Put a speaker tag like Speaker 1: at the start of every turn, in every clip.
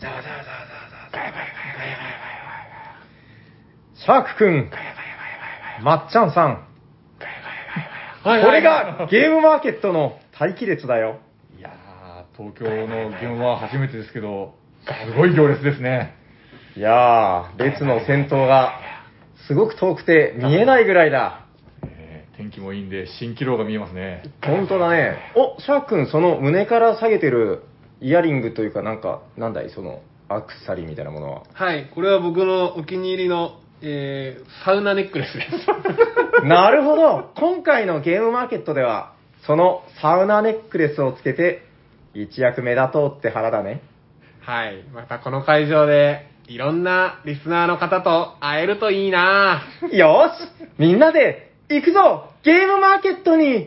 Speaker 1: ざわざわざわざわざわガヤガヤガヤガヤガヤガヤガヤガヤシャークくん、まっちゃんさん、こ
Speaker 2: はいはい
Speaker 1: れがゲームマーケットの待機列だよ。
Speaker 2: いやー、東京の現場は初めてですけど、すごい行列ですね。
Speaker 1: いやー、列の先頭がすごく遠くて見えないぐらいだ。
Speaker 2: えー天気もいいんで、蜃気楼が見えますね。
Speaker 1: 本当だね。お、シャークくん、その胸から下げてるイヤリングというか、なんか、なんだい、その、アクセサリーみたいなものは。
Speaker 3: はい、これは僕のお気に入りの、えー、サウナネックレスです。
Speaker 1: なるほど今回のゲームマーケットでは、そのサウナネックレスをつけて、一躍目立とうって腹だね。
Speaker 3: はい、またこの会場で、いろんなリスナーの方と会えるといいな
Speaker 1: よーしみんなで、行くぞゲームマーケットに
Speaker 3: レッ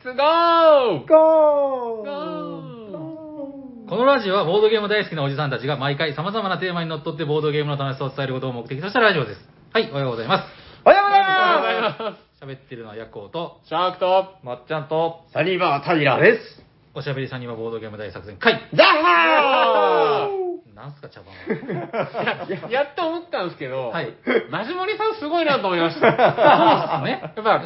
Speaker 3: ツゴー
Speaker 1: ゴー
Speaker 4: このラジオはボードゲーム大好きなおじさんたちが毎回様々なテーマにのっとってボードゲームの楽しさを伝えることを目的としたラジオです。はい、おはようございま。
Speaker 1: おはようござい
Speaker 3: おはよう
Speaker 1: ま
Speaker 3: ございます
Speaker 4: 喋ってるのはヤッコウと、
Speaker 3: すシャークと、
Speaker 2: まっちゃんと、
Speaker 1: すサニバータイラです
Speaker 4: おしゃべりさんにはボードゲーム大作戦会
Speaker 1: ダッハ
Speaker 4: なんすか、茶番は。
Speaker 3: やっと思ったんですけど、
Speaker 4: はい
Speaker 3: マジモリさんすごいなと思い ました。そう
Speaker 4: っすね
Speaker 3: やっぱ、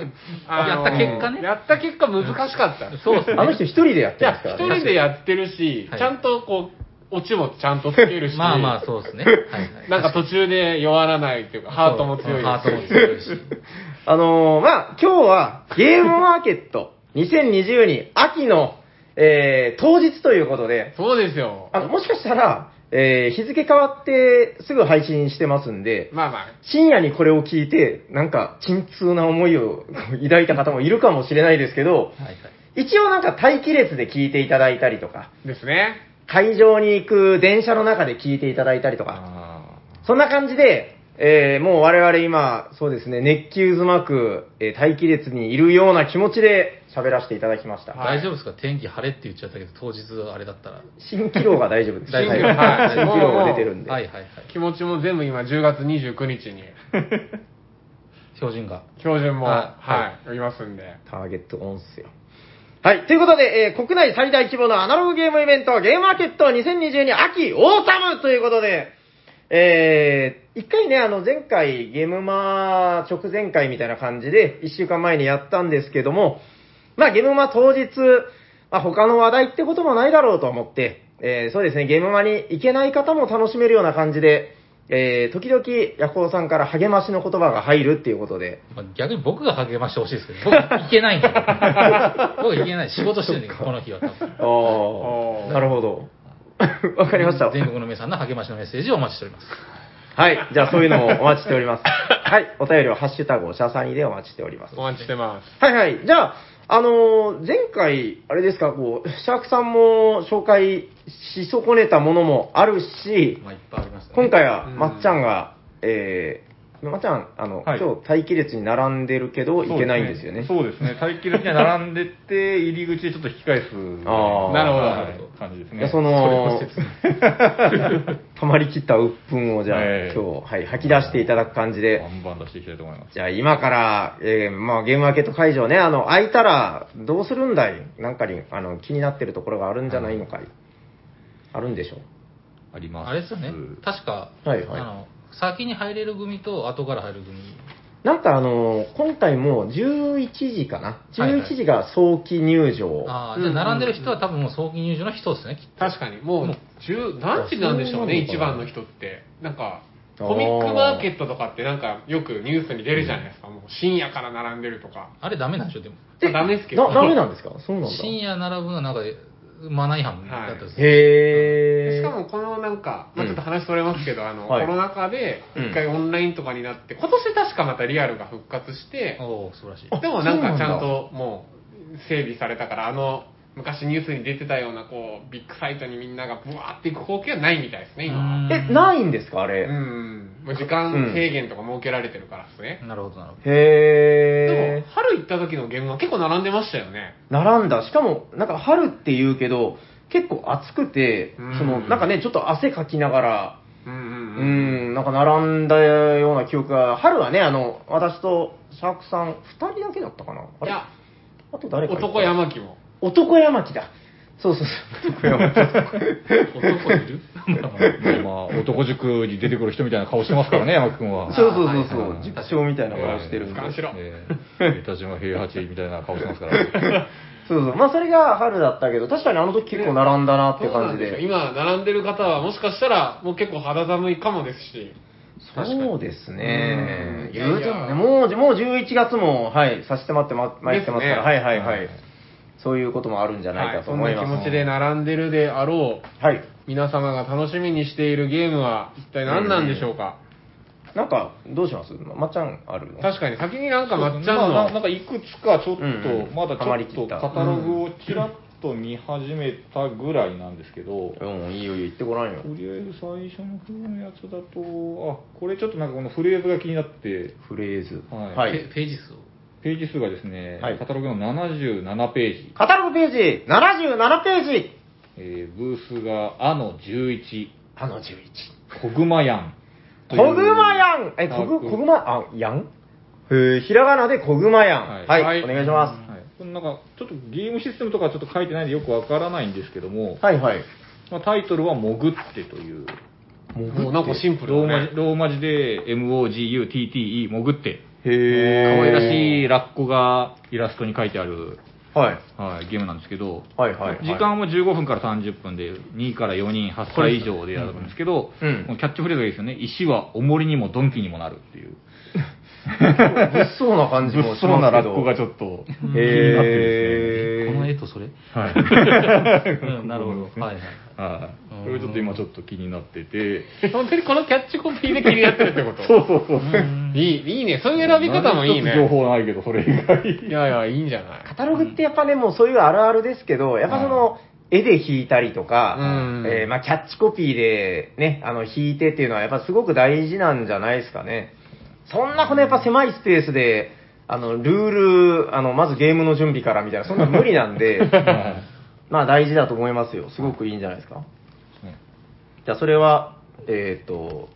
Speaker 3: あの
Speaker 4: やった結果ね
Speaker 3: やった結果難しかった。
Speaker 4: そうっす
Speaker 1: ーあの
Speaker 4: ね。
Speaker 1: 人一人でやっ
Speaker 3: い
Speaker 1: てま
Speaker 3: や
Speaker 1: すか、
Speaker 3: 一
Speaker 1: らね。
Speaker 3: 人でやってるし、
Speaker 4: はい
Speaker 3: ちゃんとこう、落ちもちゃんとつけるし、
Speaker 4: まあまあ、そうですね。はいはい。
Speaker 3: なんか途中で弱らないっていうか、ハートも強い
Speaker 4: そう
Speaker 3: し
Speaker 4: ハートも強いし。
Speaker 1: あのーまあ、今日はゲームマーケット2020に秋の、えー当日ということで、
Speaker 3: そうですよ。
Speaker 1: あの、もしかしたら、えー日付変わってすぐ配信してますんで、
Speaker 3: まあまあ、
Speaker 1: 深夜にこれを聞いて、なんか、鎮痛な思いを抱いた方もいるかもしれないですけど、
Speaker 4: はいはい。
Speaker 1: 一応なんか待機列で聞いていただいたりとか、
Speaker 3: ですね。
Speaker 1: 会場に行く電車の中で聞いていただいたりとか、
Speaker 2: あ
Speaker 1: そんな感じで、えーもう我々今、そうですね、熱球渦巻く、えー待機列にいるような気持ちで喋らせていただきました。
Speaker 4: 大丈夫ですか天気晴れって言っちゃったけど、当日あれだったら。
Speaker 1: 新気楼が大丈夫です。
Speaker 4: 大丈夫
Speaker 1: はい
Speaker 3: はい
Speaker 1: 新気楼が出てるんで。
Speaker 4: はいはいはい。
Speaker 3: 気持ちも全部今10月29日に、
Speaker 4: 標準が。
Speaker 3: 標準も、
Speaker 4: は
Speaker 3: はいい、おりますんで。
Speaker 1: ターゲットオンっすよ。はい。ということで、えー国内最大規模のアナログゲームイベント、ゲームマーケット2022秋オータムということで、えー、一回ね、あの、前回、ゲームマー直前回みたいな感じで、一週間前にやったんですけども、まあ、ゲームマー当日、まあ、他の話題ってこともないだろうと思って、えー、そうですね、ゲームマに行けない方も楽しめるような感じで、えー、時々、ヤコウさんから励ましの言葉が入るっていうことで、
Speaker 4: まあ逆に僕が励ましてほしいですけど、僕行けないんで。 僕行けない。仕事してるんで、この日は多分。
Speaker 1: ああ、なるほど。 わかりました。
Speaker 4: 全国の皆さんの励ましのメッセージをお待ちしております。
Speaker 1: はい。じゃあ、そういうのもお待ちしております。 はい。お便りは、ハッシュタグおしゃさにでお待ちしております。
Speaker 3: お
Speaker 1: は
Speaker 3: 待ちしてます。
Speaker 1: いはい。じゃあ、あのー前回、あれですか、こう、シャークさんも紹介し損ねたものもあるし、
Speaker 4: まあ、いっぱいありますね。
Speaker 1: 今回は、
Speaker 3: うん
Speaker 1: まっちゃんが、えー、まっちゃん、あの、
Speaker 2: はい
Speaker 1: 今日待機列に並んでるけど、
Speaker 2: ー
Speaker 1: いけないんですよね。
Speaker 2: そうですね。待機列には並ん でって、入り口でちょっと引き返す。
Speaker 1: あー
Speaker 3: なるほど
Speaker 2: い感じです
Speaker 1: い
Speaker 2: ね。
Speaker 1: やその、 溜まりきった鬱憤をじゃあ、
Speaker 2: ええ
Speaker 1: 今日、はい、吐き出していただく感じで
Speaker 2: バ、ンバン出していきたいと思います。
Speaker 1: じゃあ今から、えーまあゲームマーケット会場ね、あの、空いたらどうするんだいなんかに、あの、気になってるところがあるんじゃないのかい、あるんでしょ
Speaker 2: あります。
Speaker 4: あれですよね。確か、
Speaker 1: はいはい
Speaker 4: あの、先に入れる組と後から入る組。
Speaker 1: なんかあの、今回もう11時かな
Speaker 4: はいはい
Speaker 1: ?11 時が早期入場。
Speaker 4: ああ、じゃあ並んでる人は多分もう早期入場の人ですね、きっ
Speaker 3: 確かに、もう、十、何時なんでしょ
Speaker 1: そ
Speaker 3: うね、
Speaker 1: うなのかな
Speaker 3: 一番の人って。なんか、コミックマーケットとかってなんか、よくニュースに出るじゃないですか。もう深夜から並んでるとか。
Speaker 4: と。あれダメなんでしょ、でも。
Speaker 3: まあダメですけど。
Speaker 1: な、ダメなんですかそうなんだ。
Speaker 4: 深夜並ぶのはなんか、マナー違反だったんですよ
Speaker 1: へ
Speaker 3: し
Speaker 1: ー。
Speaker 3: かもこのなんか、ま
Speaker 1: うん
Speaker 3: あ、ちょっと話それますけど、あの、
Speaker 1: はい
Speaker 3: コロナ禍で
Speaker 1: うん
Speaker 3: 一回オンラインとかになって、今年確かまたリアルが復活して、
Speaker 4: おお素晴 らしい。
Speaker 3: でもなん
Speaker 1: あ
Speaker 3: か
Speaker 1: そう
Speaker 3: ち
Speaker 1: な
Speaker 3: ゃ
Speaker 1: んだ
Speaker 3: んともう整備されたから、あの、昔ニュースに出てたような、こう、ビッグサイトにみんながブワーっていく光景はないみたいですね、今は。
Speaker 1: え、ないんですかあれ。
Speaker 3: うん。もう時間制限とか設けられてるからですね。
Speaker 4: なるほど、なるほど。
Speaker 3: で
Speaker 1: へ
Speaker 3: も、春行った時の現場結構並んでましたよね。
Speaker 1: ー。並んだ。しかも、なんか春って言うけど、結構暑くて、そ
Speaker 3: うん
Speaker 1: の、なんかね、ちょっと汗かきながら、
Speaker 3: うん
Speaker 1: う
Speaker 3: うんうん。
Speaker 1: ん、なんか並んだような記憶が、春はね、あの、私とシャークさん、二人だけだったかなあれ
Speaker 3: いや、
Speaker 1: あと誰かいた
Speaker 3: 男山木も。
Speaker 1: 男山木だ。そうそうそう。
Speaker 4: 男いる
Speaker 2: まあ、男塾に出てくる人みたいな顔してますからね、山木君は。
Speaker 1: そうそうそうそ
Speaker 2: は
Speaker 1: う
Speaker 2: い。
Speaker 1: 塾長みたいな顔してるんで。
Speaker 3: はい
Speaker 1: そう
Speaker 3: しろ
Speaker 2: えー田島平八みたいな顔してますから。
Speaker 1: そう。まあそれが春だったけど、確かにあの時結構並んだなって感じ
Speaker 3: そうなんです
Speaker 1: で。
Speaker 3: よ今、並んでる方は、もしかしたら、もう結構肌寒いかもですし。
Speaker 4: 確かに
Speaker 1: そうですね
Speaker 3: う。んいやい
Speaker 1: 言
Speaker 3: や
Speaker 1: うてもね、もう、もう11月も、はい、差し迫ってま、参ってますから、
Speaker 3: ですね
Speaker 1: はいはいはい。そういうこともあるんじゃない
Speaker 3: は
Speaker 1: か
Speaker 3: い、
Speaker 1: と
Speaker 3: そん
Speaker 1: 思
Speaker 3: ない
Speaker 1: ます。
Speaker 3: 気持ちで並んでるであろう、
Speaker 1: はい。
Speaker 3: 皆様が楽しみにしているゲームは、一体何なんでしょうか。
Speaker 1: なんか、どうしますままっちゃんあるの
Speaker 3: 確かに、先になんかまっちゃん
Speaker 2: まあな
Speaker 3: の
Speaker 2: なんかいくつかちょっ
Speaker 1: うんう
Speaker 2: と、
Speaker 1: ん
Speaker 2: まだち
Speaker 1: はまりき
Speaker 2: ょ
Speaker 1: っ
Speaker 2: ったとカタログをちらっと見始めたぐらいなんですけど、と
Speaker 1: うん、いいよ、言ってごらんよ。
Speaker 2: りあえず最初の方のやつだと、あ、これちょっとなんかこのフレーズが気になって、
Speaker 1: フレーズ。
Speaker 2: は
Speaker 1: は
Speaker 2: い
Speaker 1: い。
Speaker 4: ペページ数を。
Speaker 2: ページ数がですね、
Speaker 1: はい
Speaker 2: カタログの77ページ、
Speaker 1: カタログページ、77ページ。
Speaker 2: えーブースがあの11、
Speaker 1: あの11。
Speaker 2: コグマヤンという。
Speaker 1: コグマヤンえ、
Speaker 2: あ
Speaker 1: コグ、
Speaker 2: こ
Speaker 1: コグマ、あ、ヤンへえ、ひらがなでコグマヤン。は、
Speaker 2: はいい
Speaker 3: はい
Speaker 1: お願いしま
Speaker 2: はい、このなんかちょっとゲームシステムとかちょっと書いてないんでよくわからないんですけども、
Speaker 1: す。はいはい。
Speaker 2: まあ、タイトルは「潜って」という
Speaker 3: もうなんかシンプ
Speaker 2: ロー
Speaker 3: ルだ
Speaker 2: マ
Speaker 3: ね
Speaker 2: 字。ローマ字で MOGUTTE 潜って可
Speaker 1: へ
Speaker 2: 愛らし
Speaker 1: い。
Speaker 2: いラッコがイラストに書いてある、
Speaker 1: はい。
Speaker 2: はい、ゲームなんですけど、
Speaker 1: はいはいはい
Speaker 2: 時間も15分から30分で2から4人8歳以上でやるんですけど、
Speaker 1: うんうん
Speaker 2: もキャッチフレーズがいいですよね石は重りにも鈍器にもなるっていう
Speaker 1: 物騒な感じもしますけど。
Speaker 2: 物騒なラッコがちょっと気になってですね
Speaker 1: へー
Speaker 4: この絵とそれ
Speaker 2: はい
Speaker 4: うん なるほど。はいはい。
Speaker 2: はい。これちょっと今ちょっと気になってて。
Speaker 3: 本当にこのキャッチコピーで気になってるってこと
Speaker 2: そうそうそう。
Speaker 3: いい、いいね。そういう選び方もいいね。
Speaker 2: 情報ないけど、それ以外。
Speaker 3: いやいや、いいんじゃない
Speaker 1: カタログってやっぱね、もうそういうあるあるですけど、やっぱその、絵で引いたりとか、
Speaker 3: うん
Speaker 1: えーまあ、キャッチコピーでね、あの、引いてっていうのはやっぱすごく大事なんじゃないですかね。そんなこのやっぱ狭いスペースで、あの、ルール、あの、まずゲームの準備からみたいな、そんな無理なん で、まあ大事だと思いますよ。すごくいいんじゃないですか。じゃあそれは、えっ、と、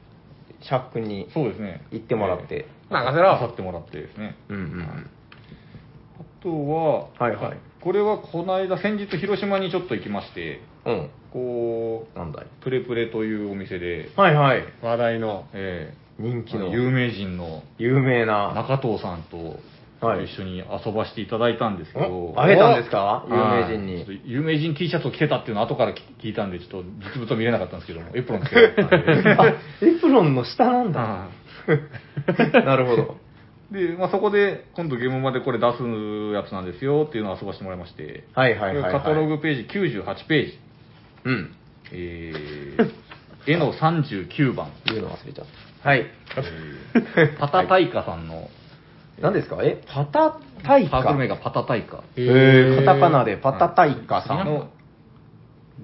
Speaker 1: シャーク君に
Speaker 2: そうですね。
Speaker 1: 言ってもらって。
Speaker 2: えー。
Speaker 3: 任せろ
Speaker 2: 漁ってもらってですね。
Speaker 1: うんうん
Speaker 2: あとは、
Speaker 1: はいはい
Speaker 2: これはこの間、先日広島にちょっと行きまして、
Speaker 1: うん。うん。
Speaker 2: こ、
Speaker 1: なんだいう
Speaker 2: プレプレというお店で、
Speaker 1: はいはい。
Speaker 3: 話題の。
Speaker 2: え
Speaker 1: 人
Speaker 2: ー
Speaker 1: 気の
Speaker 2: 有名人の
Speaker 1: 有名な。
Speaker 2: 中藤さんと
Speaker 1: はい
Speaker 2: 一緒に遊ばせていただいたんですけど、
Speaker 1: 会えたんですか有名
Speaker 2: はい
Speaker 1: 人
Speaker 2: ちょっと
Speaker 1: に。
Speaker 2: 有名人 T シャツを着てたっていうのを後から聞いたんで、ちょっと実物は見れなかったんですけども、エプロン着てなかったんで
Speaker 1: あ、エプロンの下なん だ。
Speaker 2: は
Speaker 1: なるほど。
Speaker 2: いで、まあ、そこで、今度ゲームまでこれ出すやつなんですよっていうのを遊ばせてもらいまして、
Speaker 1: はいはいはい、はい。
Speaker 2: これカタログページ98ページ、
Speaker 1: うん。
Speaker 2: え ー、絵の39番、
Speaker 1: 言うの忘れちゃった。はい。
Speaker 2: えーパタタイカさんの、
Speaker 1: 何ですかえ、パタタイカ。
Speaker 2: パークルメーカーパタタイカ
Speaker 1: へーカタカナでパタタイカさん。
Speaker 2: の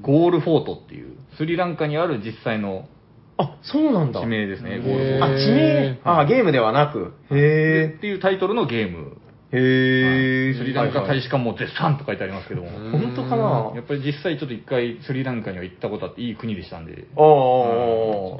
Speaker 2: ゴールフォートっていう、スリランカにある実際の
Speaker 1: あ、そうなんだ。
Speaker 2: 地名ですね、
Speaker 3: へー
Speaker 2: ゴールフォート
Speaker 1: あ、地名。あ、ゲームではなく。へ
Speaker 2: っていうタイトルのゲーム、
Speaker 1: え。へえ。
Speaker 2: スリランカ大使館も絶賛と書いてありますけども、
Speaker 3: う
Speaker 1: 本
Speaker 3: ん
Speaker 1: 当かな
Speaker 2: やっぱり実際ちょっと一回スリランカには行ったことあっていい国でしたんで、
Speaker 1: ああ、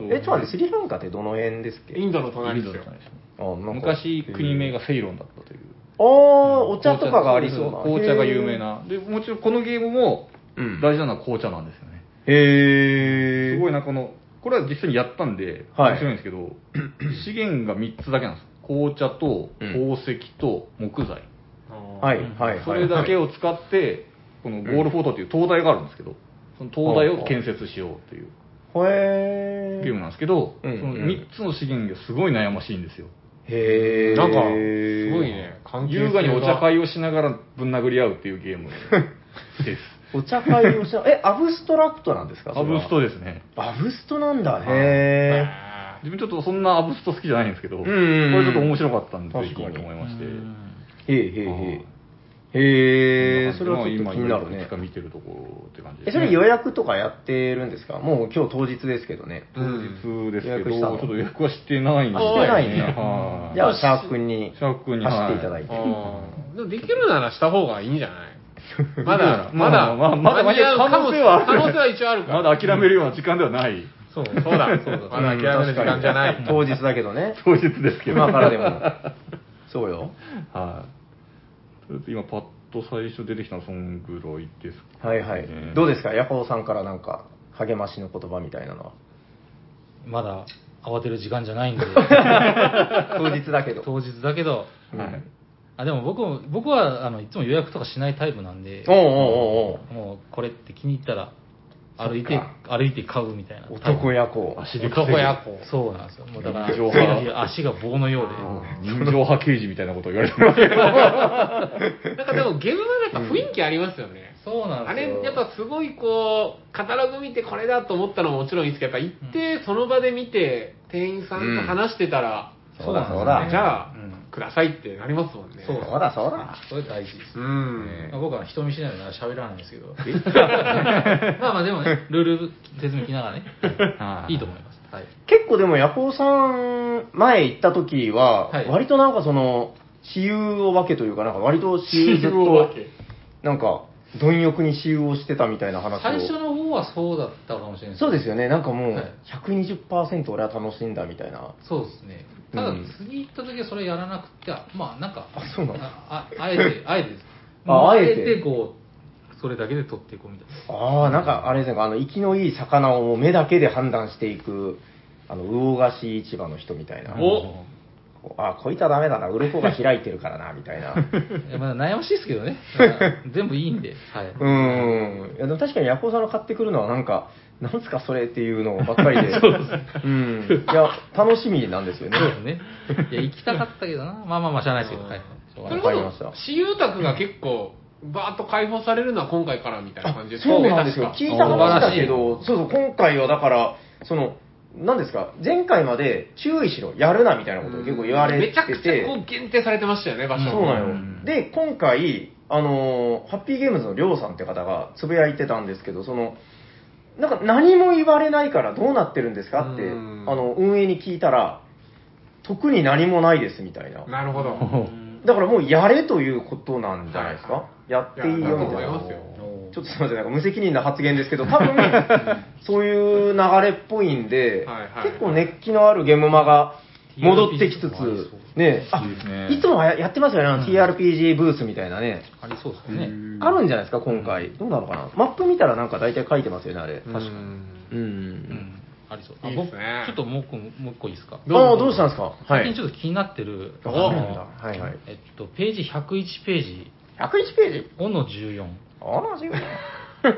Speaker 2: うん
Speaker 1: え、ちょっと待って、スリランカってどの辺ですっけ
Speaker 3: インドの
Speaker 2: イ
Speaker 3: 隣
Speaker 2: ン
Speaker 3: で
Speaker 2: ド
Speaker 3: す
Speaker 2: だ
Speaker 3: よ
Speaker 2: っ。たんですね
Speaker 1: あなんか
Speaker 2: 昔国名がセイロンだったという。
Speaker 1: ああ、お茶とかがありそうな。
Speaker 2: 紅茶が有名な。で、もちろんこのゲームも
Speaker 1: うん
Speaker 2: 大事なのは紅茶なんですよね。
Speaker 1: へえ。
Speaker 2: すごいな、この、これは実際にやったんで、
Speaker 1: はい
Speaker 2: 面白いんです けど、資源が3つだけなんです。紅茶と宝石と木材。
Speaker 1: はいはいはい。
Speaker 2: それだけを使って、このゴールフォートっていう灯台があるんですけど、その灯台を建設しようという
Speaker 1: へ
Speaker 2: ゲームなんですけど、
Speaker 1: うん
Speaker 2: その
Speaker 1: うん
Speaker 2: 3つの資源がすごい悩ましいんですよ。
Speaker 1: へえ。
Speaker 3: なんか、すごいね。関係性が
Speaker 2: 優雅にお茶会をしながらぶん殴り合うっていうゲーム です。
Speaker 1: お茶会をした。え、アブストラクトなんですか
Speaker 2: アブスト
Speaker 1: で。
Speaker 2: ですね。
Speaker 1: アブストなんだ。へ
Speaker 3: あ
Speaker 2: 自分ちょっとそんなアブスト好きじゃないんですけど、
Speaker 1: んうんうん
Speaker 2: これちょっと面白かったんで、ぜひ
Speaker 1: 確かに
Speaker 2: と思いまして。
Speaker 1: え。へえへえへえ。へえ、それはちょっと
Speaker 2: 今
Speaker 1: 気になる
Speaker 2: 今い
Speaker 1: ね
Speaker 2: くつか。見てるところって感じ
Speaker 1: え、
Speaker 2: です
Speaker 1: そ
Speaker 2: ね、
Speaker 1: れ予約とかやってるんですかもう今日当日ですけどね。
Speaker 3: ーうん
Speaker 2: 普通ですけ
Speaker 1: 予約
Speaker 2: ど、
Speaker 1: し
Speaker 2: ち
Speaker 1: た
Speaker 2: ょ
Speaker 1: の
Speaker 2: っと予約はしてないんで
Speaker 1: あ
Speaker 2: す
Speaker 1: してないね
Speaker 2: は
Speaker 1: じゃあ、
Speaker 2: シ
Speaker 1: シャーク君に
Speaker 2: ャーク君に、
Speaker 1: 走っていただいて。
Speaker 3: あーでもできるならした方がいいんじゃないまだ
Speaker 2: ま
Speaker 3: ま
Speaker 2: だ
Speaker 3: だ、
Speaker 2: まあまだ
Speaker 3: 間に合う
Speaker 2: 可能性はある
Speaker 3: 可能性は一応あるから。
Speaker 2: まだ諦めるような時間ではない、
Speaker 3: そう、そうだ、そうだ。まだ諦める時間じゃな
Speaker 1: うん
Speaker 3: い。
Speaker 1: 当日だけどね。
Speaker 2: 当 日ですけど。
Speaker 1: 今からでも。そうよ。
Speaker 2: はい、それと今パッと最初出てきたのはそんぐらいですか
Speaker 1: はいはい
Speaker 2: ね。
Speaker 1: どうですかヤコウさんからなんか、励ましの言葉みたいな のは。
Speaker 4: まだ慌てる時間じゃないん で、
Speaker 1: 当日だけど。
Speaker 4: 当日だけど、
Speaker 2: はい。
Speaker 4: あでも僕も僕はあのいつも予約とかしないタイプなんで
Speaker 1: お、うおうおう
Speaker 4: もうこれって気に入ったら、歩いて、歩いて買うみたいな。
Speaker 1: おう男ヤコウ。
Speaker 2: 足で
Speaker 3: 男やこ
Speaker 4: そうなんですよ。もうだから、
Speaker 2: 上
Speaker 4: 次の日足が棒のようで。
Speaker 2: 人情派刑事みたいなことを言われてます けど。
Speaker 3: う。なんかでもゲームはなんか雰囲気ありますよね。
Speaker 4: そうなん
Speaker 3: あ
Speaker 4: ですよ。
Speaker 3: れ、やっぱすごいこう、カタログ見てこれだと思ったのももちろんいいですけど、やっぱ行って、その場で見て、店員さんと話してたら、
Speaker 4: そうだそう
Speaker 3: じゃあ、
Speaker 4: うん
Speaker 3: くださいってなりますもんね。
Speaker 4: そう
Speaker 1: そうだそうだ。
Speaker 4: それ大事です。
Speaker 3: うん。
Speaker 4: まあ僕は人見知りなので喋らないですけど。 まあまあでもね、ルール説明聞きながらね、いいと思います。 はい。
Speaker 1: 結構でもヤコウさん、前行った時は
Speaker 4: はい、
Speaker 1: 割となんかその、私有お化けというか、なんか割と私有ずっ
Speaker 3: お
Speaker 1: と
Speaker 3: 化、け
Speaker 1: なんか、貪欲に私有をしてたみたいな話を。
Speaker 4: 最初の方はそうだったかもしれない
Speaker 1: そうです
Speaker 4: よ。
Speaker 1: よね、なんかもう
Speaker 4: はい、
Speaker 1: 120%俺は楽しんだみたいな。
Speaker 4: そうですね。ただ
Speaker 1: うん、
Speaker 4: 次行った時はそれやらなくて、あまあなんか、
Speaker 1: あそうなんだ
Speaker 4: あああ えて、あえてです。
Speaker 1: ああえて
Speaker 4: こう、それだけで取っていこうみたいな。
Speaker 1: ああ、なんかあれですね、あの、生きのいい魚をもう目だけで判断していく、あの、魚菓子市場の人みたいな。
Speaker 3: お
Speaker 1: こうあーこいつはダメだな、鱗が開いてるからな、みたいな。う
Speaker 4: いやまだ悩ましいですけどね。まあ全部いいんで。はい。
Speaker 1: ーん。いや、でも確かにヤコウさんの買ってくるのはなんか、なんすかそれっていうのばっかりで。そうです。ん。いや、楽しみなんですよね。
Speaker 4: そうですね。いや、行きたかったけどな。まあまあまあ、しゃあないですけど。はい。しょうが
Speaker 3: そ
Speaker 4: な
Speaker 3: れ
Speaker 1: わ
Speaker 4: い
Speaker 1: かりま
Speaker 3: こ
Speaker 1: した
Speaker 3: そ、私有宅が結構、バーッと解放されるのは今回からみたいな感じです
Speaker 1: そうなんですよ。
Speaker 3: 確か
Speaker 1: 聞いた話だけど、そうそう、今回はだから、その、なんですか、前回まで注意しろ、やるなみたいなことを結構言われ
Speaker 3: めちゃ
Speaker 1: て
Speaker 3: くち
Speaker 1: て
Speaker 3: ゃ、こう限定されてましたよね、場所
Speaker 1: そうな
Speaker 2: う
Speaker 1: のよ。
Speaker 2: ん
Speaker 1: で、今回、あのーハッピーゲームズのりょうさんって方がつぶやいてたんですけど、その、なんか何も言われないからどうなってるんですかって、あ
Speaker 3: うん
Speaker 1: の、運営に聞いたら、特に何もないですみたいな。
Speaker 3: なるほど。
Speaker 1: だからもうやれということなんじゃないです
Speaker 3: は
Speaker 1: かやっていいよみ
Speaker 3: いやだと
Speaker 1: た
Speaker 3: 思
Speaker 1: い
Speaker 3: い
Speaker 1: な
Speaker 3: ます。よ
Speaker 4: お
Speaker 1: ちょっとすみません、なんか無責任な発言ですけど、多分、 そういう流れっぽいんで、
Speaker 3: はいはい
Speaker 1: 結構熱気のあるゲムマが戻ってきつ
Speaker 4: TRPG もありそ
Speaker 1: つ、ね、あ
Speaker 2: いいですね
Speaker 1: いつもはややってますよね、あの
Speaker 4: うん
Speaker 1: TRPG ブースみたいなね。
Speaker 4: ありそうですね。
Speaker 1: あるんじゃないですか、今回。どうなのかな。マップ見たらなんか大体書いてますよね、あれ。確かに。う。
Speaker 4: うんん。ありそう。
Speaker 3: いいっすね
Speaker 4: あ僕ちょっともう一個、もう一個いいですか。
Speaker 1: ああ、どうしたんですかは
Speaker 4: 最
Speaker 1: い
Speaker 4: 近ち。ょっと気になってる。
Speaker 1: あ
Speaker 4: あの
Speaker 1: そうなんだはいはい
Speaker 4: えっと、ページ101ページ、
Speaker 1: 101ページ。
Speaker 4: 5の14。
Speaker 1: あら、違う。
Speaker 4: えー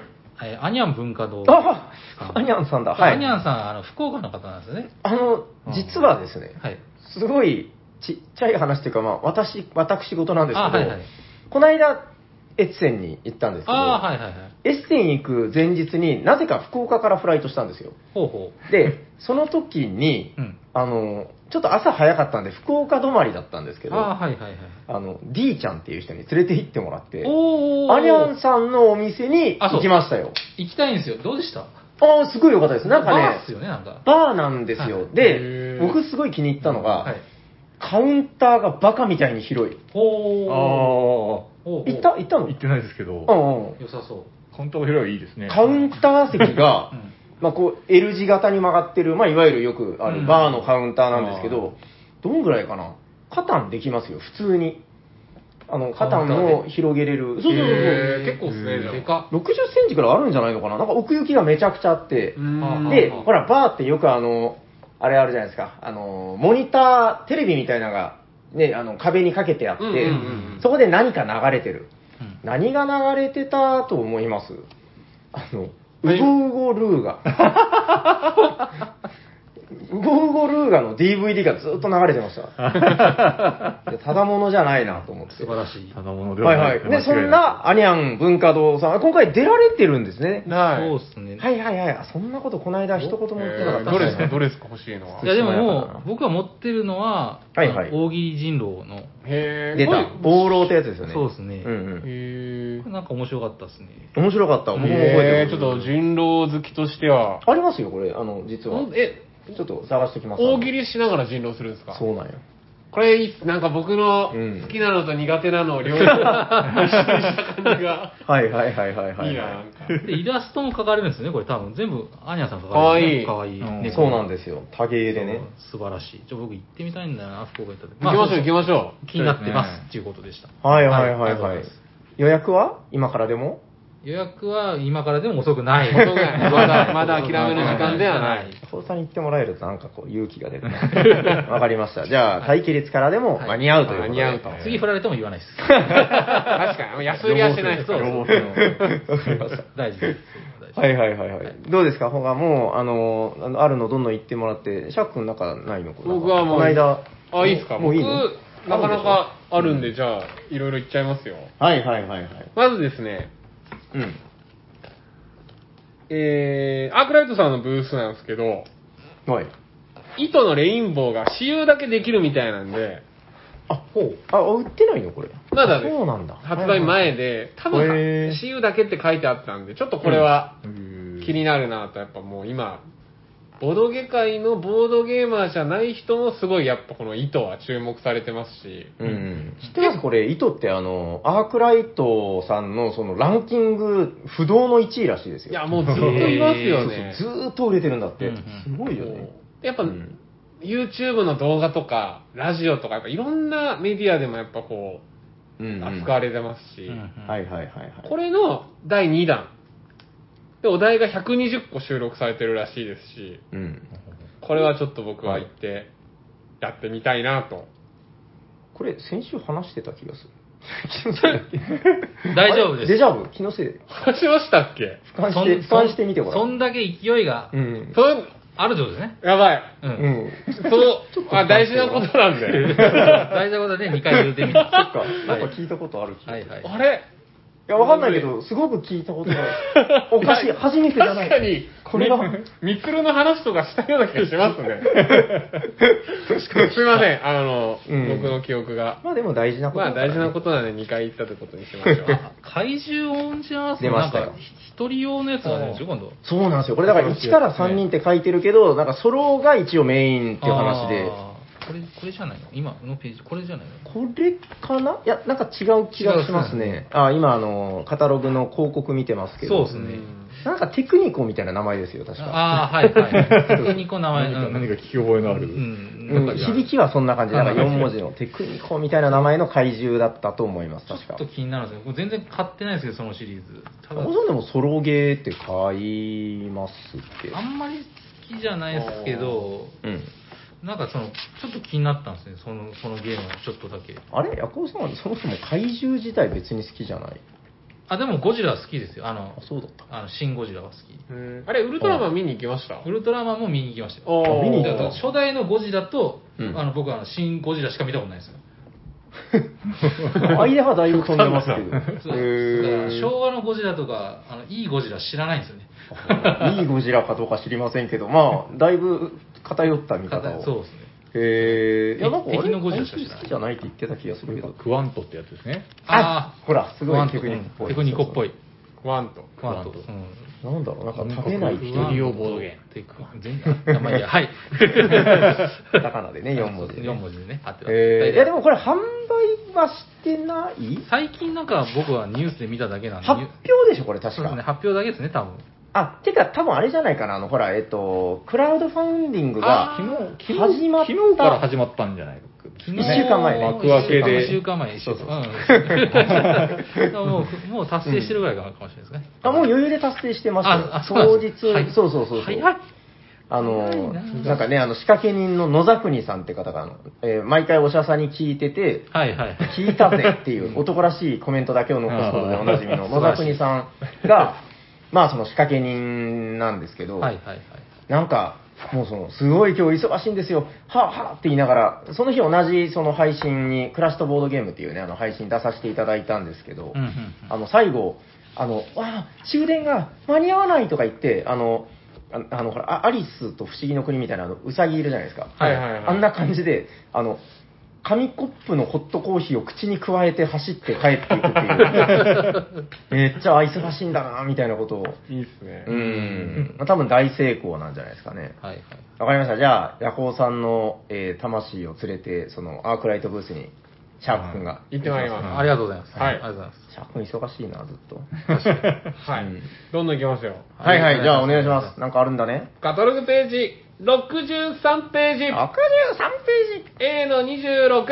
Speaker 4: アニャン文化堂。
Speaker 1: あアニャンさんだ。はい。
Speaker 4: アニャンさん、あの、福岡の方なんですよね。
Speaker 1: あの、実はですね、
Speaker 4: はい。
Speaker 1: すごいちっちゃい話というか、まあ、私、私事なんですけど、
Speaker 4: あはいはい
Speaker 1: この間、越前に行ったんですけど、
Speaker 4: ああ、はいはいはい。
Speaker 1: 越前に行く前日になぜか福岡からフライトしたんですよ。
Speaker 4: ほうほ
Speaker 1: で、 その時に、
Speaker 4: う。うん。
Speaker 1: あの、ちょっと朝早かったんで、福岡止まりだったんですけど、
Speaker 4: ああ
Speaker 1: あ
Speaker 4: ー、はいはいはい。
Speaker 1: の、D ちゃんっていう人に連れて行ってもらって、
Speaker 4: おー
Speaker 1: アニャンさんのお店に
Speaker 4: あそう
Speaker 1: 行きましたよ。
Speaker 4: 行きたいんですよ。どうでした
Speaker 1: ああ、すごい良かったです。なんか
Speaker 4: バー
Speaker 1: ね
Speaker 4: っ、すよね、なんか。
Speaker 1: バーなんです
Speaker 4: は
Speaker 1: よ。
Speaker 4: い
Speaker 1: で
Speaker 3: へー、
Speaker 1: 僕すごい気に入ったのが、
Speaker 4: はい。
Speaker 1: カウンターがバカみたいに広い。
Speaker 4: ほー。
Speaker 2: あ
Speaker 4: ほうほう
Speaker 1: 行った行った
Speaker 2: あ、
Speaker 1: の
Speaker 2: 行ってないですけど、
Speaker 1: うんうん
Speaker 4: 良さそう。
Speaker 2: カウンターが広いはいいですね。
Speaker 1: カウンター席が、
Speaker 4: うん
Speaker 1: まあこう L 字型に曲がってる、まあいわゆるよくあ
Speaker 4: う
Speaker 1: る
Speaker 4: ん
Speaker 1: バーのカウンターなんですけ
Speaker 2: あー
Speaker 1: ど、どんぐらいかな肩ンできますよ、普通に。あの、肩ン
Speaker 4: カウンター
Speaker 1: の広げれる。そうそうそう
Speaker 3: へー
Speaker 1: そ
Speaker 3: 結構っすね、じゃあ
Speaker 4: でか
Speaker 1: う。60センチくらいあるんじゃないのかななんか奥行きがめちゃくちゃあって
Speaker 3: う。ん
Speaker 1: で、
Speaker 4: あー
Speaker 1: ほら、バーってよくあの、あれあるじゃないですか。あの、モニター、テレビみたいなのが、ね、あの、壁にかけてあって
Speaker 3: うんうんうんうん
Speaker 1: そこで何か流れてる。
Speaker 4: うん
Speaker 1: 何が流れてたと思いますあの、
Speaker 3: はいう
Speaker 1: ごうごルー ガ。うごうごルーガの DVD がずっと流れて ました。いやただものじゃないなと思って。
Speaker 4: 素晴らしい。
Speaker 2: ただものでは
Speaker 1: はいはい。
Speaker 2: 間違
Speaker 1: で、そん
Speaker 2: い
Speaker 1: なアニャン文化堂さん、今回出られてるんですね。
Speaker 3: はい。
Speaker 4: そうっすね。。
Speaker 1: はいはいはい。あそんなことこの間一言も言ってなか
Speaker 3: え
Speaker 1: っ
Speaker 3: ー
Speaker 1: た。
Speaker 3: どれです
Speaker 1: は
Speaker 3: か、
Speaker 1: い
Speaker 3: どれですか、欲しいのはい
Speaker 4: やでも
Speaker 1: そうな
Speaker 4: も
Speaker 1: の
Speaker 4: う、僕が持ってるのは、
Speaker 1: はいはい
Speaker 4: あの大喜利人狼の、
Speaker 3: へー
Speaker 1: 出
Speaker 3: こ
Speaker 1: た
Speaker 3: れ。
Speaker 1: 暴浪ってやつですよね。
Speaker 4: そうですね
Speaker 1: うんうん。
Speaker 3: へ
Speaker 4: なんか面白かったですね。
Speaker 1: 面白かった。僕も覚
Speaker 3: え
Speaker 1: え
Speaker 3: ち
Speaker 1: て
Speaker 3: ょっ
Speaker 1: る。
Speaker 3: と人狼好きとしては、
Speaker 1: ありますよ、これ。あの、実は
Speaker 3: お。え、
Speaker 1: ちょっと探してきます。
Speaker 3: 大喜利しながら人狼するんですか
Speaker 1: そうなんよ。
Speaker 3: これいいっすなんか僕の
Speaker 1: うん
Speaker 3: 好きなのと苦手なのを 両方一緒にした感じが、
Speaker 1: はいはいはいはいはい。
Speaker 3: いいな、なんか。
Speaker 4: で、イラストも描かれるんですよね、これ多分。全部、アニャさん描
Speaker 3: か
Speaker 4: か
Speaker 3: わ
Speaker 4: れる
Speaker 3: い
Speaker 4: んですね。
Speaker 3: い
Speaker 4: かわいい。
Speaker 2: うん
Speaker 4: ね
Speaker 1: そうなんですよ。多芸でね。
Speaker 4: 素晴らしい。じゃあ僕行ってみたいんだよな、福岡行った時。
Speaker 3: 行きましょう、行き
Speaker 4: ょ
Speaker 3: ましょう。
Speaker 4: 気になってま
Speaker 2: そ
Speaker 4: す
Speaker 2: うですね
Speaker 4: っていうことでした。
Speaker 1: はいはいはい
Speaker 4: ありがとうご
Speaker 1: は
Speaker 4: ざ
Speaker 1: い
Speaker 4: ます。
Speaker 1: 予約は今からでも
Speaker 4: 予約は今からでも遅くない。
Speaker 3: 遅くないま だまだ諦める時間ではない
Speaker 1: 操作に行ってもらえるとなんかこう勇気が出る なわかりました。じゃあ、待機率からでも間に合うということで。
Speaker 3: 間に合うと
Speaker 4: 次振られても言わないです。
Speaker 3: 確かに、安売りはしてないです
Speaker 4: そうそう
Speaker 1: わかりまし
Speaker 4: 大事です。
Speaker 1: た。はいはいはいはい。どうですかほかもう、あの、あのあるのどんどん行ってもらって、シャーク君なんかないの
Speaker 3: 僕はもう、
Speaker 1: この間。
Speaker 3: あ、いいですか
Speaker 1: もういいの
Speaker 3: 僕、なかなかあるんで、じゃあ、いろいろ言っちゃいますよ。
Speaker 1: はいはいはいはい。
Speaker 3: まずですね、
Speaker 1: うん。
Speaker 3: えー、アークライトさんのブースなんですけど、
Speaker 1: はい。
Speaker 3: 糸のレインボーが私有だけできるみたいなんで、
Speaker 1: あ、ほう。あ、売ってないのこれ。
Speaker 3: まだです。
Speaker 1: そうなんだ。
Speaker 3: 発売前で、多
Speaker 1: へ
Speaker 3: 分、
Speaker 1: ー
Speaker 3: 私有だけって書いてあったんで、ちょっとこれは気
Speaker 2: に
Speaker 3: になるなと、やっぱもう今、ボードゲ界のボードゲーマーじゃない人もすごいやっぱこの糸は注目されてますし、
Speaker 1: うんうん、知ってますこれ、糸ってあの、アークライトさんのそのランキング不動の1位らしいですよ。
Speaker 3: いや、もうずっといますよね。
Speaker 1: ずーっと売れてるんだって。
Speaker 4: うんう
Speaker 1: すごいよね。
Speaker 3: やっぱ、
Speaker 1: うん
Speaker 3: YouTube の動画とか、ラジオとか、やっぱいろんなメディアでもやっぱこ
Speaker 1: う
Speaker 3: う、
Speaker 1: んうん
Speaker 3: 扱われてますし、
Speaker 1: はいはいはいはい。
Speaker 3: これの第2弾。で、お題が120個収録されてるらしいですし、
Speaker 1: うん。
Speaker 3: これはちょっと僕は行って、やってみたいなと。
Speaker 1: これ、先週話してた気が する。気のせいだっけ
Speaker 4: 大丈夫
Speaker 1: あれ
Speaker 4: です
Speaker 1: デジャブ気のせい。俯
Speaker 3: 話しましたっけ
Speaker 1: 瞰して、俯瞰してみてごら
Speaker 4: そん
Speaker 1: ん。
Speaker 4: だけ勢いが
Speaker 1: うん。
Speaker 3: そういう、
Speaker 4: あるってことですね。
Speaker 3: やばい。
Speaker 4: う。
Speaker 1: うんん。
Speaker 3: そう、あ、大事なことなんで。
Speaker 4: 大事なことで2回言うてみた。
Speaker 1: そっか、なんか聞いたことある気が
Speaker 4: は
Speaker 1: す
Speaker 4: い
Speaker 1: る。
Speaker 4: はい。
Speaker 3: あれ
Speaker 1: いや、わかんないけど、すごく聞いたこと がある。おかしい。初めてじゃない。
Speaker 3: 確かに、
Speaker 1: これが。
Speaker 3: みミクロの話とかしたような気がしますね。すいません、あの、
Speaker 1: うん
Speaker 3: 僕の記憶が。
Speaker 1: まあでも大事なこと
Speaker 3: まあ
Speaker 1: だから
Speaker 3: 大
Speaker 1: ね
Speaker 3: 事なことなんで2回行ったってことにしましょう。
Speaker 4: 怪獣オンジャース
Speaker 1: 出
Speaker 4: の
Speaker 1: まし
Speaker 4: なん
Speaker 1: た
Speaker 4: か
Speaker 1: よ、
Speaker 4: 一人用のやつが出るんでしょ、今度。
Speaker 1: そうなんですよ。これだから1から3人って書いてるけど、なんかソロが一応メインっていう話で。
Speaker 4: あーこれ、これじゃないの今のページ、これじゃないの
Speaker 1: これかないや、なんか違う気がします
Speaker 4: 違うっ
Speaker 1: ね。あ、今あの、カタログの広告見てますけ
Speaker 4: そ
Speaker 1: ど。
Speaker 4: うですね。
Speaker 1: なんかテクニコみたいな名前ですよ、確か。
Speaker 4: ああ、はいはい。 テクニコ名前
Speaker 2: 何か
Speaker 4: うん
Speaker 2: 何か聞き覚えのあ
Speaker 4: う
Speaker 2: る。
Speaker 4: ん。
Speaker 1: う、
Speaker 4: なんんか
Speaker 1: 響きはそんな感じ。なんか4文字のテクニコみたいな名前の怪獣だったと思います、確
Speaker 4: ちょ
Speaker 1: か
Speaker 4: っ。と気になるんですけど、これ全然買ってないですけど、そのシリーズ。ただ
Speaker 1: お、さんでもソロゲーって買いますって
Speaker 4: あ。んまり好きじゃないですけど、
Speaker 1: うん。
Speaker 4: なんかその、ちょっと気になったんですね、その、そのゲームはちょっとだけ。
Speaker 1: あれヤコウさんはそもそも怪獣自体別に好きじゃない
Speaker 4: あ、でもゴジラは好きですよ。あの
Speaker 1: あ、、そうだった。
Speaker 4: あの、シンゴジラは好き。
Speaker 3: うんあれ、ウルトラマン見に行きました
Speaker 4: ウルトラマンも見に行きましたよ。
Speaker 3: おー
Speaker 1: 見に行
Speaker 4: だ
Speaker 1: っ
Speaker 4: か
Speaker 1: た
Speaker 4: ら初代のゴジラと、
Speaker 1: うん
Speaker 4: あの僕はあの新ゴジラしか見たことないですよ。
Speaker 1: 間はだいぶ飛んでますけど。
Speaker 4: そう
Speaker 1: へ
Speaker 4: だから昭和のゴジラとか、あのいいゴジラ知らないんですよね。
Speaker 1: ーいいゴジラかどうか知りませんけど、ま あ、だいぶ偏った見方を。
Speaker 4: そうですね。
Speaker 1: へえ。いや、なんか
Speaker 4: 敵
Speaker 1: 俺
Speaker 4: のゴジラしか知らない
Speaker 1: 好きじゃないって言ってた気がするけど。
Speaker 2: クワントってやつですね。
Speaker 4: あ
Speaker 1: ほら、す
Speaker 4: ー、
Speaker 1: ご
Speaker 4: ワ
Speaker 1: い
Speaker 4: ント
Speaker 1: テクニックっぽい。
Speaker 4: テクニコっぽい。。
Speaker 3: ワンと。
Speaker 4: クワント。
Speaker 2: ク
Speaker 4: うん
Speaker 1: なんだろう、なんか食べない一人用ボードゲ
Speaker 4: テクワン全然。あまあいいや、はい。
Speaker 1: ーム。カタカナでね、4文字でね。
Speaker 4: 4文字でね、合ってます
Speaker 1: えーいや、でもこれ販売はしてない
Speaker 4: 最近なんか僕はニュースで見ただけなんで、
Speaker 1: 発表でしょ、これ確
Speaker 4: そうですね、
Speaker 1: か。
Speaker 4: 発表だけですね、多分。
Speaker 1: あ、てか多分あれじゃないかな、あの、ほら、えっと、クラウドファンディングが
Speaker 3: あー
Speaker 2: 昨日、昨日
Speaker 1: 始まった。
Speaker 2: 昨日から始まったんじゃないか。
Speaker 1: 一週間前ね
Speaker 2: 幕開けで
Speaker 4: 1週間前、1週間前。うん もう、もう達成してるぐらいかもしれないですね。
Speaker 1: あ、もう余裕で達成してましたよ。
Speaker 4: ああそうな
Speaker 1: 当
Speaker 4: んで
Speaker 1: 日
Speaker 4: す、はい
Speaker 1: そうそうそうそう。
Speaker 4: 早い。
Speaker 1: あの、
Speaker 4: 早いな
Speaker 1: なんかね、あの、仕掛け人の野沢国さんって方が、あのえー毎回おしゃさんに聞いてて、
Speaker 4: はいはい。
Speaker 1: 聞いたぜって いう男らしいコメントだけを残すことでおなじみの野沢国さん が、まあその仕掛け人なんですけど、
Speaker 4: はいはいはい。
Speaker 1: なんか、もうその、すごい今日忙しいんですよ、はぁはぁって言いながら、その日同じその配信に、クラシットボードゲームっていうね、あの配信出させていただいたんですけど、
Speaker 4: うんうんうん
Speaker 1: あの、最後、あの、わあ、終電が間に合わないとか言って、あの、ああの、ほら、あアリスと不思議の国みたいな、あの、ウサギいるじゃないですか。
Speaker 4: はい
Speaker 3: はいはい
Speaker 1: あんな感じで、あの、紙コップのホットコーヒーを口に加えて走って帰っていくっていう。めっちゃ忙しいんだな、みたいなことを。
Speaker 3: いいっすね
Speaker 1: う。ん。まあ、多分大成功なんじゃないですかね。
Speaker 4: はいはい。
Speaker 1: わかりました。じゃあ、ヤコウさんの、えー魂を連れて、その、アークライトブースに、シャープ君が。
Speaker 3: 行ってまいりま
Speaker 4: ありがとうございます。
Speaker 3: はい
Speaker 4: ありがとうございます。
Speaker 1: シャープ君忙しいな、ずっと。
Speaker 3: す。は
Speaker 1: う
Speaker 3: い
Speaker 1: ん。
Speaker 3: どんどん行きますよ。
Speaker 1: はいはい、じゃあお願いします。なんかあるんだね。
Speaker 3: カタログページ、
Speaker 1: 63
Speaker 3: 63ページ、
Speaker 1: ページ。
Speaker 3: A の26、
Speaker 1: A の26。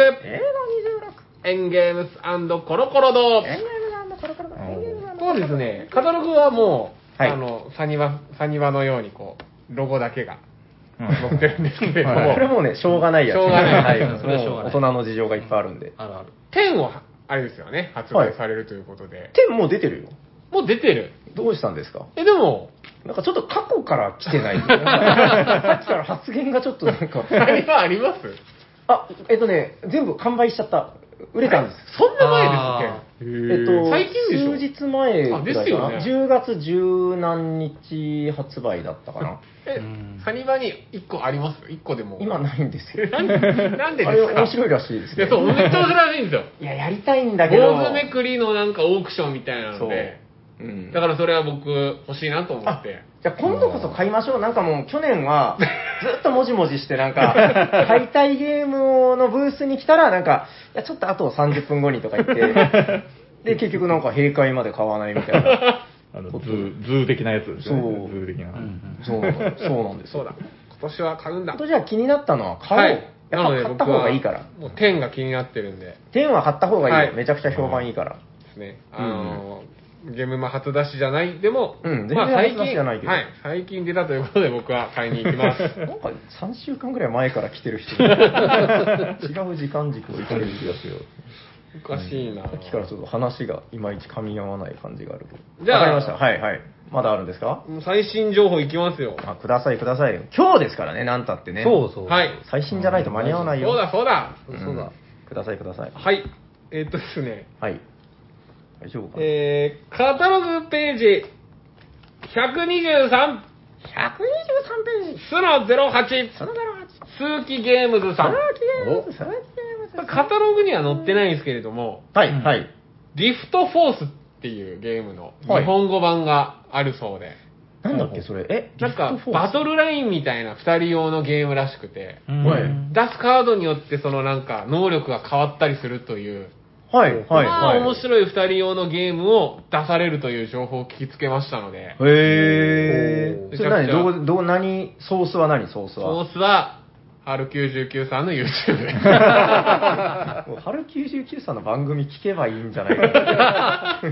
Speaker 3: エンゲームスコロコロ堂。
Speaker 1: エンゲームランド
Speaker 3: そうですね。カタログはもう、
Speaker 1: はい
Speaker 3: あの、サニワ、サニワのようにこう、ロゴだけが
Speaker 2: うん
Speaker 3: 載ってるんですけれども、
Speaker 2: はい
Speaker 1: これもうね、しょうがないやつ。
Speaker 3: しょうがな い
Speaker 1: は
Speaker 4: それはしょうがない
Speaker 1: も大人の事情がいっぱいあるんで。
Speaker 4: あるある。
Speaker 3: ペンを、あれですよね、発売されるということで。
Speaker 1: 点もう出てるよ。
Speaker 3: もう出てる。
Speaker 1: どうしたんですか
Speaker 3: え、でも、
Speaker 1: なんかちょっと過去から来て ない。さっきから発言がちょっとなん か。
Speaker 3: サニワあります
Speaker 1: あ、えっとね、全部完売しちゃった。売れたんです。
Speaker 3: そんな前です
Speaker 4: あ
Speaker 3: っけ
Speaker 1: えっと、
Speaker 3: 最近でしょ
Speaker 1: 数日前
Speaker 3: あで
Speaker 1: くら
Speaker 3: す
Speaker 1: いか
Speaker 3: よ
Speaker 1: な、
Speaker 3: ね
Speaker 1: 10月十何日発売だったかな。
Speaker 3: え
Speaker 4: うん、
Speaker 3: サニバに1個あります ?1 個でも。
Speaker 1: 今ないんです よ。
Speaker 3: なんなんで
Speaker 1: あ
Speaker 3: で
Speaker 1: れ
Speaker 3: すか
Speaker 1: 面白いらしいです
Speaker 3: い
Speaker 1: ね
Speaker 3: や、。そう、めっちゃ面白いらしいんですよ。
Speaker 1: いや、やりたいんだけど。
Speaker 3: 坊主めくりのなんかオークションみたいな
Speaker 1: そ
Speaker 3: ので、
Speaker 1: う。うん。
Speaker 3: だからそれは僕欲しいなと思って。
Speaker 1: じゃあ今度こそ買いましょう。なんかもう去年 はずっともじもじしてなんか、買いたいゲームのブースに来たらなんか、いやちょっとあと30分後にとか言 って、で結局なんか閉会まで買わないみたいな。
Speaker 2: あの、ズー、ズー的なやつで
Speaker 1: そ
Speaker 2: すね。
Speaker 1: う
Speaker 2: ズー的な。
Speaker 4: うんうん
Speaker 1: そう、そうなんです。
Speaker 3: そうだ。。今年は買うんだ
Speaker 1: あ。とじゃあ気になったのは買おう。やっぱ
Speaker 3: なので
Speaker 1: 買った方がいいから。
Speaker 3: 僕はもう天が気になってるんで、で
Speaker 1: 天は買った方がいいよ。
Speaker 3: はい
Speaker 1: めちゃくちゃ評判いいから。
Speaker 3: すね。あのーゲームマ初出しじゃない、でも、
Speaker 1: うん全然
Speaker 3: まあ最
Speaker 1: 初出し
Speaker 3: 近、
Speaker 1: じゃないけど
Speaker 3: はい、最近出たということで僕は買いに行きます。
Speaker 1: なんか3週間ぐらい前から来てる人いる違う時間軸を生きてる気がする。
Speaker 3: おかしいな。
Speaker 1: さっきからちょっと話がいまいち噛み合わない感じがあるけど。
Speaker 3: じゃあ
Speaker 1: わかりました。はいはい。まだあるんですか
Speaker 3: もう最新情報いきますよ。
Speaker 1: あ、くださいくださいよ。今日ですからね、なんたってね。
Speaker 4: そうそう。
Speaker 3: はい。
Speaker 1: 最新じゃないと間に合わないよ。
Speaker 3: そうだそうだ。
Speaker 1: ん
Speaker 4: そうだ。
Speaker 1: くださいください。
Speaker 3: はい。えーっとですね、
Speaker 1: はい。大丈夫かな
Speaker 3: えー、カタログページ
Speaker 1: 123ペー
Speaker 3: 123、
Speaker 1: ジ。
Speaker 3: スの08、
Speaker 1: そのだろう。
Speaker 3: 数奇ゲームズさん。
Speaker 1: お
Speaker 3: カタログには載ってないんですけれども、
Speaker 1: はいはい。
Speaker 3: リフトフォースっていうゲームの
Speaker 1: はい
Speaker 3: 日本語版があるそうで、
Speaker 1: なんだっけそれ。え、
Speaker 3: なん
Speaker 1: リ
Speaker 3: か
Speaker 1: フトフォー
Speaker 3: バ
Speaker 1: ス
Speaker 3: トルラインみたいな2人用のゲームらしくて、
Speaker 4: うん
Speaker 1: はい
Speaker 3: 出すカードによってそのなんか能力が変わったりするという、
Speaker 1: はいはい
Speaker 3: ま
Speaker 1: は
Speaker 3: あ
Speaker 1: い。
Speaker 3: 面白い2人用のゲームを出されるという情報を聞きつけましたので、
Speaker 1: へえ。
Speaker 3: おー
Speaker 1: それ何
Speaker 3: めちゃくち
Speaker 1: どう、どう、何、ソースは何ソース
Speaker 3: ソ
Speaker 1: は。
Speaker 3: ースは R99 さんの YouTube で。
Speaker 1: 春99さんの番組聞けばいいんじゃないか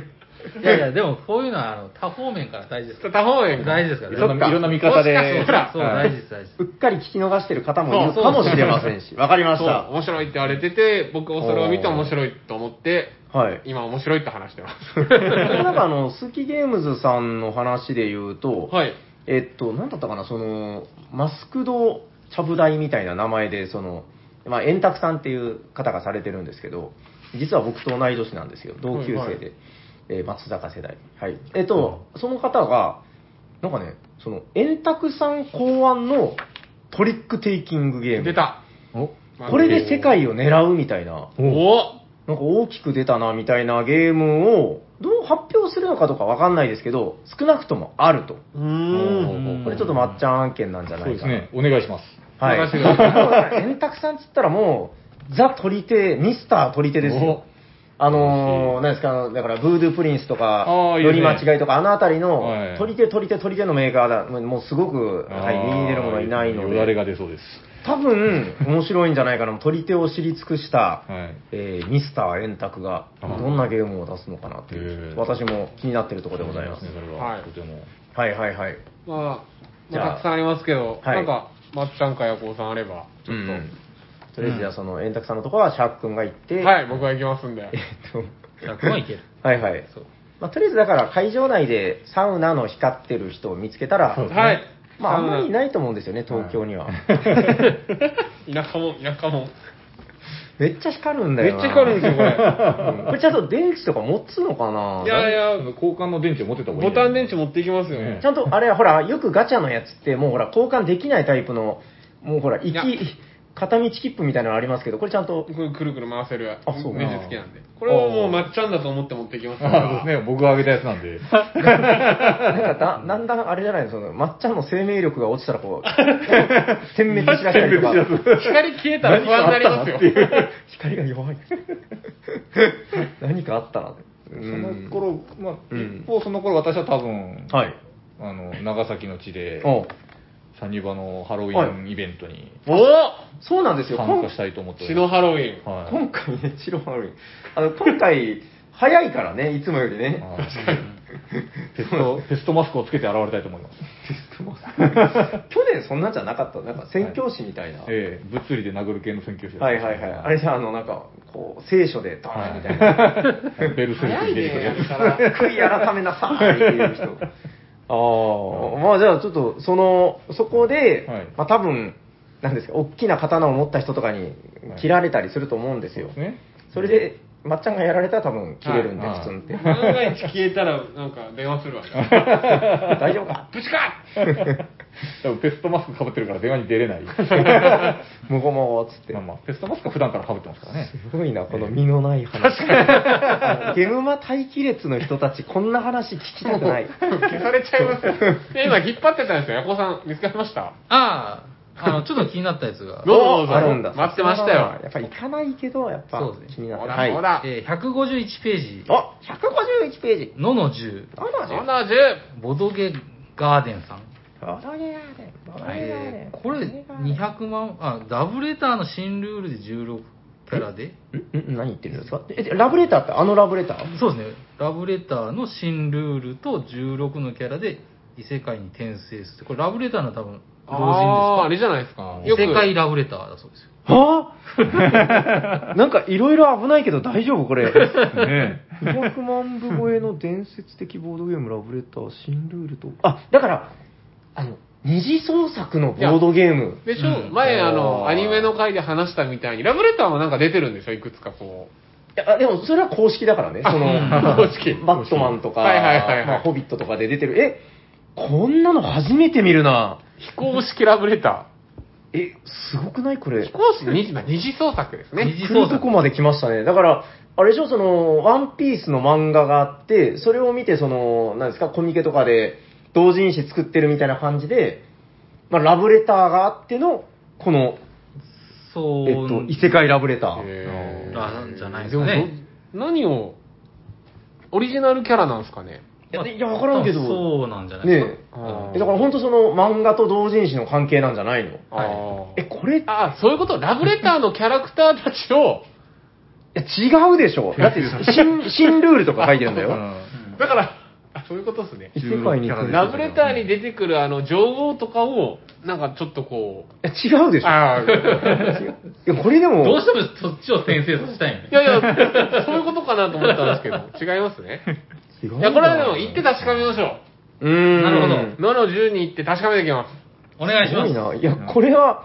Speaker 4: いやいや、でもこういうのはあの多方面から大事ですから。
Speaker 3: 他方面
Speaker 4: 大事ですか
Speaker 2: い
Speaker 4: ら
Speaker 2: ろんな、いろんな見方で。
Speaker 3: もしかしたら
Speaker 4: そう、
Speaker 2: はい
Speaker 4: 大事です、大事です。
Speaker 1: うっかり聞き逃してる方もいる
Speaker 4: そう
Speaker 1: かもしれませんし。わかりまし
Speaker 3: そう、
Speaker 1: た。
Speaker 3: 面白いって言われてて、僕もそれを見て面白いと思って、
Speaker 1: はい。
Speaker 3: 今面白いって話してま
Speaker 1: これなんかあの、スキゲームズさんの話で言うと、
Speaker 3: す。はい。
Speaker 1: えっと、なんだったかな、その、マスクドちゃぶ台みたいな名前で、その、まあ、円卓さんっていう方がされてるんですけど、実は僕と同い年なんですよ、同級生で、
Speaker 3: はいはい
Speaker 1: えー松坂世代。はい。えっと、その方が、なんかね、その、円卓さん考案のトリックテイキングゲーム。
Speaker 3: 出。た。
Speaker 2: お
Speaker 1: これで世界を狙うみたいな。
Speaker 3: おお
Speaker 1: なんか大きく出たなみたいなゲームを、どう発表するのかとかわかんないですけど、少なくともあると。
Speaker 3: うーん。
Speaker 1: これちょっとまっちゃん案件なんじゃ
Speaker 2: そ
Speaker 1: な
Speaker 2: う
Speaker 1: い
Speaker 2: です
Speaker 1: かな。
Speaker 2: ね。お願いします。
Speaker 1: はい。
Speaker 3: 任せてください
Speaker 1: もう円卓さんっつったらもう、ザ・取り手、ミスター取り手ですよ。あのー、何ですか、あのだから、ブードゥープリンスとか、
Speaker 2: あーいい
Speaker 1: よ
Speaker 2: ね
Speaker 1: り間違いとか、あのあたり
Speaker 2: は
Speaker 1: の、
Speaker 2: い
Speaker 1: 取り手、取り手、取り手のメーカーだ。もうもうすごく、はい、
Speaker 2: あー
Speaker 1: 右に出るものはいないの
Speaker 2: よだ
Speaker 1: で、
Speaker 2: れが出そうです。
Speaker 1: 多分、面白いんじゃないかな。取り手を知り尽く した、
Speaker 2: はい。
Speaker 1: えーミスター円卓がど
Speaker 2: ああ
Speaker 1: んなゲームを出すのかなってい
Speaker 2: へ
Speaker 1: う、
Speaker 2: え
Speaker 1: 私も気になってるところでございます
Speaker 2: ね。それは、
Speaker 3: はい
Speaker 2: とても。
Speaker 1: はいはいはい。
Speaker 3: まあ、
Speaker 1: じゃあ
Speaker 3: まあたくさんありますけど、
Speaker 1: はい
Speaker 3: なんか、まっちゃんかやこうさんあれば、ちょっと。
Speaker 1: とりあえずじゃあその円卓さんのところはシャーク君が行って、
Speaker 3: はい、僕は行きますんで。
Speaker 1: え
Speaker 4: 100万いけ
Speaker 1: っ
Speaker 4: る。
Speaker 1: と、はいはい。
Speaker 4: そう。
Speaker 1: まあ、とりあえずだから会場内でサウナの光ってる人を見つけたら、
Speaker 2: そうですね
Speaker 3: はい。
Speaker 1: まああんまりい
Speaker 3: い。
Speaker 1: ないと思うんですよね、東京 には。
Speaker 3: 田舎も、田舎も。
Speaker 1: めっちゃ光るんだ
Speaker 3: めっ
Speaker 1: よ な。
Speaker 3: ちゃ光るんですよ、これ。
Speaker 1: うんこれちゃんと電池とか持つのかない
Speaker 3: やい
Speaker 2: あ
Speaker 3: や、
Speaker 2: 交換の電池を持ってた方がいい
Speaker 3: ボ
Speaker 2: んじゃない。
Speaker 3: タン電池持っていきますよ。
Speaker 2: ね
Speaker 1: ちゃんと、あれ、ほら、よくガチャのやつって、もうほら、交換できないタイプの、もうほら、行
Speaker 3: いや
Speaker 1: き、片道切符みたいなのありますけど、これちゃんと
Speaker 3: こ、れくるくる回せる
Speaker 1: あそう
Speaker 3: ネジ付きなんで。これはもうまっちゃんだと思って持ってきますから。
Speaker 2: あそうですね。僕があげたやつなんで。
Speaker 1: なんかだ、だんだんあれじゃないの、その、抹茶の生命力が落ちたら、こ う、点滅しだしたりとか、
Speaker 3: 光消えたら不安になりますよ。
Speaker 1: 光が弱い。 何かあったら、う
Speaker 2: そ
Speaker 1: ん
Speaker 2: の頃、まあ、
Speaker 1: うん
Speaker 2: 一方その頃私は多分、
Speaker 1: はい。
Speaker 2: あの、長崎の地で、
Speaker 1: おう
Speaker 2: サニバのハロウィンイベントに
Speaker 3: お
Speaker 1: そうなんですよ、
Speaker 2: 参
Speaker 1: 今
Speaker 2: 加したいと思ってお
Speaker 3: 血
Speaker 2: り
Speaker 3: の
Speaker 2: ます。
Speaker 3: ハロウィン。
Speaker 2: はい。
Speaker 1: 今回ね、白ハロウィン。あの、今回、早いからね、いつもよりね。
Speaker 2: はいペスト、ペストマスクをつけて現れたいと思います。
Speaker 1: 去年そんなんじゃなかったなんか宣教師みたいな。はい
Speaker 2: ええ物理で殴る系の選挙師
Speaker 1: はいはい。あれじゃあ、あの、なんか、こう、聖書でドーンみたいな。
Speaker 2: はいベルセル
Speaker 3: 早
Speaker 2: ク
Speaker 3: い
Speaker 2: に出てく
Speaker 3: ね、
Speaker 2: る
Speaker 3: や
Speaker 2: や
Speaker 3: る
Speaker 2: つ。
Speaker 3: から。
Speaker 1: 悔い改めなさいっていう人。ああ、まあじゃあちょっと、その、そこで、
Speaker 2: はい
Speaker 1: まあ多分、なんですか、大きな刀を持った人とかに
Speaker 2: はい
Speaker 1: 切られたりすると思うんですよ。
Speaker 2: ですね。
Speaker 1: それで、まっちゃんがやられたら多分切れるんで、
Speaker 2: はい
Speaker 1: 普通って。
Speaker 3: 万が一消えたら、なんか電話するわ。
Speaker 1: 大丈夫か
Speaker 3: ぶちか
Speaker 2: 多分ペストマスク被ってるから電話に出れない。
Speaker 1: もごもごっつって
Speaker 2: まあ。まあ、ペストマスクは普段から被ってますからね。
Speaker 1: すごいな、この身のない話。ゲムマ待機列の人たち、こんな話聞きたくない。
Speaker 3: 消されちゃいますよ。で今引っ張ってたんですよ。ヤコさん、見つかりました
Speaker 4: ああ、あの、ちょっと気になったやつが。
Speaker 3: どうぞどうぞ
Speaker 1: あるんだ。
Speaker 3: 待ってましたよ
Speaker 1: やっぱ行かないけど、やっぱ
Speaker 4: そうですね
Speaker 1: 気になって
Speaker 3: ほら
Speaker 1: はい
Speaker 3: ほら
Speaker 4: えー151ページ、
Speaker 1: あ、151ページ。
Speaker 4: のの10、
Speaker 1: あらじゃ。
Speaker 3: 同じ
Speaker 4: ボドゲガーデンさん。
Speaker 1: ボドゲガーデンボドゲガーデ
Speaker 4: え
Speaker 1: ン
Speaker 4: ーこれ
Speaker 1: ボドゲガーデン
Speaker 4: 200万、あ、ダブレターの新ルールで16キャラで、
Speaker 1: んん何言ってるんですかえ、ラブレターってあのラブレター
Speaker 4: そうですね、ラブレターの新ルールと16のキャラで異世界に転生する。これラブレターの多分、
Speaker 3: ああー、あ
Speaker 4: 老
Speaker 3: れ
Speaker 4: 人です
Speaker 3: じゃないですか。
Speaker 4: か。異世界ラブレターだそうですよ。
Speaker 1: はぁ なんかいろいろ危ないけど大丈夫これ。
Speaker 2: ね
Speaker 1: 200万部超えの伝説的ボードゲームラブレター新ルールと。あ、だから、あの、二次創作のボードゲーム。
Speaker 3: でし
Speaker 4: う
Speaker 3: ょ
Speaker 4: ん
Speaker 3: 前、あ
Speaker 1: あー
Speaker 3: の、アニメの回で話したみたいに、ラブレターもなんか出てるんでしょいくつかこ
Speaker 1: いや、でもそれは公式だからね。その、
Speaker 4: あ
Speaker 3: 公式
Speaker 1: バットマンとか、
Speaker 3: はいはいはいはい
Speaker 1: まあホビットとかで出てる。え、こんなの初めて見るな
Speaker 3: う。非公式ラブレタ
Speaker 1: え、すごくないこれ。
Speaker 3: ー。非公式二次、まあ二次創作です
Speaker 4: 二
Speaker 3: ね。
Speaker 4: 次
Speaker 1: 来る
Speaker 4: 創
Speaker 1: と
Speaker 4: 作
Speaker 1: こ。まで来ましたね。だから、あれでしょ、その、ワンピースの漫画があって、それを見て、その、なんですか、コミケとかで、同人誌作ってるみたいな感じで、まあ、ラブレターがあっての、この、
Speaker 4: そう、
Speaker 1: えっと、異世界ラブレター。
Speaker 3: へー
Speaker 4: あなんじゃないですかね
Speaker 3: でもど何を、オリジナルキャラなんですかね。
Speaker 1: いや、いや、わからんけど、
Speaker 4: 多分そうなんじゃないです
Speaker 1: ね
Speaker 4: か。
Speaker 1: え。
Speaker 3: あー
Speaker 1: えだから本当その、漫画と同人誌の関係なんじゃないの
Speaker 3: あー
Speaker 1: え、これ、い
Speaker 3: あー、そういうことラブレターのキャラクターたちを、
Speaker 1: や違うでしょ。だって、新、新ルールとか書いてるんだ
Speaker 2: え。う
Speaker 1: よ。
Speaker 2: ん
Speaker 3: だから、あそういうことですね。
Speaker 1: 異世界に行くんでしょ
Speaker 3: ラブレターに出てくるあの情報とかを、なんかちょっとこう、
Speaker 1: いや違うでしょ。
Speaker 3: ああ、い
Speaker 1: いや、これでも、
Speaker 4: どうしてもそっちを転生させたいよね。
Speaker 3: やいや、そういうことかなと思ったんですけど、違いますね。
Speaker 1: 違うん
Speaker 3: い
Speaker 1: だ
Speaker 3: や、これはでも行って確かめましょ
Speaker 1: うーん。
Speaker 4: なるほど
Speaker 3: う。7の10に行って確かめてきます。
Speaker 4: お願いします
Speaker 1: す。ごいな。いや、これは、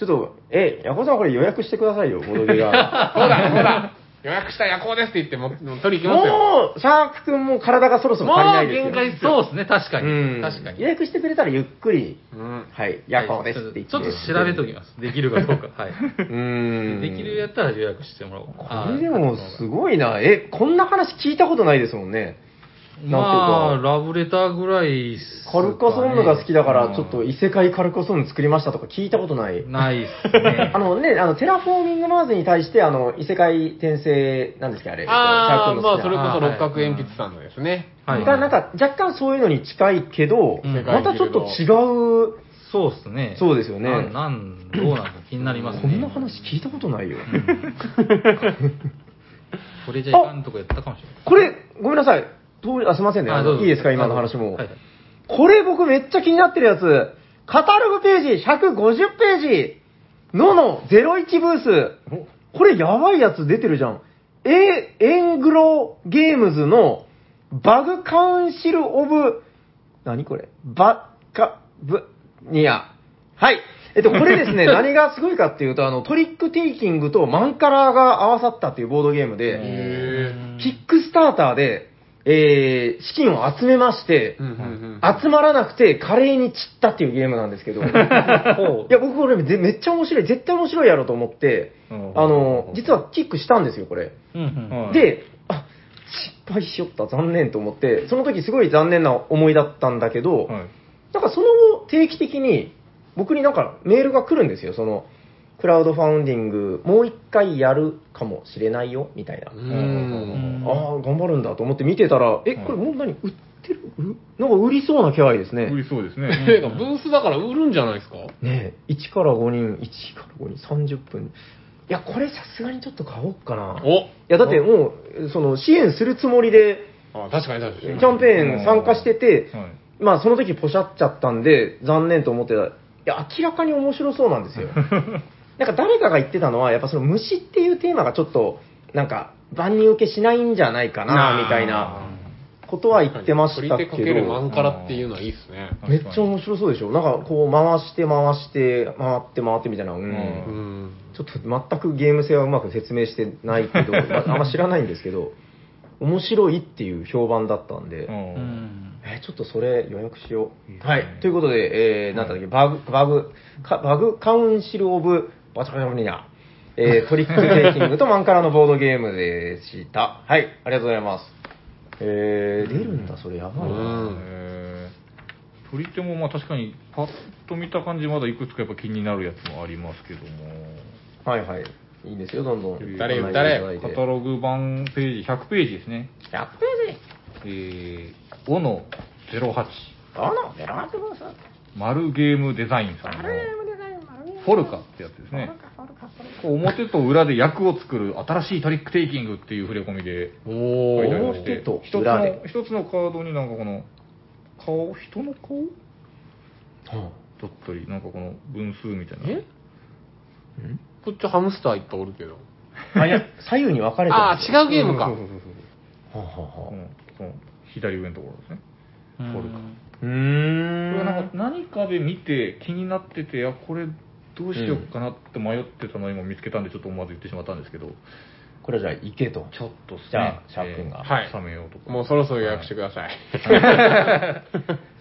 Speaker 1: ちょっと、え、ヤコさんこれ予約してくださいよ、ボドゲが。
Speaker 3: そうだ、そうだ。予約した夜行ですって言って、ももう取り 行きますよ。
Speaker 1: もう、シャーク君も体がそろそろ足りないですよ。
Speaker 3: もう限界です
Speaker 4: そうですね、確か
Speaker 1: うん
Speaker 4: に。確かに。
Speaker 1: 予約してくれたらゆっくり、
Speaker 3: うん。
Speaker 1: はい、夜行ですって言って。
Speaker 4: ちょっと調べときます。できるかど うか。はい。
Speaker 1: うーん。
Speaker 4: できるやったら予約してもらおう。
Speaker 1: これでも、すごいな。え、こんな話聞いたことないですもんね。
Speaker 4: ま
Speaker 1: な
Speaker 4: あ、
Speaker 1: ん
Speaker 4: ラブレターぐらいっすか
Speaker 1: カ
Speaker 4: ね、
Speaker 1: ルカソンヌが好きだから、
Speaker 2: うん
Speaker 1: ちょっと異世界カルカソンヌ作りましたとか聞いたこと ない。
Speaker 4: ないっすね
Speaker 1: あ。のね、あの、テラフォーミングマーズに対して、あの、異世界転生、なんですっけ、あれ。
Speaker 3: あ
Speaker 1: シャー
Speaker 3: あ、
Speaker 1: ク君の
Speaker 3: ま
Speaker 1: 好
Speaker 3: あ、
Speaker 1: きな
Speaker 3: それこそ六角鉛筆さんのですね。
Speaker 4: はい。
Speaker 1: がなんか若干そういうのに近いけど、
Speaker 4: うん
Speaker 1: またちょっと違う、
Speaker 4: そうっすね。
Speaker 1: そうですよね
Speaker 4: ななん、どうなんか気になりますね。
Speaker 1: こんな話聞いたこと ないよ。
Speaker 4: これじゃいかんとこやったかもしれない。
Speaker 1: これ、ごめんなさい。どうあすいませんね。
Speaker 4: あ
Speaker 1: あ
Speaker 4: どう
Speaker 1: の
Speaker 4: ぞ
Speaker 1: いいですか、今の話も
Speaker 4: はいはい。
Speaker 1: これ僕めっちゃ気になってるやつ。カタログページ150ページのの01ブース。これやばいやつ出てるじゃん。え、エングロゲームズのバグカウンシルオブ、何これバ、カ、ブ、ニア。はい。えっ と、これですね、何がすごいかっていうと、あの、トリックテイキングとマンカラーが合わさったっていうボードゲームで、
Speaker 3: へ
Speaker 1: キックスターターで、えー資金を集めまして、
Speaker 3: うんうんうん
Speaker 1: 集まらなくて華麗に散ったっていうゲームなんですけど、い
Speaker 4: ほ
Speaker 1: や、僕これめめっちゃ面白い、絶対面白いやろうと思って、あ
Speaker 2: うん
Speaker 1: の、実はキックしたんですよ、これ。
Speaker 4: う。うんうん。
Speaker 2: うん
Speaker 1: で、あ、失敗しよった、残念と思って、その時すごい残念な思いだったんだけど、
Speaker 2: はい
Speaker 1: なんかその後定期的に僕になんかメールが来るんですよ、その、クラウドファウンディングもう一回やるかもしれないよ、みたいな。
Speaker 3: うーん。
Speaker 1: ああ、頑張るんだと思って見てたら、え、
Speaker 2: はい
Speaker 1: これもう何、売ってるうなんか売りそうな気配です
Speaker 2: 売
Speaker 1: ね。
Speaker 2: りそうです
Speaker 3: てい
Speaker 2: ね。
Speaker 3: うか、ブースだから売るんじゃないですか
Speaker 1: ねえ、1から5人、1から5人、30分。いや、これさすがにちょっと買おうかな。い
Speaker 3: お
Speaker 1: や、だってもう、その、支援するつもりで、
Speaker 3: あ確かに確か
Speaker 1: キ
Speaker 3: に。
Speaker 1: ャンペーン参加してて、
Speaker 2: はい
Speaker 1: まあその時ポシャっちゃったんで、残念と思ってた。いや、明らかに面白そうなんです よ。なんか誰かが言ってたのは、やっぱその虫っていうテーマがちょっと、なんか万人受けしないんじゃないかな、みたいなことは言ってましたけ
Speaker 3: 取り手かけるマ
Speaker 1: ど、
Speaker 3: ンカラっていうのはいいっすね。
Speaker 1: めっちゃ面白そうでしょ。なんかこう回して回して、回って回ってみたいな。うん
Speaker 2: うん
Speaker 3: うん。
Speaker 1: ちょっと全くゲーム性はうまく説明してないけど、まああんま知らないんですけど、面白いっていう評判だったんで、
Speaker 2: うん
Speaker 4: うん。
Speaker 1: えーちょっとそれ予約しよう。
Speaker 2: は
Speaker 1: はいい。ということで、えー、なんだっけ、バグ、バグ、かバグカウンシル・オブ・バチャバチャニア、えー、トリック・テイキングとマンカラのボードゲームでした。はい、ありがとうございます。えー、出るんだ、それやばいな。
Speaker 3: うん
Speaker 2: えー取り手もまあ確かにパッと見た感じまだいくつかやっぱ気になるやつもありますけども
Speaker 1: はいはい。いいんですよ、どんどん。
Speaker 2: 言ったれ
Speaker 1: れ
Speaker 3: 言ったれ
Speaker 1: 100ペ
Speaker 2: カタログ版ページ100ページですね
Speaker 1: ージ
Speaker 2: えー、おの08
Speaker 1: あの、狙ってください。
Speaker 2: 丸ゲームデザインさんのフォルカってやつですねこう表と裏で役を作る新しいトリックテイキングっていう触れ込みで
Speaker 3: お
Speaker 2: 書いてあり
Speaker 3: ー
Speaker 2: まして
Speaker 1: 表と
Speaker 2: 一つ
Speaker 1: 裏
Speaker 2: の
Speaker 1: で
Speaker 2: 一つのカードになんかこの顔人の顔だったりなんかこの分数みたいな
Speaker 3: えこっちハムスターいっぱいおるけど。
Speaker 1: あ、いや、左右に分かれて
Speaker 3: ああ、
Speaker 1: う。
Speaker 3: 違うゲームか。
Speaker 1: はあはあ
Speaker 2: こ
Speaker 1: はあ
Speaker 2: のこの左上のところですねフォルカ
Speaker 1: うー
Speaker 2: こ
Speaker 1: ん。
Speaker 2: れはなんか何かで見て気になってていやこれどうしようかなって迷ってたのを今見つけたんでちょっと思わず言ってしまったんですけど
Speaker 1: これじゃあ行けと。
Speaker 2: ちょっとっすね
Speaker 1: じゃあシャーク君が
Speaker 2: えー冷めようとか
Speaker 3: もうそろそろ予約してください。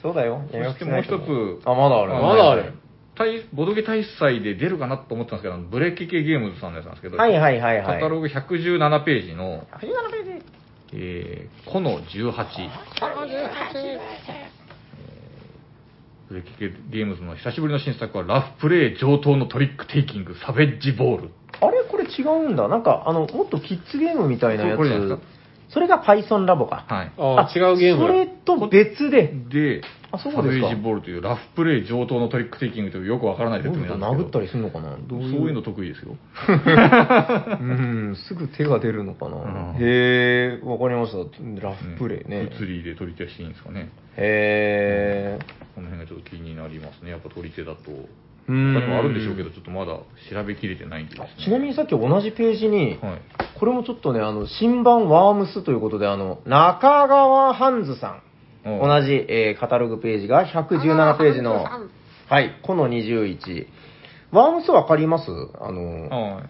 Speaker 1: そうだよ。
Speaker 2: そしてもう一つ
Speaker 1: あ、まだある。
Speaker 2: の
Speaker 3: まだある
Speaker 2: 大ボドゲ大祭で出るかなと思ってたんですけどあのブレーキ系ゲームズさんのやつなんですけど、
Speaker 1: はいはいはいはい。
Speaker 2: カタログ117ページ
Speaker 1: 117
Speaker 2: の
Speaker 1: ページ。
Speaker 2: 「えー、この18」ブレーキ系ゲームズの久しぶりの新作はラフプレイ上等のトリックテイキングサベッジボール
Speaker 1: あれこれ違うんだ。なんか、あの、もっとキッズゲームみたいなやつ
Speaker 2: これこれですか。
Speaker 1: それが Python ラボか。
Speaker 2: はい
Speaker 3: ああ、違うゲーム。
Speaker 1: それと別で。
Speaker 2: で、
Speaker 1: あそうですか
Speaker 2: サベージボールというラフプレイ上等のトリックテイキングというよくわからない説明なんですけど
Speaker 1: 殴ったりするのかなど
Speaker 2: そういうの得意ですよ。
Speaker 1: うん、すぐ手が出るのかな
Speaker 2: う。ん
Speaker 1: へえ、わかりました。ラフプレイね。
Speaker 2: 物理で取り手していいんですかね。
Speaker 1: へえ。
Speaker 2: この辺がちょっと気になりますね。やっぱ取り手だと。
Speaker 1: う
Speaker 2: 他
Speaker 1: ん。
Speaker 2: にもあるんでしょうけど、ちょっとまだ調べきれてないんですね、
Speaker 1: ちなみにさっき同じページに、
Speaker 2: はい。
Speaker 1: これもちょっとね、あの、新版ワームスということで、あの、中川ハンズさん。
Speaker 2: うん
Speaker 1: 同じ、えーカタログページが117ページの、はい、この21。ワームスわかりますあの、
Speaker 2: は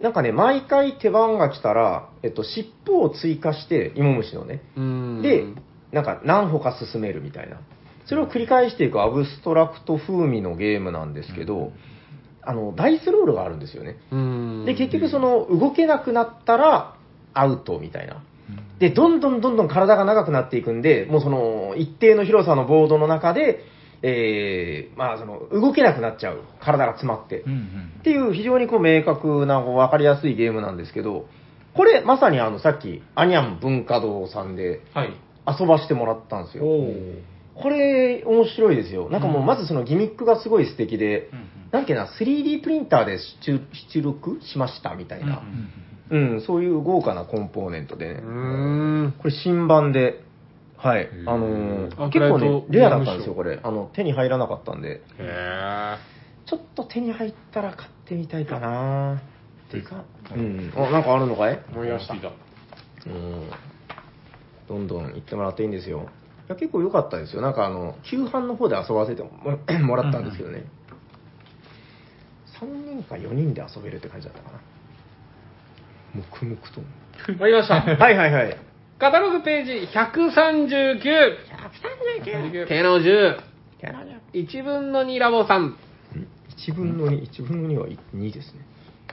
Speaker 2: い。
Speaker 1: なんかね、毎回手番が来たら、えっと、尻尾を追加して、イモムシのね。
Speaker 3: うん。
Speaker 1: で、なんか何歩か進めるみたいな。それを繰り返していくアブストラクト風味のゲームなんですけど、あの、ダイスロールがあるんですよね。
Speaker 3: うん。
Speaker 1: で、結局その、動けなくなったら、アウトみたいな。で、どんどんどんどん体が長くなっていくんで、もうその、一定の広さのボードの中で、えー、まあその、動けなくなっちゃう。体が詰まって。
Speaker 2: うんう
Speaker 1: っ
Speaker 2: ん。
Speaker 1: ていう、非常にこう、明確な、こう、わかりやすいゲームなんですけど、これ、まさにあの、さっき、アニャン文化堂さんで
Speaker 3: はい。
Speaker 1: 遊ばしてもらったんですよ。これ、面白いですよ。なんかもう、まずそのギミックがすごい素敵で、なんていうかな、3D プリンターで出出力しましたみたいな、うん、そういう豪華なコンポーネントで
Speaker 3: う
Speaker 1: ね、
Speaker 3: ん。
Speaker 1: これ新版で、はい
Speaker 2: へ、ー
Speaker 1: あのー
Speaker 3: あ
Speaker 1: 結構
Speaker 3: フライ
Speaker 1: ね
Speaker 3: ト、
Speaker 1: レアだったんです
Speaker 3: ゲームショー
Speaker 1: よ、これ。あの、手に入らなかったんで、
Speaker 3: へえ。
Speaker 1: ちょっと手に入ったら買ってみたいかなっていうか、うん、あ、なんかあるのかい
Speaker 3: 思い出していた。
Speaker 1: うんどんどん行ってもらっていいんですよ。いや結構良かったですよ。なんかあの、旧版の方で遊ばせても もらったんですけどね。3人か4人で遊べるって感じだったかな。黙々と。
Speaker 4: 終わりました。
Speaker 1: はいはいはい。
Speaker 3: カタログページ139。手の10。1分の2ラボさん。
Speaker 1: 1分の2、1分の2は2です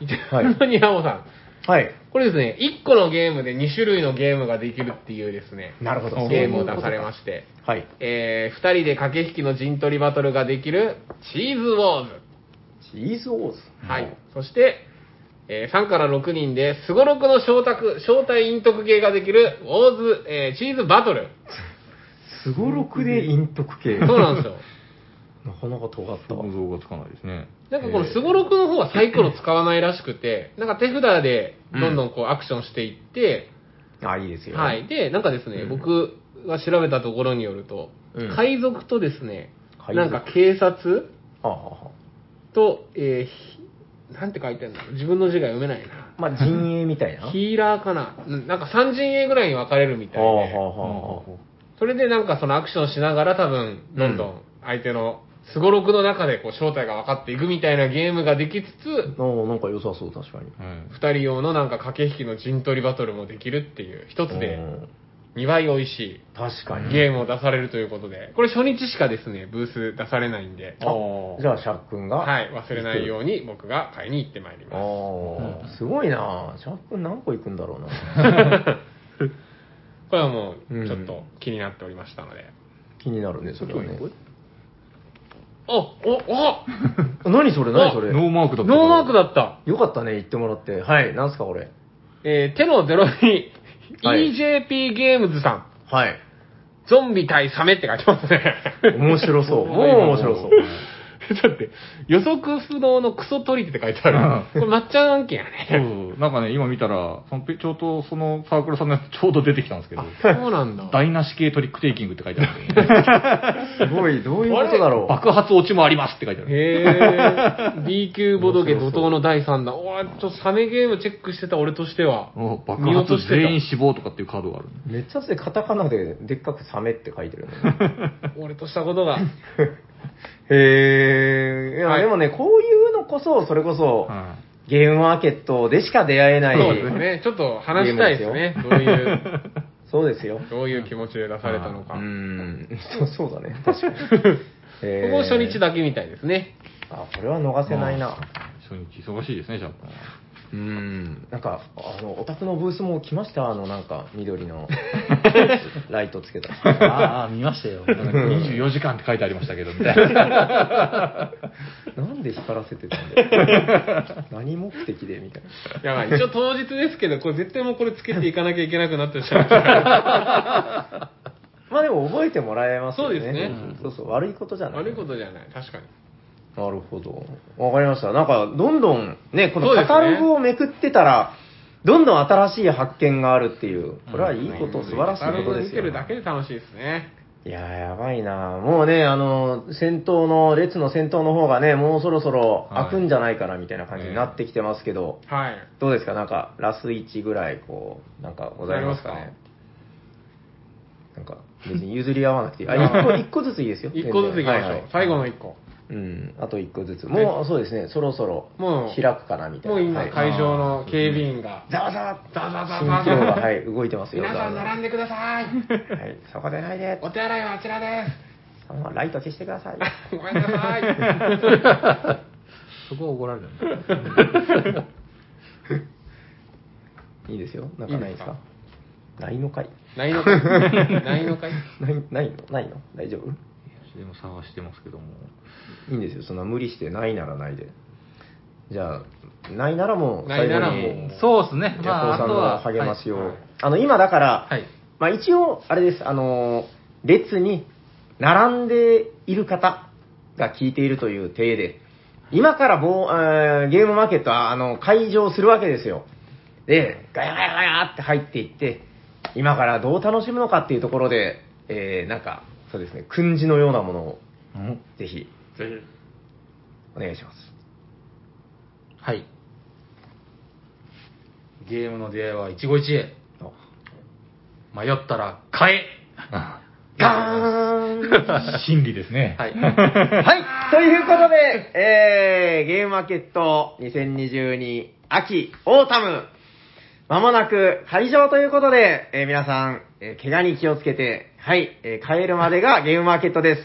Speaker 1: ね。は
Speaker 3: 1
Speaker 1: い
Speaker 3: 分の2ラボさん。
Speaker 1: はい。
Speaker 3: これですね、1個のゲームで2種類のゲームができるっていうですね、
Speaker 1: なるほど。
Speaker 3: ゲームを出されまして、
Speaker 1: はい。
Speaker 3: えー、2人で駆け引きの陣取りバトルができるチーズウォーズ。
Speaker 1: チーズオーズ。
Speaker 3: はい。そして、えー3から6人で、スゴロクの招待、招待陰徳芸ができる、ウォーズ、えーチーズバ トル。
Speaker 1: すごろくで陰徳系。
Speaker 3: そ
Speaker 1: な
Speaker 3: うなんですよ。
Speaker 1: か なか尖ったわ
Speaker 2: 想。像がつかないですね。
Speaker 3: なんかこのスゴロクの方はサイコロ使わないらしくて、なんか手札でどんどんこうアクションしていって、
Speaker 1: あ、いいですよ。
Speaker 3: は。い。で、なんかですね、
Speaker 1: うん
Speaker 3: 僕が調べたところによると、
Speaker 1: うん
Speaker 3: 海賊とですね、
Speaker 1: 海
Speaker 3: な
Speaker 1: 賊
Speaker 3: んか警察
Speaker 1: はあはあ
Speaker 3: と、えーひなんて書いてあるんだろう自分の字が読めないな。
Speaker 1: まあ、陣営み たいな。は
Speaker 3: ヒーラーかなうんなんか3陣営ぐらいに分かれるみた
Speaker 1: あ
Speaker 3: い
Speaker 1: は
Speaker 3: で、
Speaker 1: あはあは
Speaker 3: それでなんかそのアクションしながら多分、どんど
Speaker 1: うん
Speaker 3: 相手のスゴロクの中でこう正体が分かっていくみたいなゲームができつつ、
Speaker 1: あ。おーなんか良さそう、確かに。
Speaker 2: うん。
Speaker 3: 2人用のなんか駆け引きの陣取りバトルもできるっていう、一つで
Speaker 1: うん
Speaker 3: 2倍美味しい
Speaker 1: 確かに。
Speaker 3: ゲームを出されるということで、これ初日しかですね、ブース出されないんで、
Speaker 1: あじゃあ、シャックンが。
Speaker 3: はい、忘れないように僕が買いに行ってまいります。
Speaker 1: ああ、すごいなシャープ何個いくんだろうな
Speaker 3: これはもう、
Speaker 1: うん
Speaker 3: ちょっと気になっておりましたので。
Speaker 1: 気になるね、それはね。
Speaker 3: あ、お、
Speaker 1: 何それ何それ
Speaker 2: ノーマークだ
Speaker 3: お
Speaker 2: った。
Speaker 3: ノーマーク
Speaker 2: だ。
Speaker 3: だった
Speaker 1: よかったね、言ってもらって。はい、なんすかこれ。
Speaker 3: えー、手の02、
Speaker 1: はい
Speaker 3: EJP ゲームズさん、
Speaker 1: はい。
Speaker 3: ゾンビ対サメって書いてますね。
Speaker 1: 面白そう。 もう面白そう。
Speaker 3: だって、予測不能のクソ取り手って書いてある。これ抹茶案件や
Speaker 2: そう
Speaker 3: ね。
Speaker 2: そう。なんかね、今見たら、そのペちょうどそのサークルさんのやつちょうど出てきたんですけど、
Speaker 3: そうなん だ。
Speaker 2: 台無し系トリックテイキングって書いてあるんですよ
Speaker 1: す
Speaker 2: ね。
Speaker 1: ごい、どういうことだろう。
Speaker 2: 爆発落ちもありますって書いてある。
Speaker 3: へー B 級ボドゲ怒涛の第3弾。おーちょっとサメゲームチェックしてた俺としては。
Speaker 2: お爆
Speaker 3: 見落と
Speaker 2: 発
Speaker 3: してた
Speaker 2: 全員死亡とかっていうカードがある。
Speaker 1: めっちゃでカタカナででっかくサメって書いてるね。
Speaker 3: 俺としたことが。
Speaker 1: へえ。いや、
Speaker 3: はい
Speaker 1: でもね、こういうのこそ、それこそ、
Speaker 2: はい
Speaker 1: ゲームマーケットでしか出会えない。
Speaker 3: そうですね。ちょっと話したいですね。どう いう、
Speaker 1: そうですよ。
Speaker 3: どういう気持ちで出されたの
Speaker 1: う
Speaker 3: か。こ
Speaker 1: ん。 そうそうだね。確 かに。へー
Speaker 3: こ初日。だけみたいですね。
Speaker 1: あ、これは逃せないな。
Speaker 2: 初日忙しいですね、シャープは。
Speaker 1: うん。なんか、あの、お宅のブースも来ましたあの、なんか、緑 のライトつけた。
Speaker 4: ああ、見ま したよ。
Speaker 2: なんか24時間って書いてありましたけど、みたいな。
Speaker 1: なんで光らせてたん だよ。何目的でみたいな。
Speaker 3: やばい。一応当日ですけど、これ絶対もうこれつけていかなきゃいけなくなってしまう。
Speaker 1: まあでも覚えてもらえますよね。
Speaker 3: そうですね
Speaker 1: そうそう、悪いことじゃない。
Speaker 3: 悪いことじゃない。確かに。
Speaker 1: なるほど。わかりました。なんか、どんどん、ね、この
Speaker 3: そうで
Speaker 1: カ
Speaker 3: すね
Speaker 1: タログをめくってたら、どんどん新しい発見があるっていう、これはいいこと、素晴らしいことです
Speaker 3: カタログ見て
Speaker 1: よ。
Speaker 3: るだけで楽しいですね。
Speaker 1: いやー、やばいなもうね、あの、戦闘の、列の戦闘の方がね、もうそろそろ開くんじゃないかなみたいな感じになってきてますけど、
Speaker 3: はい。
Speaker 1: どうですかなんか、ラス1ぐらい、こう、なんかございますか
Speaker 3: あり
Speaker 1: ねなんか、別に譲り合わなくていい。あ、1個、一個ずついいですよ。
Speaker 3: 一個ずついきましょ。
Speaker 1: 全然はいう
Speaker 3: 最後の一個。
Speaker 1: うん、あと1個ずつ。もう、そうですね、そろそろ、
Speaker 3: もう
Speaker 1: 開くかな、みたい
Speaker 3: も
Speaker 1: な。
Speaker 3: う今、
Speaker 1: はい、
Speaker 3: 会場の警備員が、
Speaker 1: ざわざわ
Speaker 3: ザザザ
Speaker 1: 心
Speaker 3: ザ
Speaker 1: 臓が、
Speaker 3: ザ
Speaker 1: はい、動いてますよ。
Speaker 3: 皆さん
Speaker 1: ざわざわ
Speaker 3: 並んでください。
Speaker 1: はい、そこでないで。
Speaker 3: お手洗いはあちらで
Speaker 1: あのライト消してください。
Speaker 3: す。ごめん なさい。
Speaker 4: そこは怒られるね
Speaker 1: いいですよ。なんかないですかないのかい
Speaker 3: ないのかい ないのかい
Speaker 1: ない、ないのないの大丈夫
Speaker 2: でも探してますけども。
Speaker 1: いいんですよ。そんな無理してないならないで。じゃあ、ないならもう、
Speaker 3: ないならもう
Speaker 1: 最後に
Speaker 4: そうですね。
Speaker 1: ジ
Speaker 4: ま
Speaker 1: ャコウ
Speaker 4: あ、あ
Speaker 1: さん
Speaker 4: と
Speaker 1: の
Speaker 4: は。
Speaker 1: 励ましを。
Speaker 3: はいはい
Speaker 1: あの、今だから、
Speaker 4: はい。
Speaker 1: まあ一応、あれです、あのー、列に並んでいる方が聞いているという体で、今からぼうえーゲームマーケットは、あの、会場するわけですよ。で、ガヤガヤガヤって入っていって、今からどう楽しむのかっていうところで、えー、なんか、そうですね、訓示のようなものを、
Speaker 2: うん
Speaker 1: ぜひ、
Speaker 3: ぜ
Speaker 1: お願いします。
Speaker 4: はい。ゲームの出会いは一期一会。迷ったら買え
Speaker 1: ガーン
Speaker 2: 心理ですね。
Speaker 4: はい。
Speaker 1: はい、ということで、えー、ゲームマーケット2022秋オータム、まもなく会場ということで、えー皆さん、えー怪我に気をつけて、はい、えー帰るまでがゲームマーケットです。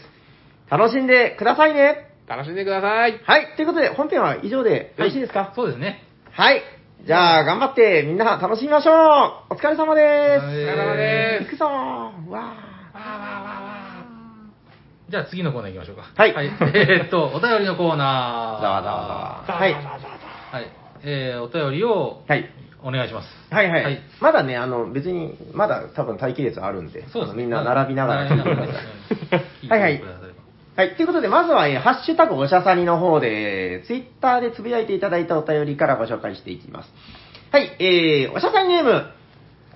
Speaker 1: 楽しんでくださいね。
Speaker 3: ひ楽しんでください。
Speaker 1: はい、ということで、本編は以上でよろしいですか
Speaker 4: そうですね。
Speaker 1: はい、じゃあ頑張ってみんな楽しみましょうお疲れ様
Speaker 4: お
Speaker 1: です、
Speaker 3: れ様で
Speaker 1: 行くぞーわー
Speaker 4: じゃあ次のコーナー行きましょうか。
Speaker 1: はい
Speaker 4: えーっと、お便りのコーナー。
Speaker 1: ざわざわざわ。はい。
Speaker 4: はい。えー、お便りを
Speaker 1: はい。
Speaker 4: お願いします。
Speaker 1: はいはい。
Speaker 4: はい
Speaker 1: まだね、あの、別に、まだ多分待機列あるんで、
Speaker 4: そう
Speaker 1: あ
Speaker 4: で
Speaker 1: の
Speaker 4: すね。
Speaker 1: みんな並びながら聞
Speaker 4: 並
Speaker 1: いて
Speaker 4: び
Speaker 1: く
Speaker 4: な
Speaker 1: だ
Speaker 4: が
Speaker 1: さい。
Speaker 4: う ん
Speaker 1: はいはい
Speaker 4: 聞てください
Speaker 1: はい。ということで、まずは、えーハッシュタグおしゃさりの方で、ツイッターでつぶやいていただいたお便りからご紹介していきます。はい、えー、おしゃさりネーム、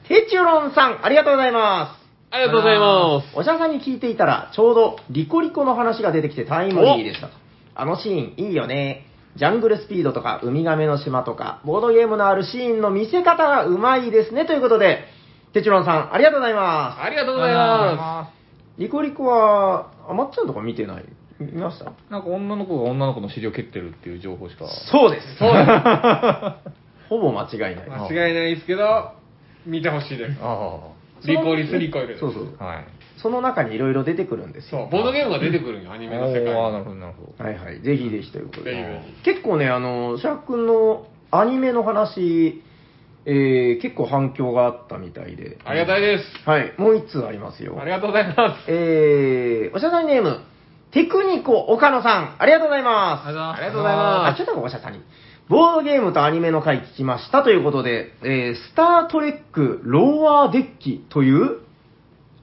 Speaker 1: テチュロンさん、ありがとうございま。
Speaker 3: ありがとうございます
Speaker 1: おしゃさんに聞いていたら、ちょうどリコリコの話が出てきてタイムリーでした。あのシーン、いいよね。ジャングルスピードとか、ウミガメの島とか、ボードゲームのあるシーンの見せ方がうまいですね。ということで、テチュロンさん、ありがとうございます。
Speaker 3: ありがとうございま
Speaker 1: リコリコは、あまっちゃんとか見てない見ました
Speaker 2: なんか女の子が女の子の尻を蹴ってるっていう情報しか。
Speaker 1: そうです。そうです。 ほぼ間違いない。
Speaker 5: 間違いないですけど、見てほしいです。
Speaker 2: あ
Speaker 5: リコリスリコイルです。
Speaker 1: そうそう
Speaker 2: あ。。はい。
Speaker 1: その中にいろいろ出てくるんです
Speaker 5: そ
Speaker 1: よ。
Speaker 5: う、ボードゲームが出てくるんよ、アニメの世界
Speaker 2: ああ、なる
Speaker 5: に。
Speaker 2: ほど、なるほど。
Speaker 1: はいはい。ぜひぜひということ
Speaker 5: ぜひ
Speaker 1: で。
Speaker 5: ぜひ
Speaker 1: 結構ね、あの、シャーク君のアニメの話、えー、結構反響があったみたいで。
Speaker 5: ありがたいです。
Speaker 1: はい。もう一通ありますよ。
Speaker 5: ありがとうございます。
Speaker 1: えー、おしゃさんネーム、テクニコ岡野さん、ありがとうございます。
Speaker 4: ありが
Speaker 3: とうござい
Speaker 1: あ、
Speaker 3: ます
Speaker 1: ちょっとおしゃさんに。ボードゲームとアニメの回聞きましたということで、えー、スタートレックローワーデッキという、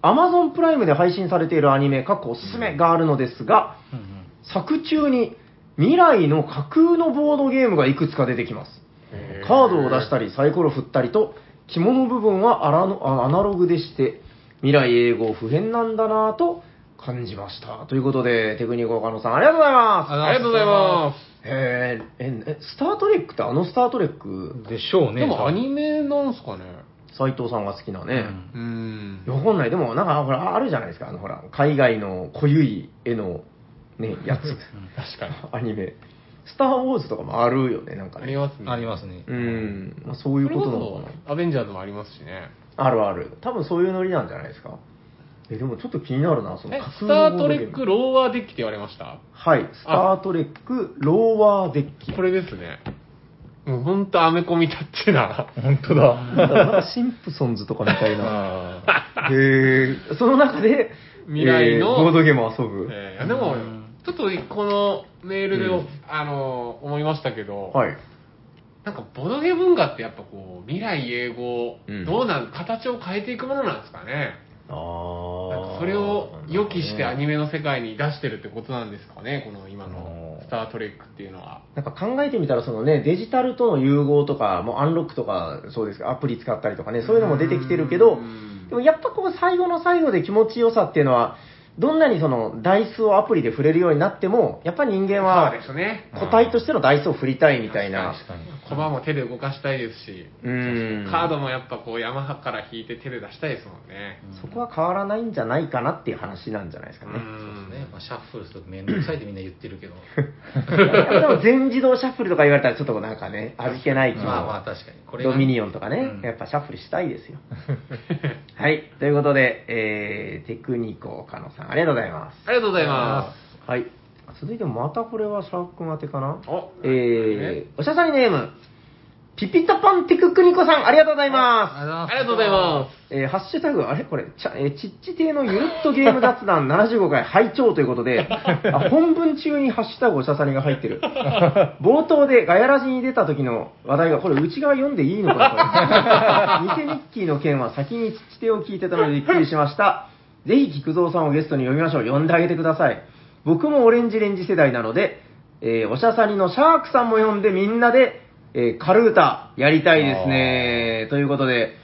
Speaker 1: アマゾンプライムで配信されているアニメ、過去おすすめがあるのですが、
Speaker 4: うんうん
Speaker 1: 作中に未来の架空のボードゲームがいくつか出てきます。カードを出したりサイコロ振ったりと、肝の部分はアラのあアナログでして、未来永劫不変なんだなぁと感じました。ということで、テクニコ岡野さんありがとうございます。
Speaker 3: ありがとうございま
Speaker 1: えー、え、えスタートレックってあのスタートレック、
Speaker 4: す。でしょう
Speaker 3: す。
Speaker 4: ね。
Speaker 3: でもアニメなんすかね
Speaker 1: 斎藤さんが好きな
Speaker 4: う
Speaker 1: ね。
Speaker 4: ん
Speaker 3: うーん。
Speaker 1: わかんない。でも、なんか、ほら、あるじゃないですか。あの、ほら、海外の濃ゆい絵の、ね、やつ。
Speaker 3: 確かに。
Speaker 1: アニメ。スター・ウォーズとかもあるよね、なんか
Speaker 3: あ
Speaker 1: ね。
Speaker 3: りますね。。
Speaker 4: ありますすね
Speaker 1: う。ん、まあ、そういうことなのか
Speaker 3: アベンジャーズもありますしね。
Speaker 1: な。あるある。多分そういうノリなんじゃないですか。え、でもちょっと気になるな、その
Speaker 3: え、
Speaker 1: 架
Speaker 3: スタ
Speaker 1: 空の
Speaker 3: ート
Speaker 1: ボド
Speaker 3: レ
Speaker 1: ゲーム
Speaker 3: ックローワーデッキって言われました
Speaker 1: はい、スタートレック、ローワーデッキ。
Speaker 3: これですね。もうほんとアメコミタッチな。
Speaker 2: 本当だ。
Speaker 1: なんかシンプソンズとかみたいな。
Speaker 2: あ
Speaker 1: へえ、その中で、
Speaker 3: 未来の
Speaker 1: えーボードゲームを遊ぶ。
Speaker 3: えーでも、ちょっとこのメールで、
Speaker 1: うん
Speaker 3: あの、思いましたけど、
Speaker 1: はい。
Speaker 3: なんかボドゲ文化ってやっぱこう、未来英語、
Speaker 1: うん
Speaker 3: どうなん、形を変えていくものなんですかね。な
Speaker 1: あ
Speaker 3: んか
Speaker 1: あ。
Speaker 3: それを予期してアニ
Speaker 1: メ。
Speaker 3: メの世界に出してるってことなんですかね、この今の
Speaker 2: うん
Speaker 3: スタートレックっていうのは。
Speaker 1: なんか考えてみたら、そのね、デジタルとの融合とか、もうアンロックとか、そうですけどアプリ使ったりとかね、そういうのも出てきてるけど、
Speaker 3: うん
Speaker 1: でもやっぱこう最後の最後で気持ちよさっていうのは、どんなにそのダイスをアプリで触れるようになっても、やっぱり人間は
Speaker 3: そうですね。
Speaker 1: 個体としてのダイスを振りたいみたい
Speaker 2: あ。
Speaker 1: な。
Speaker 2: 確かに。
Speaker 3: コマも手で動かしたいですし、
Speaker 1: うん。
Speaker 3: カードもやっぱこう、ヤマハから引いて手で出したいですもんね。
Speaker 1: そこは変わらないんじゃないかなっていう話なんじゃないですか
Speaker 3: う
Speaker 1: ね。
Speaker 3: ん
Speaker 4: ねまあシャッフルするとめんどくさいってみんな言ってるけど。
Speaker 1: でも全自動シャッフルとか言われたらちょっとなんかね、味気ない気も。
Speaker 4: まあまあ確かに。これが
Speaker 1: ドミニオンとかね、
Speaker 4: うん
Speaker 1: やっぱシャッフルしたいですよ。はい。ということで、えー、テクニコ岡野さん、ありがとうございます。
Speaker 3: ありがとうございま
Speaker 1: はい。続いてまたこれはシャーク君宛てかな
Speaker 3: す。お
Speaker 1: えー、おしゃさりネーム、ピピタパンテククニコさん、ありがとうございま。
Speaker 3: ありがとうございます
Speaker 1: えー、ハッシュタグ、あれこれ、ちゃ、えー、ちっち亭のゆるっとゲーム雑談75回拝聴ということで、あ、本文中にハッシュタグおしゃさりが入ってる。冒頭でガヤラジに出た時の話題が、これ、内側読んでいいのかなこれ偽ミッキーの件は先にちっち亭を聞いてたのでびっくりしました。ぜひ、菊蔵さんをゲストに呼びましょう。呼んであげてください。僕もオレンジレンジ世代なので、えー、おしゃさりのシャークさんも呼んでみんなで、えー、カルータやりたいですね。ということで、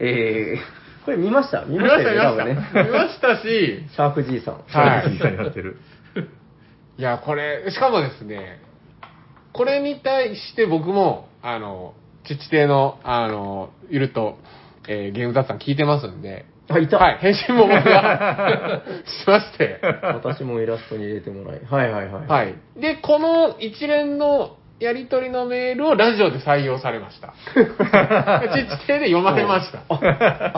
Speaker 1: えー、これ見ました見
Speaker 3: 見
Speaker 1: ま
Speaker 3: ま
Speaker 1: した
Speaker 3: した、見ま
Speaker 1: よ
Speaker 3: し
Speaker 1: ね、
Speaker 3: た。
Speaker 1: 多分ね。
Speaker 3: 見ましたし、
Speaker 1: シャークじいさん。
Speaker 3: はい
Speaker 2: いい になってる。
Speaker 3: いや、これ、しかもですね、これに対して僕も、あの、ちち亭の、あの、ゆると、えーゲーム雑談聞いてますんで、
Speaker 1: あ、いた。
Speaker 3: はい、返信も僕がしまして、
Speaker 1: 私もイラストに入れてもらい。はいはいはい。。
Speaker 3: はいい。で、この一連のやりとりのメールをラジオで採用されま した。ちち亭で読まれました。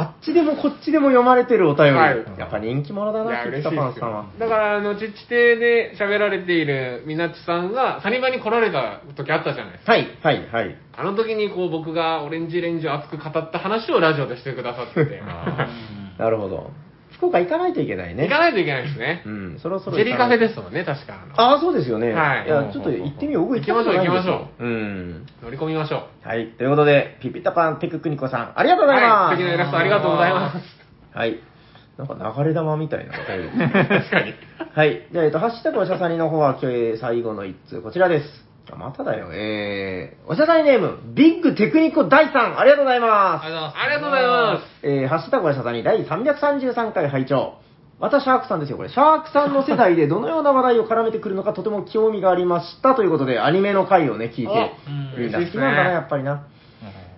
Speaker 1: あっちでもこっちでも読まれてるお便り。
Speaker 3: はい
Speaker 1: やっぱ人気者だ
Speaker 3: い
Speaker 1: な、
Speaker 3: や、
Speaker 1: ピ
Speaker 3: 嬉
Speaker 1: ピタ
Speaker 3: しいで
Speaker 1: パン
Speaker 3: す
Speaker 1: さんは
Speaker 3: よ。。だから、あの、ちち亭で喋られているみなっちさんが、サニバに来られた時あったじゃないですか。
Speaker 1: はい、はい、はい。
Speaker 3: あの時にこう僕がオレンジレンジを熱く語った話をラジオでしてくださってて、
Speaker 1: なるほど。福岡行かないといけないね。
Speaker 3: 行かないといけないですね
Speaker 1: う。ん、そろそ
Speaker 3: ジ
Speaker 1: ろ。
Speaker 3: ェリーカフェですすもんね、確か。あの
Speaker 1: ああ、そうですよね。
Speaker 3: はい
Speaker 1: や、ちょっと行ってみよう。僕行ったことないんですよ
Speaker 3: 行きましょう行きまし
Speaker 1: うん。
Speaker 3: 乗り込みましょ
Speaker 1: はい。ということで、ピピタパンテククニコさん、ありがとう
Speaker 3: う。
Speaker 1: ございま
Speaker 3: は
Speaker 1: す。
Speaker 3: い、素敵なイラストありがとうございます。
Speaker 1: はい。なんか流れ玉みた いな。
Speaker 3: 確かに。
Speaker 1: はい。じゃあ、えっと、ハッシュタグおしゃさりの方は、今日最後の一通、こちらです。あまただよ。えー、おしゃだいネーム、ビッグテクニコ第3、ありがとうございます。
Speaker 4: あ。
Speaker 3: りがとうございます
Speaker 1: えー、ハッシュタグはシャタに第333回拝聴。またシャークさんですよ、これ。シャークさんの世代でどのような話題を絡めてくるのかとても興味がありました。ということで、アニメの回をね、聞いて、
Speaker 4: うん
Speaker 1: みんな
Speaker 3: 嬉
Speaker 1: 好
Speaker 3: しい
Speaker 1: き
Speaker 3: ですね
Speaker 1: なんだな、やっぱりな。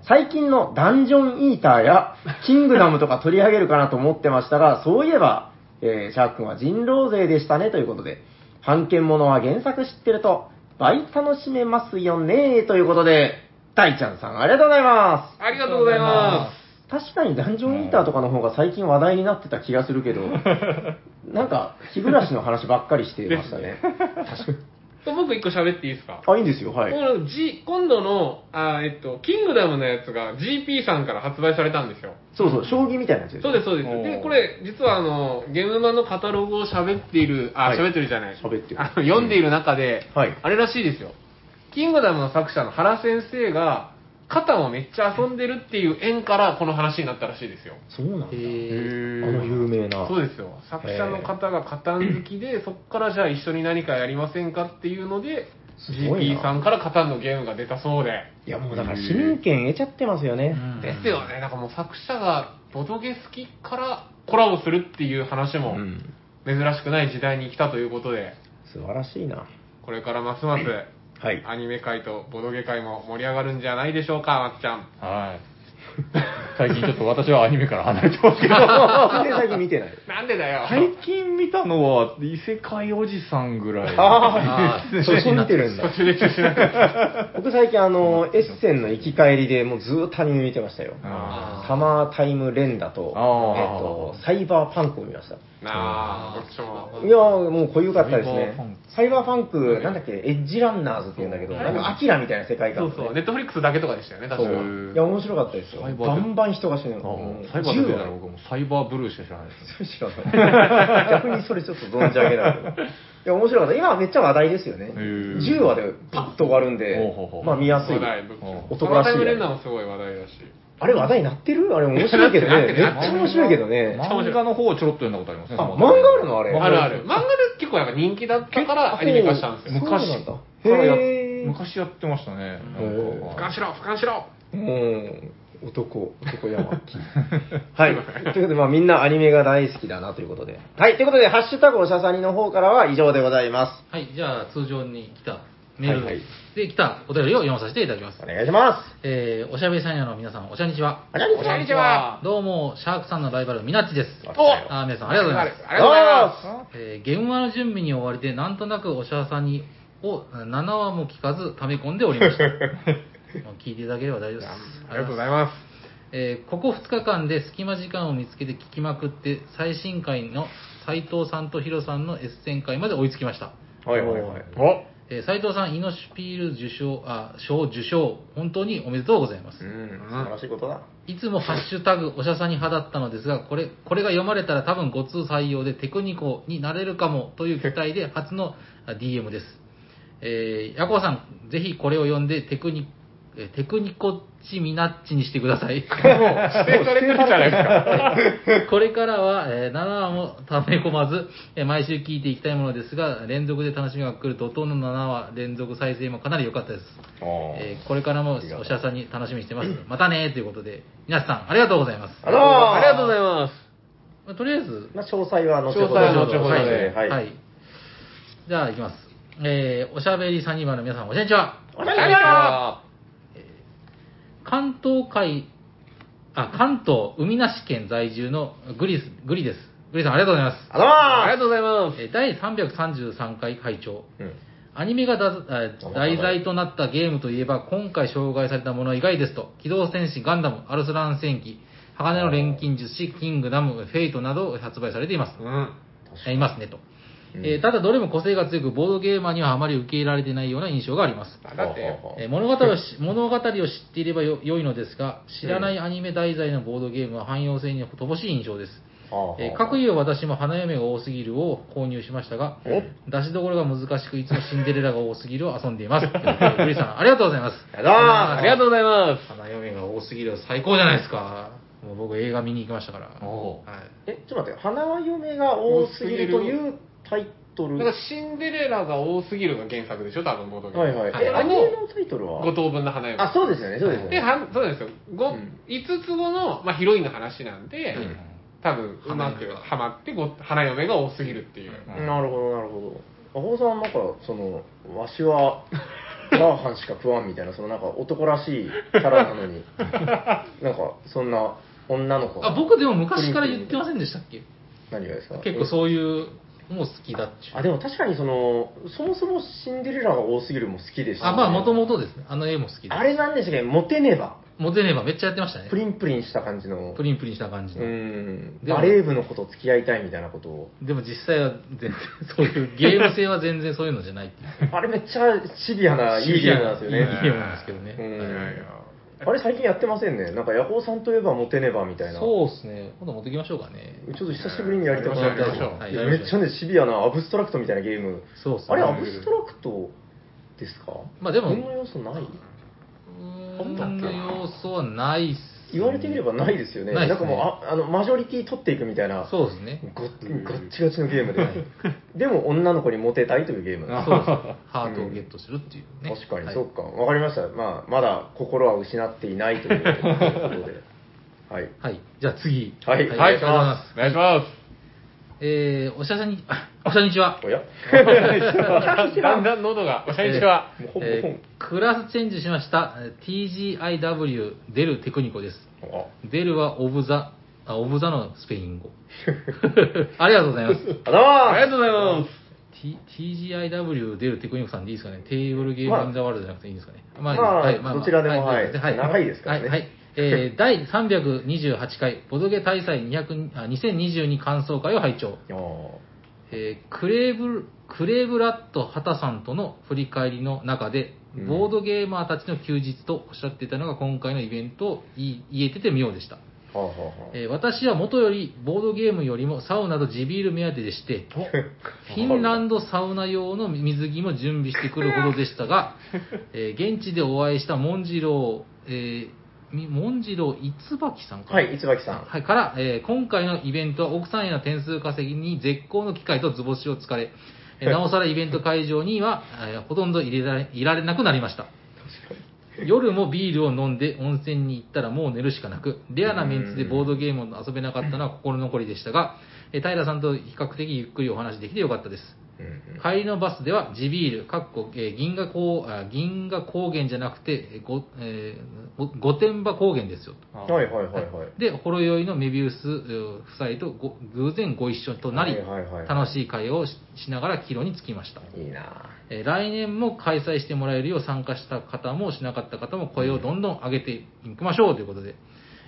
Speaker 1: 最近のダンジョンイーターや、キングダムとか取り上げるかなと思ってましたが、そういえば、えーシャーク君は人狼勢でしたね、ということで。版権ものは原作知ってると、倍楽しめますよね、ということで、大ちゃんさん、ありがとうございます。
Speaker 3: ありがとうございま
Speaker 1: 確かにダンジョンイーターとかの方が最近話題になってた気がするけ ど、なんか、日暮らしの話ばっかりしてましたね。
Speaker 3: す。僕一個喋っていいですか
Speaker 1: あ、いいんですよ、はい。
Speaker 3: この G 今度のあー、えっと、キングダムのやつが GP さんから発売されたんですよ。
Speaker 1: そうそう、将棋みたいなやつでし
Speaker 3: そ
Speaker 1: ょ
Speaker 3: うです、そうです。
Speaker 2: おー
Speaker 3: で、これ、実はあの、ゲームマのカタログを喋っている、あ、
Speaker 1: はい
Speaker 3: 喋ってるじゃない。
Speaker 1: 喋ってる
Speaker 3: あの読んでいる中で、
Speaker 1: はい
Speaker 3: あれらしいですよ。キングダムの作者の原先生が、肩をめっちゃ遊んでるっていう縁から、この話になったらしいですよ。
Speaker 1: そうなんだ。あ
Speaker 3: へ
Speaker 1: の有名な。
Speaker 3: そうですよ。作者の方が肩好きで、そこからじゃあ一緒に何かやりませんかっていうので、
Speaker 1: すごいな
Speaker 3: GP さんから肩のゲームが出たそうで。
Speaker 1: いや、もうだから市民権得ちゃってますよね。
Speaker 4: うん
Speaker 3: ですよね。なんかもう作者がボドゲ好きからコラボするっていう話
Speaker 1: う
Speaker 3: も
Speaker 1: ん。
Speaker 3: 珍しくない時代に来たということで、
Speaker 1: 素晴らしいな。
Speaker 3: これからますます
Speaker 1: はい。
Speaker 3: アニメ界とボドゲ界も盛り上がるんじゃないでしょうか、まっちゃん。
Speaker 2: はい。最近ちょっと私はアニメから離れてますけど。
Speaker 1: 全然最近見てない。
Speaker 3: なんでだよ。
Speaker 2: 最近見たのは、異世界おじさんぐらい。
Speaker 1: あ
Speaker 4: あ
Speaker 1: あ、そこ見てるんだ。僕最近あの、エッセンの生き返りでもうずーっとアニメ見てましたよ。
Speaker 2: あ
Speaker 1: サマータイム連打と、えっ
Speaker 2: あー
Speaker 1: と、サイバーパンクを見ました。
Speaker 3: なあ、こっちも。
Speaker 1: いやー、もう濃ゆかったですね。サ
Speaker 2: サ
Speaker 1: イバーパンク、なんだっけ、エッジランナーズって言うんだけど、なんかアキラみたいな世界
Speaker 3: そ
Speaker 1: 観
Speaker 3: う
Speaker 1: でね、
Speaker 3: そう、ネットフリックスだけとかでしたよね、確か。
Speaker 1: そういや、面白かったですよ。
Speaker 2: サイバー
Speaker 1: バンバン人が死ぬ
Speaker 2: あ
Speaker 1: の。もう
Speaker 2: サイバーって
Speaker 1: 銃
Speaker 2: だ
Speaker 1: は
Speaker 2: ろ、僕もサイバーブルーしか知らないです。
Speaker 1: それ知らない。 逆にそれちょっと存じ上げないけど。いや、面白かった。今はめっちゃ話題ですよね。
Speaker 2: ー
Speaker 1: 10話でパッと終わるんで
Speaker 2: ほうほうほ、う
Speaker 1: まあ見やすい
Speaker 3: 話。題、僕
Speaker 2: うん
Speaker 1: 男らしい
Speaker 3: サマータイムレンダーもすごい話題だし。
Speaker 1: あれ話題になってるあれ面白いけどね。
Speaker 3: なっ
Speaker 1: め
Speaker 3: て
Speaker 1: っ
Speaker 3: る
Speaker 1: ち
Speaker 3: なってる
Speaker 1: ゃ面白いけどね。
Speaker 2: 漫画の方をちょろっと読んだことありますね。
Speaker 1: あ、漫画あるのあれ。
Speaker 3: あるある。漫画で結構やっぱ人気だったからアニメ化したんですよ。
Speaker 1: そうなんだ。
Speaker 2: からや
Speaker 1: へー
Speaker 2: 昔やってましたね。
Speaker 1: うん
Speaker 2: なん
Speaker 3: 俯
Speaker 2: か
Speaker 3: 瞰しろ、俯瞰しろ
Speaker 1: うん。男、男山木。 はい。ということで、まあみんなアニメが大好きだなということで。はい。ということで、ハッシュタグおしゃさにの方からは以上でございます。
Speaker 4: はい、じゃあ通常に来たメー
Speaker 1: はいはい
Speaker 4: ルで来たお便りを読まさせていただきます
Speaker 1: お。願いしま
Speaker 4: えー、おしゃべりさんやの皆さん、おしゃにちは。
Speaker 1: す。ありがとうご
Speaker 3: こん
Speaker 1: ざい
Speaker 3: に
Speaker 1: ます
Speaker 3: ちは
Speaker 4: どうも、シャークさんのライバル、みなっちです。
Speaker 1: お
Speaker 4: あー、皆さん、ありがとうございます。
Speaker 3: ありがとうございます。
Speaker 4: えー、現場の準備に追われて、なんとなくおしゃさんに、を7話も聞かず、溜め込んでおりました。もう聞いていただければ大丈夫です。
Speaker 3: ありがとうございます。
Speaker 4: えーここ2日間で隙間時間を見つけて聞きまくって、最新回の斉藤さんとヒロさんの S 戦会まで追いつきました。
Speaker 1: はいはいはい。
Speaker 3: お
Speaker 4: えー斉藤さん、イノシュピール受賞、あ、賞受賞、本当におめでとうございます。
Speaker 1: 素晴らしいことだ。
Speaker 4: いつもハッシュタグ、おしゃさに派だったのですが、これ、これが読まれたら多分ご通採用でテクニコになれるかもという期待で初のあ DM です。えー、ヤコウさん、ぜひこれを読んでテクニ、えーテクニコっちみなっちにしてください。
Speaker 3: 指定されてるじゃないです か。
Speaker 4: これからは、えー7話もため込まず、えー毎週聞いていきたいものですが、連続で楽しみが来る怒涛の7話連続再生もかなり良かったです。えーこれからもおしゃさんに楽しみにしてます。またねということで、皆さんありがとうございます。
Speaker 1: あの
Speaker 3: ありがとうござい
Speaker 1: ま
Speaker 3: ます。
Speaker 4: まあとりあえず、
Speaker 1: す。詳細は後ほど。
Speaker 3: 詳細は後ほど
Speaker 1: は
Speaker 3: で
Speaker 1: い。はい。
Speaker 4: はい。じゃあ、いきます。えー、おしゃべりサニバルの皆さん、おしゃにちは。
Speaker 1: お願いしま
Speaker 4: 関東海、あ、関東、海なし県在住のグリス、グリです。グリさん、ありがとうございます
Speaker 1: ありがとうございます。
Speaker 3: ありがとうございます。
Speaker 4: えー。第333回会長。
Speaker 1: うん
Speaker 4: アニメがだえー題材となったゲームといえば、今回紹介されたもの以外ですと、機動戦士ガンダム、アルスラン戦記、鋼の錬金術師、キングダム、フェイトなど発売されていま
Speaker 3: う
Speaker 4: す。
Speaker 3: ん。
Speaker 4: えーいますねと。えーただどれも個性が強く、ボードゲーマーにはあまり受け入れられてないような印象があります。
Speaker 3: だって、
Speaker 4: えー物語をし物語を知っていればよ良いのですが、知らないアニメ題材のボードゲームは汎用性に乏しい印象です。えー、かくいう私も花嫁が多すぎるを購入しましたが、出しどころが難しく、いつもシンデレラが多すぎるを遊んでいます。ということでグリさん、ありがとうございます。
Speaker 1: ありがとうございます
Speaker 3: ありがとうございます。
Speaker 4: 花嫁が多すぎる最高じゃないですか。もう僕映画見に行きましたから。
Speaker 2: おう
Speaker 4: はい
Speaker 1: え、ちょっと待って、花嫁が多すぎるというタイトル
Speaker 3: だからシンデレラが多すぎるが原作でしょ、多分、ボードゲーム。
Speaker 1: はいはい。え、
Speaker 3: あ
Speaker 1: アニメ
Speaker 3: れの
Speaker 1: のタイトルは
Speaker 3: 五等分の花嫁。
Speaker 1: あ、そうですよね、そうですよ
Speaker 3: で、
Speaker 1: ね。
Speaker 3: はんそうなんですよ。ご
Speaker 1: うん
Speaker 3: 5つ後の、まあ、ヒロインの話なんで、多分、うまくはまって、ご花嫁が多すぎるっていう。
Speaker 2: うん
Speaker 1: なるほど、なるほど。赤穂さん、なんか、その、わしは、チャーハンしか食わんみたいな、そのなんか男らしいキャラなのに、なんか、そんな女の子。
Speaker 4: あ、僕でも昔から言ってませんでしたっけ
Speaker 1: 何がですか
Speaker 4: 結構そういう、もう好きだっちゅう。
Speaker 1: あでも確かにそのそもそもシンデレラが多すぎるも好きでした、
Speaker 4: あ、まあ、もともとですね。あの絵も好きで
Speaker 1: あれなんでしたっけモテねば
Speaker 4: す。モテねばめっちゃやってましたね
Speaker 1: プ。リンプリンした感じの
Speaker 4: プリンプリンした感じ
Speaker 1: う
Speaker 4: の。
Speaker 1: ん
Speaker 4: でも
Speaker 1: バレー部の子と付き合いたいみたいなことを
Speaker 4: でも実際は全然、そういう、ゲーム性は全然そういうのじゃないっていう。
Speaker 1: あれめっちゃシビアないいゲームなんですよ
Speaker 4: いい
Speaker 1: ね
Speaker 4: ゲームなんですけどね。
Speaker 1: うん
Speaker 3: いやいや
Speaker 1: あれ最近やってませんねなんかヤホーさんといえばモテねばみたいな
Speaker 4: そうですね。今度持ってきましょうかね。
Speaker 1: ちょっと久しぶりにやりたくなっ
Speaker 3: やり
Speaker 1: た
Speaker 3: ましょう
Speaker 4: はい
Speaker 1: いやめっちゃねシビアなアブストラクトみたいなゲーム
Speaker 4: そうっすね。
Speaker 1: あれアブストラクトですか
Speaker 4: まあでも
Speaker 1: 何の要素ない
Speaker 4: 本の要素はないっす。
Speaker 1: 言われてみればないですよね
Speaker 4: ないで
Speaker 1: な
Speaker 4: す
Speaker 1: んか
Speaker 4: ね
Speaker 1: もうああのマジョリティ取っていくみたいな
Speaker 4: そうですね。
Speaker 1: ごガッチガチのゲームで、でも女の子にモテたいというゲームなんで
Speaker 4: そうですね。ハートをゲットするっていうね。
Speaker 1: す確かに、
Speaker 4: はい
Speaker 1: そっかわかりました、まあ、まだ心は失っていないということ ではい
Speaker 4: はい。じゃあ次。
Speaker 1: はい
Speaker 4: ありがとうございま。
Speaker 6: お願いします
Speaker 4: えー、おしゃさに、 おしゃにちは。
Speaker 1: おや
Speaker 3: いやだんだん喉が、おしゃれちは。
Speaker 1: もうほぼ
Speaker 4: えークラスチェンジしましたえー TGIW デルテクニコです。
Speaker 1: ほぼ
Speaker 4: デルはオブザ、あ、オブザのスペ イン語。ありがとうございます。
Speaker 1: ああ
Speaker 6: ありが
Speaker 1: りがと
Speaker 6: と
Speaker 1: う
Speaker 6: うございます
Speaker 4: T- TGIW 出るテクニックさんでいいですかね、テーブルゲー
Speaker 1: まあ
Speaker 4: ムインザワールドじゃなくていいんですかね、
Speaker 1: まあどちらでもはい長いですからね
Speaker 4: はいはいえ ー第328回、ボドゲ大祭200あ2022感想会を拝聴、
Speaker 1: ございます
Speaker 4: えークレーブルクレーブラッド・ハタさんとの振り返りの中で、
Speaker 1: うん
Speaker 4: ボードゲーマーたちの休日とおっしゃっていたのが、今回のイベントを言い言えてて妙でした。
Speaker 1: あーはあはあはあ
Speaker 4: えー私は元よりボードゲームよりもサウナと地ビール目当てでして、 フィンランドサウナ用の水着も準備してくるほどでした が、えー現地でお会いしたモンジロー、えーみモンジローいつばきさんかな
Speaker 1: はい市脇さん
Speaker 4: はい、から、えー今回のイベントは奥さんへの点数稼ぎに絶好の機会と図星をつかれ、えーなおさらイベント会場には、えーほとんど入れられいられなくなりました。夜もビールを飲んで温泉に行ったらもう寝るしかなく、レアなメンツでボードゲームを遊べなかったのは心残りでしたが、えー平さんと比較的ゆっくりお話できてよかったです。
Speaker 1: うんうん
Speaker 4: 帰りのバスでは地ビール、かっこえー銀河高あ銀河高原じゃなくて、えーごえーご御殿場高原ですよと。
Speaker 1: はいはいはいはい
Speaker 4: で、ほろ酔いのメビウスえー夫妻とご偶然ご一緒となり、
Speaker 1: はいはいはい
Speaker 4: 楽しい会をししながら帰路に着きました。
Speaker 1: いいな
Speaker 4: えー来年も開催してもらえるよう参加した方もしなかった方も声をどんどん上げていきましょうということで、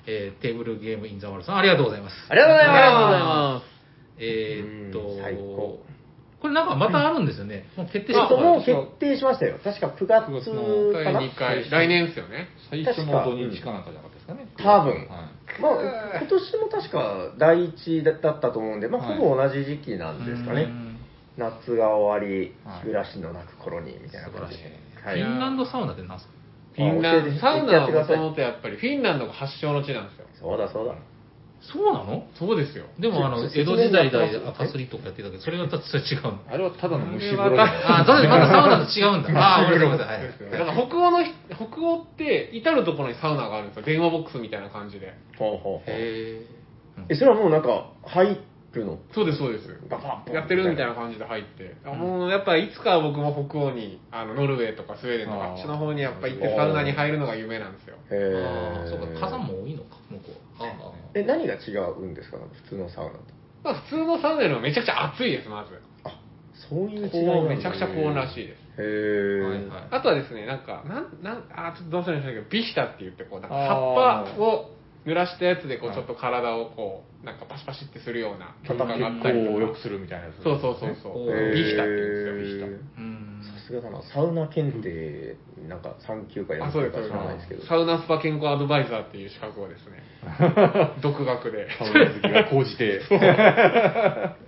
Speaker 4: えーテーブルゲームインザワールドさんありがとうございます。
Speaker 1: ありがとうございます
Speaker 4: えーっ
Speaker 1: う
Speaker 4: と
Speaker 1: ん最高、
Speaker 4: これなんかまたあるんですよね。もう決定
Speaker 1: ち
Speaker 4: し
Speaker 1: ょ
Speaker 4: た
Speaker 1: っともう
Speaker 4: う
Speaker 1: 決定しましたよ確か9月か
Speaker 3: 第
Speaker 1: な
Speaker 3: 2回。来年ですよね。
Speaker 2: 最初の土日かなんかじゃなかったですかね。
Speaker 1: 多分
Speaker 2: はい
Speaker 1: まあ、今年も確か第一だったと思うんで、まあ、
Speaker 2: はい
Speaker 1: ほぼ同じ時期なんですかね、
Speaker 4: ん
Speaker 1: 夏が終わり
Speaker 2: はい、
Speaker 1: 暮らしの泣く頃にみたいな
Speaker 4: 素晴
Speaker 1: 感
Speaker 4: ら
Speaker 1: じ
Speaker 4: し
Speaker 1: で、
Speaker 4: い。
Speaker 1: は
Speaker 4: フィン
Speaker 1: い、
Speaker 4: ランドサウナってなんすか
Speaker 3: フィンランド、サウナ
Speaker 1: やっ
Speaker 3: は
Speaker 1: てくだ
Speaker 3: も
Speaker 1: さ
Speaker 3: と
Speaker 1: い
Speaker 3: もとやっぱりフィンランドが発祥の地なんですよ。
Speaker 1: そうだそうだ、
Speaker 4: そうなの
Speaker 3: そうですよ。
Speaker 4: でもあの、
Speaker 1: せせ
Speaker 4: 江戸時代
Speaker 1: 説明になって
Speaker 4: 代
Speaker 1: ます
Speaker 4: 赤すりとかやってたけど、それがたそれ違うの。
Speaker 2: あれはただの虫風
Speaker 3: あれ
Speaker 2: 呂
Speaker 3: は
Speaker 2: で
Speaker 4: あ、それまたサウナと違 うんだ。あー、ごめんなさい。はい
Speaker 3: だから北欧のひ、北欧って至る所にサウナがあるんですよ。電話ボックスみたいな感じで。
Speaker 1: ほうほうほうえ
Speaker 4: へ
Speaker 1: それはもうなんか、入るの、
Speaker 3: そうです、そうです。
Speaker 1: ガバッ
Speaker 3: やってるみたいな感じで入って。あもうやっぱいつかは僕も北欧に、あの、ノルウェーとかスウェーデンとか
Speaker 2: あー
Speaker 3: あっちの方にやっぱ行ってサウナに入るのが夢なんですよ。
Speaker 1: へ
Speaker 4: え。
Speaker 1: ー
Speaker 4: ああ、そうか、火山も多いのか、向こうは。ああ
Speaker 1: え、何が違うんですか、普通のサウナと。
Speaker 3: まあ普通のサウナよりもめちゃくちゃ暑いです、まず。
Speaker 1: あそういう違い
Speaker 3: 高
Speaker 1: なん
Speaker 3: 温、
Speaker 1: だ
Speaker 3: めちゃくちゃ高温らしいです。
Speaker 1: へ
Speaker 4: ああ
Speaker 1: ー、
Speaker 4: はいはい。
Speaker 3: あとはですね、なんか、なん、なん、あー、ちょっとどうしたらいいんでしょうけど、ビヒタって言って、こう、なんか
Speaker 2: あー
Speaker 3: 葉っぱを濡らしたやつで、こう、
Speaker 2: はい
Speaker 3: ちょっと体をこう、なんかパシパシってするような
Speaker 1: 叩き
Speaker 3: があ
Speaker 2: す。
Speaker 3: ったり
Speaker 2: こう
Speaker 3: と
Speaker 2: 良
Speaker 3: か。
Speaker 2: くするみたいなやつ。
Speaker 3: そうそうそうそう。
Speaker 4: へー
Speaker 3: ビヒタって言うんですよ、ビヒ
Speaker 4: うん。
Speaker 1: さすがだな、サウナ検定、なんか3級か
Speaker 3: タ。あ、
Speaker 1: 4
Speaker 3: そう
Speaker 1: 級
Speaker 3: で
Speaker 1: か
Speaker 3: す、そうで
Speaker 1: 知らないですけど
Speaker 3: す。、サウナスパ健康アドバイザーっていう資格をですね、独学で。
Speaker 2: サウナ好きが高じて。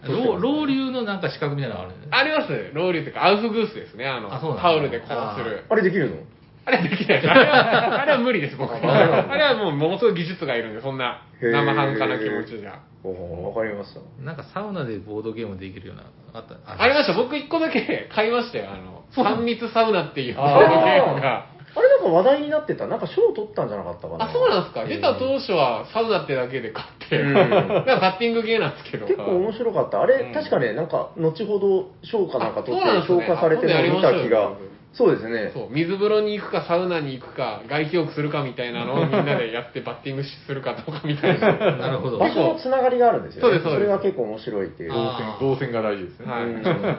Speaker 4: 老老流のなんか資格みたいなのがあるね。
Speaker 3: ありますロウリュウっていうか、アウフグースですね、あの、
Speaker 4: あそうなんだ
Speaker 3: タオルでこうする。
Speaker 1: あれできるの
Speaker 3: あれはできないです。あれは、あれは無理です、僕は。あれはもう、ものすごい技術がいるんで、そんな、生半可な気持ちじゃ。
Speaker 1: おわかりました。
Speaker 4: なんかサウナでボードゲームできるような、あった、
Speaker 3: ありました、僕一個だけ買いましたよ。あの、3密サウナっていうボー
Speaker 1: あー
Speaker 3: ドゲームが。
Speaker 1: あれなんか話題になってた。なんか賞取ったんじゃなかったかな。
Speaker 3: あ、そうなんですか。出た当初はサウナってだけで買って、
Speaker 1: うん
Speaker 3: なんかバッティングゲーなんですけど。
Speaker 1: 結構面白かった。あれ、
Speaker 3: うん
Speaker 1: 確かね、なんか、後ほど賞かなんか取っ
Speaker 3: あそう
Speaker 1: て、
Speaker 3: なんです
Speaker 1: 評
Speaker 3: ね
Speaker 1: 価されてるのを見た気が
Speaker 3: あ今度やりましょうよ。
Speaker 1: そうですね。
Speaker 3: そう、水風呂に行くかサウナに行くか、外気浴するかみたいなのをみんなでやってバッティングするかどうかみたいな。
Speaker 4: なるほど。
Speaker 1: 場所のつながりがあるんですよね。
Speaker 3: そうですそうです
Speaker 1: れが結構面白いっていう。
Speaker 3: あ
Speaker 2: 動線が大事ですね。
Speaker 3: はい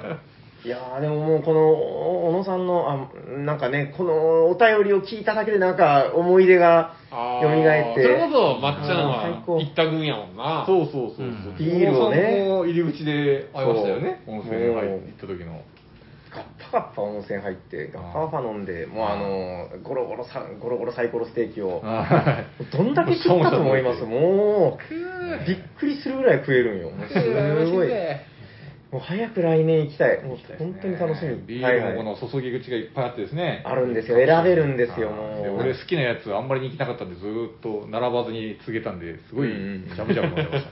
Speaker 1: いやーでももうこのお小野さんのあなんかねこのお便りを聞いただけでなんか思い出が
Speaker 3: あ
Speaker 1: 蘇って
Speaker 3: それこそ、まっちゃん
Speaker 1: あー
Speaker 3: は
Speaker 1: 最高
Speaker 3: 行った組やもんな。
Speaker 2: そうそうそうそうう。
Speaker 4: ん
Speaker 1: ビールをね
Speaker 2: 小野さんも入り口で会いましたよね。
Speaker 1: そう
Speaker 2: 温泉に入行った時の。
Speaker 1: ガッパガッパ温泉入ってガッパガッパ飲んでもうあのーゴロゴロさゴロゴロサイコロステーキを
Speaker 2: はい
Speaker 1: どんだけ食ったと思いますもうびっくりするぐらい食えるんよもう すごいもう早く来年行きたいもう本当に楽しみ
Speaker 2: ビ
Speaker 1: はい
Speaker 2: ール
Speaker 1: はい
Speaker 2: もこの注ぎ口がいっぱいあってですね。
Speaker 1: あるんですよ選べるんですよ
Speaker 2: はい
Speaker 1: もう
Speaker 2: で俺好きなやつあんまり人気なかったんで、ずーっと並ばずに告げたんで、すごい、
Speaker 1: う
Speaker 2: ジ
Speaker 1: んうん
Speaker 2: ャブジャブ飲んでまし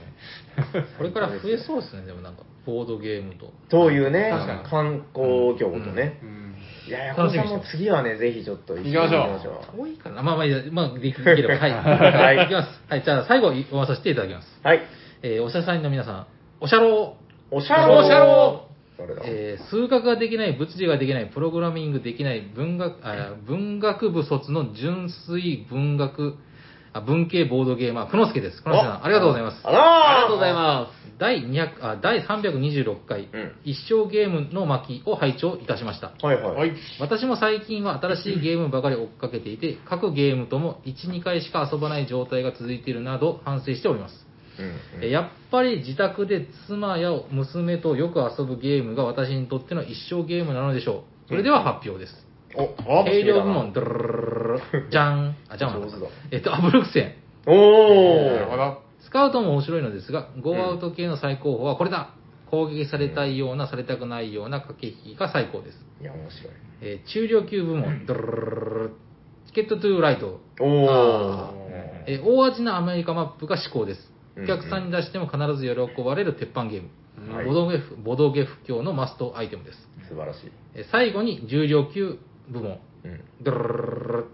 Speaker 2: たね。
Speaker 4: これから増えそうですね、でもなんか、ボードゲームと。
Speaker 1: というね
Speaker 3: 確かに
Speaker 1: 観光業とね
Speaker 3: うん
Speaker 1: いやいやこれも次はねぜひちょっと緒に
Speaker 3: 行きましょ
Speaker 4: 遠いかなまあまあいいや、まあ、できれ ば。はい。はい、いきます。はい、じゃあ最後、おわさせていただきます。
Speaker 1: はい
Speaker 4: えーおしゃさんの皆さん、おしゃろう。
Speaker 1: おしゃろう
Speaker 4: おしゃろ
Speaker 1: どれだ
Speaker 4: えー数学ができない、物理ができない、プログラミングできない、文学、あ文学部卒の純粋文学、あ文系ボードゲーマー、くのすけです。くのすけさん、ありがとうございます。
Speaker 1: あら
Speaker 3: ありがとうござい
Speaker 1: す。
Speaker 3: ます。
Speaker 4: 第200あ第326回、
Speaker 1: うん
Speaker 4: 一生ゲームの巻を拝聴いたしました。
Speaker 1: はいはい。
Speaker 3: はい。
Speaker 4: 私も最近は新しいゲームばかり追っかけていて、各ゲームとも1、2回しか遊ばない状態が続いているなど反省しております。
Speaker 1: うん
Speaker 4: えやっぱり自宅で妻や娘とよく遊ぶゲームが私にとっての一生ゲームなのでしょう。それでは発表です。
Speaker 1: お、あ
Speaker 4: 軽量部。
Speaker 1: 好
Speaker 4: 門、ドルルルルルルじゃん。あ、じゃん
Speaker 1: 上手だ。
Speaker 4: えっと、アブルクセン。
Speaker 1: きだな
Speaker 3: なるほ
Speaker 1: おー。
Speaker 3: ど。
Speaker 4: スカウトも面白いのですが、ゴーアウト系の最高峰はこれだ攻撃されたいような、されたくないような駆け引きが最高です。
Speaker 1: いや、面白い。
Speaker 4: えー中量級部門、ドルルルルルルチケットトゥーライト。
Speaker 1: お
Speaker 4: あ
Speaker 1: ー。
Speaker 4: えー大味なアメリカマップが至高です。
Speaker 1: うん
Speaker 4: お客さんに出しても必ず喜ばれる鉄板ゲーム。
Speaker 1: はい
Speaker 4: ボドゲフ、ボドゲ不況のマストアイテムです。
Speaker 1: 素晴らしい。
Speaker 4: えー最後に重量級部門。
Speaker 1: うん。
Speaker 4: ドルルルルルル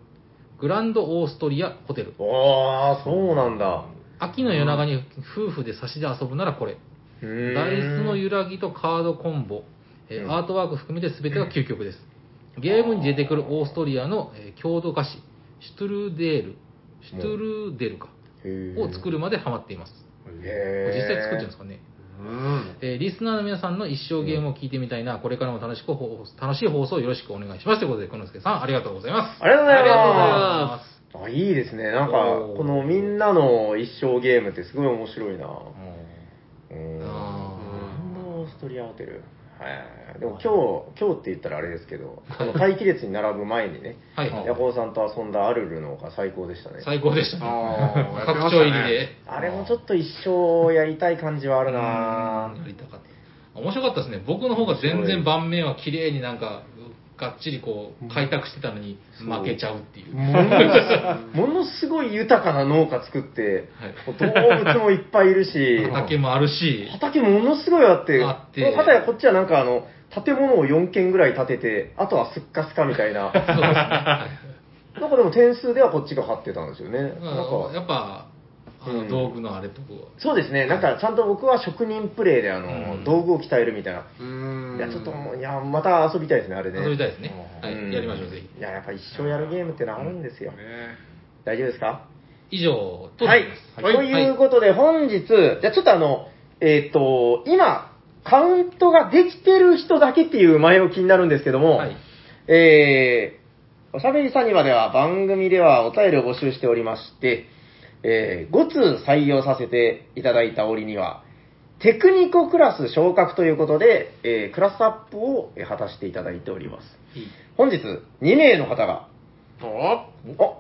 Speaker 4: グランドオーストリアホテル。
Speaker 1: おー、そうなんだ。
Speaker 4: 秋の夜長に夫婦で差しで遊ぶならこれ。
Speaker 1: うーん
Speaker 4: ダイスの揺らぎとカードコンボ、えー
Speaker 1: うん
Speaker 4: アートワーク含めて全てが究極です。ゲームに出てくるオーストリアの、えー郷土菓子、シュトゥルーデール、シュトゥルーデルか、を作
Speaker 1: る。
Speaker 4: るまでハマっています。こ
Speaker 1: へ
Speaker 4: れ
Speaker 1: ー。
Speaker 4: 実際作ってるんですかね。
Speaker 3: うん。
Speaker 4: えーリスナーの皆さんの一生ゲームを聞いてみたいな、これからも楽しく放、楽しい放送をよろしくお願いします。ということで、このすけさん、ありがとうございます。
Speaker 1: ありがとうござい
Speaker 3: あ
Speaker 1: ま。
Speaker 3: りがとうございます
Speaker 1: あ、いいですね。なんか
Speaker 4: おー、
Speaker 1: このみんなの一生ゲームってすごい面白いな。うん。
Speaker 4: あ
Speaker 1: グランドオーストリアホテル。はい。でも今日、今日って言ったらあれですけど、あの待機列に並ぶ前にね、
Speaker 4: ーはい、
Speaker 1: ヤコウさんと遊んだアルルのが最高でしたね。
Speaker 4: 最高でした。
Speaker 3: あー
Speaker 4: 拡張入りで。
Speaker 1: あれもちょっと一生やりたい感じはあるな
Speaker 4: やりたかった。面白かったですね。僕の方が全然盤面は綺麗になんか、がっちりこう、開拓してたのに
Speaker 1: うん
Speaker 4: 負けちゃうっていう。
Speaker 1: ものすものすごい豊かな農家作って、動物もいっぱいいるし、
Speaker 4: 畑もあるし、
Speaker 1: 畑ものすごいあって、
Speaker 4: あって
Speaker 1: この方やこっちはなんかあの、建物を4軒ぐらい建てて、あとはスッカスカみたいな。なんかでも点数ではこっちが張ってたんですよね。
Speaker 4: だか
Speaker 1: なんか
Speaker 4: らやっぱ、あ
Speaker 1: う
Speaker 4: の
Speaker 1: ん
Speaker 4: 道具のあれとこ
Speaker 1: そうですね、なんかちゃんと僕は職人プレイであの、
Speaker 4: うん
Speaker 1: 道具を鍛えるみたいな。
Speaker 3: う
Speaker 1: いや、ちょっと
Speaker 3: ん。
Speaker 1: もう、いや、また遊びたいですね、あれね。
Speaker 4: 遊びたいですね。は
Speaker 1: うん
Speaker 4: い、やりましょう、ぜひ。
Speaker 1: いや、やっぱ一生やるゲームってのはあるんですよ。
Speaker 3: ね
Speaker 1: 大丈夫ですか
Speaker 4: 以上と
Speaker 1: は
Speaker 4: ないります。。
Speaker 1: ということで、本日、じゃあちょっとあの、えっ、と、今、カウントができてる人だけっていう前置きになるんですけども、
Speaker 4: はい
Speaker 1: えーおしゃべりサニバでは番組ではお便りを募集しておりまして、え5通採用させていただいた折には、テクニコクラス昇格ということで、えークラスアップをえー果たしていただいております。本日、2名の方が、
Speaker 3: お
Speaker 1: あ、